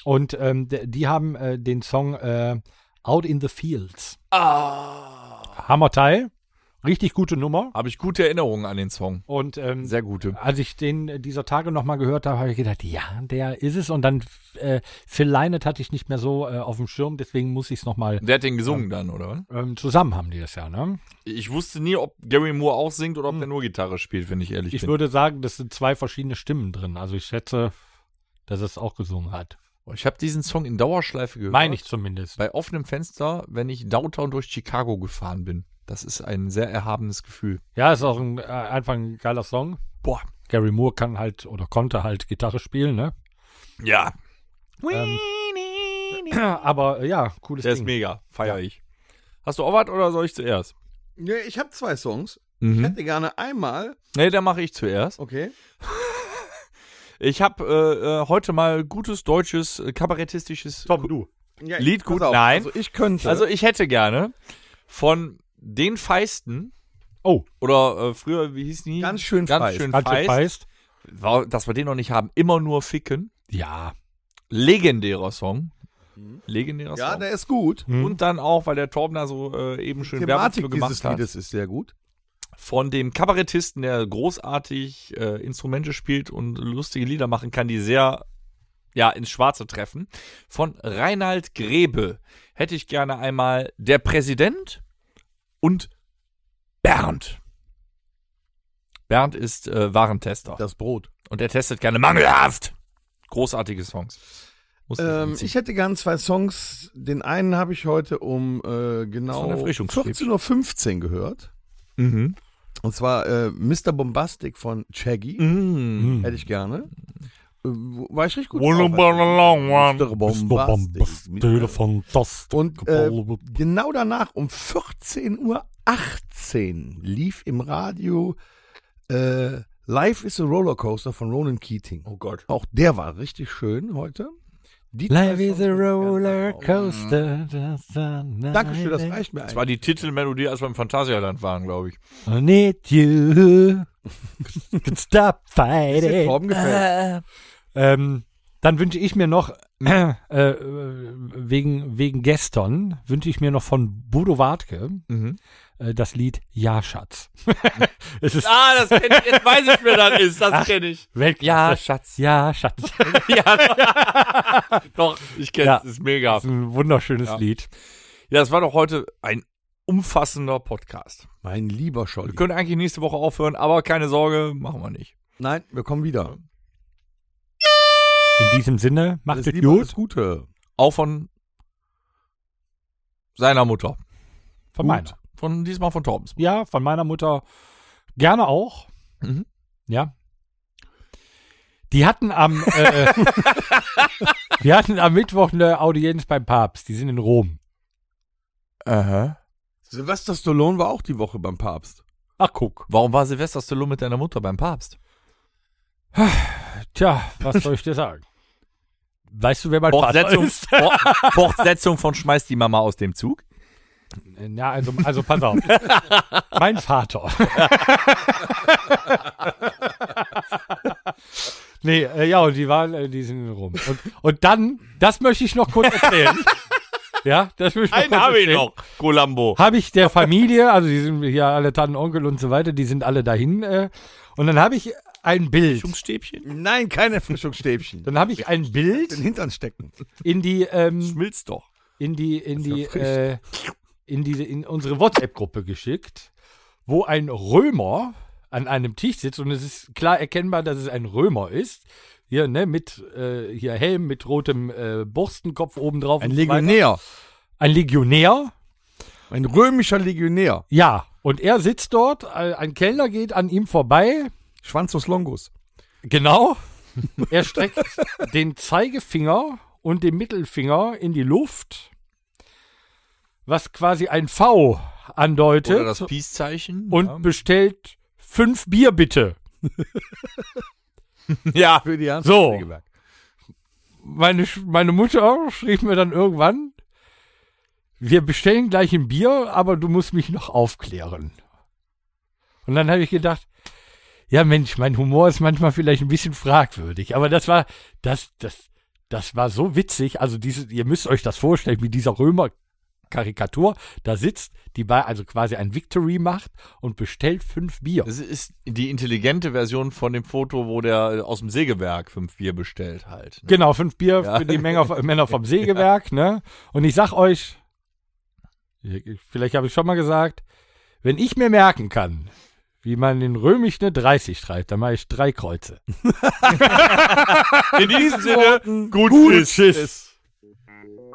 Und ähm, d- die haben äh, den Song äh, Out in the Fields. Ah. Hammerteil. Richtig gute Nummer. Habe ich gute Erinnerungen an den Song. Und ähm, Sehr gute. als ich den äh, dieser Tage nochmal gehört habe, habe ich gedacht, ja, der ist es. Und dann äh, Phil Lynott hatte ich nicht mehr so äh, auf dem Schirm, deswegen muss ich es nochmal. Der hat den gesungen dann, oder? was? Ähm, zusammen haben die das ja, ne? Ich wusste nie, ob Gary Moore auch singt oder ob der nur Gitarre spielt, wenn ich ehrlich Ich, bin. würde sagen, das sind zwei verschiedene Stimmen drin. Also ich schätze, dass es auch gesungen hat. Boah, Oh, Ich habe diesen Song in Dauerschleife gehört. Meine ich zumindest. Bei offenem Fenster, wenn ich Downtown durch Chicago gefahren bin. Das ist ein sehr erhabenes Gefühl. Ja, ist auch ein, äh, einfach ein geiler Song. Boah. Gary Moore kann halt oder konnte halt Gitarre spielen, ne? Ja. Ähm, aber äh, ja, cooles Der ist Ding. mega. Feier ich. Hast du auch was oder soll ich zuerst? Ja, ich habe zwei Songs. Ich Mhm. hätte gerne einmal. Nee, dann mache ich zuerst. Okay. Ich habe äh, äh, heute mal gutes deutsches, äh, kabarettistisches Tom, du. Ja, Lied pass gut? auf, Nein. Also ich könnte. Also ich hätte gerne von den Feisten. Oh. Oder äh, früher, wie hieß die? Ganz schön ganz feist. Schön Hat feist. feist? War, dass wir den noch nicht haben. Immer nur ficken. Ja. Legendärer Song. Legendärer Mhm. ja, Song. der ist gut. Und dann auch, weil der Torben da so äh, eben schön Werbung für Thematik gemacht dieses hat. Liedes ist sehr gut. Von dem Kabarettisten, der großartig äh, Instrumente spielt und lustige Lieder machen kann, die sehr ja, ins Schwarze treffen. Von Reinhard Grebe hätte ich gerne einmal Der Präsident und Bernd. Bernd ist äh, Warentester Das Brot. und er testet gerne mangelhaft. Großartige Songs. Muss ich Ähm, anziehen. ich hätte gern zwei Songs. Den einen habe ich heute um äh, So ein genau Erfrischungsstäbchen. 14.15 Uhr gehört. mhm. Und zwar äh, Mr. Bombastic von Shaggy. Mhm. Hätte ich gerne. Äh, wo- war ich richtig gut. Wanna drauf, burn a long one. Mr. Bombe, Bombastic. Fantastik. Und äh, genau danach um 14.18 Uhr lief im Radio äh, Life is a Rollercoaster von Ronan Keating. Oh Gott. Auch der war richtig schön heute. Die Life zwei is a Songs- rollercoaster. Dankeschön, das reicht mir Das war die Titelmelodie, als wir im Phantasialand waren, glaube ich. I need you. Can stop Ist dir fighting. Torben Äh. gefällt? Ähm, dann wünsche ich mir noch, äh, äh, wegen, wegen gestern, wünsche ich mir noch von Bodo Wartke Mhm. äh, das Lied Ja, Schatz. es ist Ah, das kenn ich. Jetzt weiß ich, wer das ist. Das kenne ich. Weltklasse. Ja, Schatz. Ja, Schatz. ja, doch, ich kenne Ja. es. Ist mega. Das ist ein wunderschönes Ja. Lied. Ja, das war doch heute ein umfassender Podcast. Mein lieber Scholli. Wir können eigentlich nächste Woche aufhören, aber keine Sorge, machen wir nicht. Nein, wir kommen wieder. In diesem Sinne, macht Alles es Liebe, alles gut. Gute. Auch von seiner Mutter. Von Gut. meiner. Von diesmal von Torbens. Ja, von meiner Mutter gerne auch. Mhm. Ja. Die hatten am äh, die hatten am Mittwoch eine Audienz beim Papst. Die sind in Rom. Aha. Sylvester Stallone war auch die Woche beim Papst. Ach guck. Warum war Silvester Stallone mit deiner Mutter beim Papst? Tja, was soll ich dir sagen? Weißt du, wer mein Vater Fortsetzung, ist? For Fortsetzung von Schmeißt die Mama aus dem Zug. Ja, also, also pass auf. mein Vater. nee, äh, ja, und die waren, äh, die sind in Rom. Und, und dann, das möchte ich noch kurz erzählen. ja, das möchte ich noch kurz erzählen. Columbo. Habe ich der Familie, also die sind hier alle Tanten, Onkel und so weiter, die sind alle dahin. Äh, und dann habe ich ein Bild. Stäbchen. Nein, kein Erfrischungsstäbchen. Dann habe ich ein Den Bild Hintern stecken. in die, ähm, Schmilzt doch. in die, in die, frisch. äh, in diese, in unsere WhatsApp-Gruppe geschickt, wo ein Römer an einem Tisch sitzt und es ist klar erkennbar, dass es ein Römer ist. Hier, ne, mit äh, hier Helm, mit rotem äh, Borstenkopf obendrauf. Ein und so weiter. Legionär. Ein Legionär, Ein römischer Legionär. ja. Und er sitzt dort, äh, ein Kellner geht an ihm vorbei, Schwanzus Longus. Genau. Er streckt den Zeigefinger und den Mittelfinger in die Luft, was quasi ein V andeutet Oder das Peace-Zeichen. und bestellt fünf Bier bitte. ja. Für die Hans So. Schwegeberg. Meine, Sch- meine Mutter schrieb mir dann irgendwann, wir bestellen gleich ein Bier, aber du musst mich noch aufklären. Und dann habe ich gedacht, ja Mensch, mein Humor ist manchmal vielleicht ein bisschen fragwürdig, aber das war, das, das, das war so witzig. Also diese, ihr müsst euch das vorstellen, wie dieser Römer Karikatur da sitzt, die bei also quasi ein Victory macht und bestellt fünf Bier. Das ist die intelligente Version von dem Foto, wo der aus dem Sägewerk fünf Bier bestellt halt. ne? Genau, fünf Bier für die Menge, Männer vom Sägewerk, ne? Und ich sag euch, vielleicht habe ich schon mal gesagt, wenn ich mir merken kann, wie man den Römisch eine 30 schreibt, dann mache ich drei Kreuze. In diesem Sinne, gut, Schiss.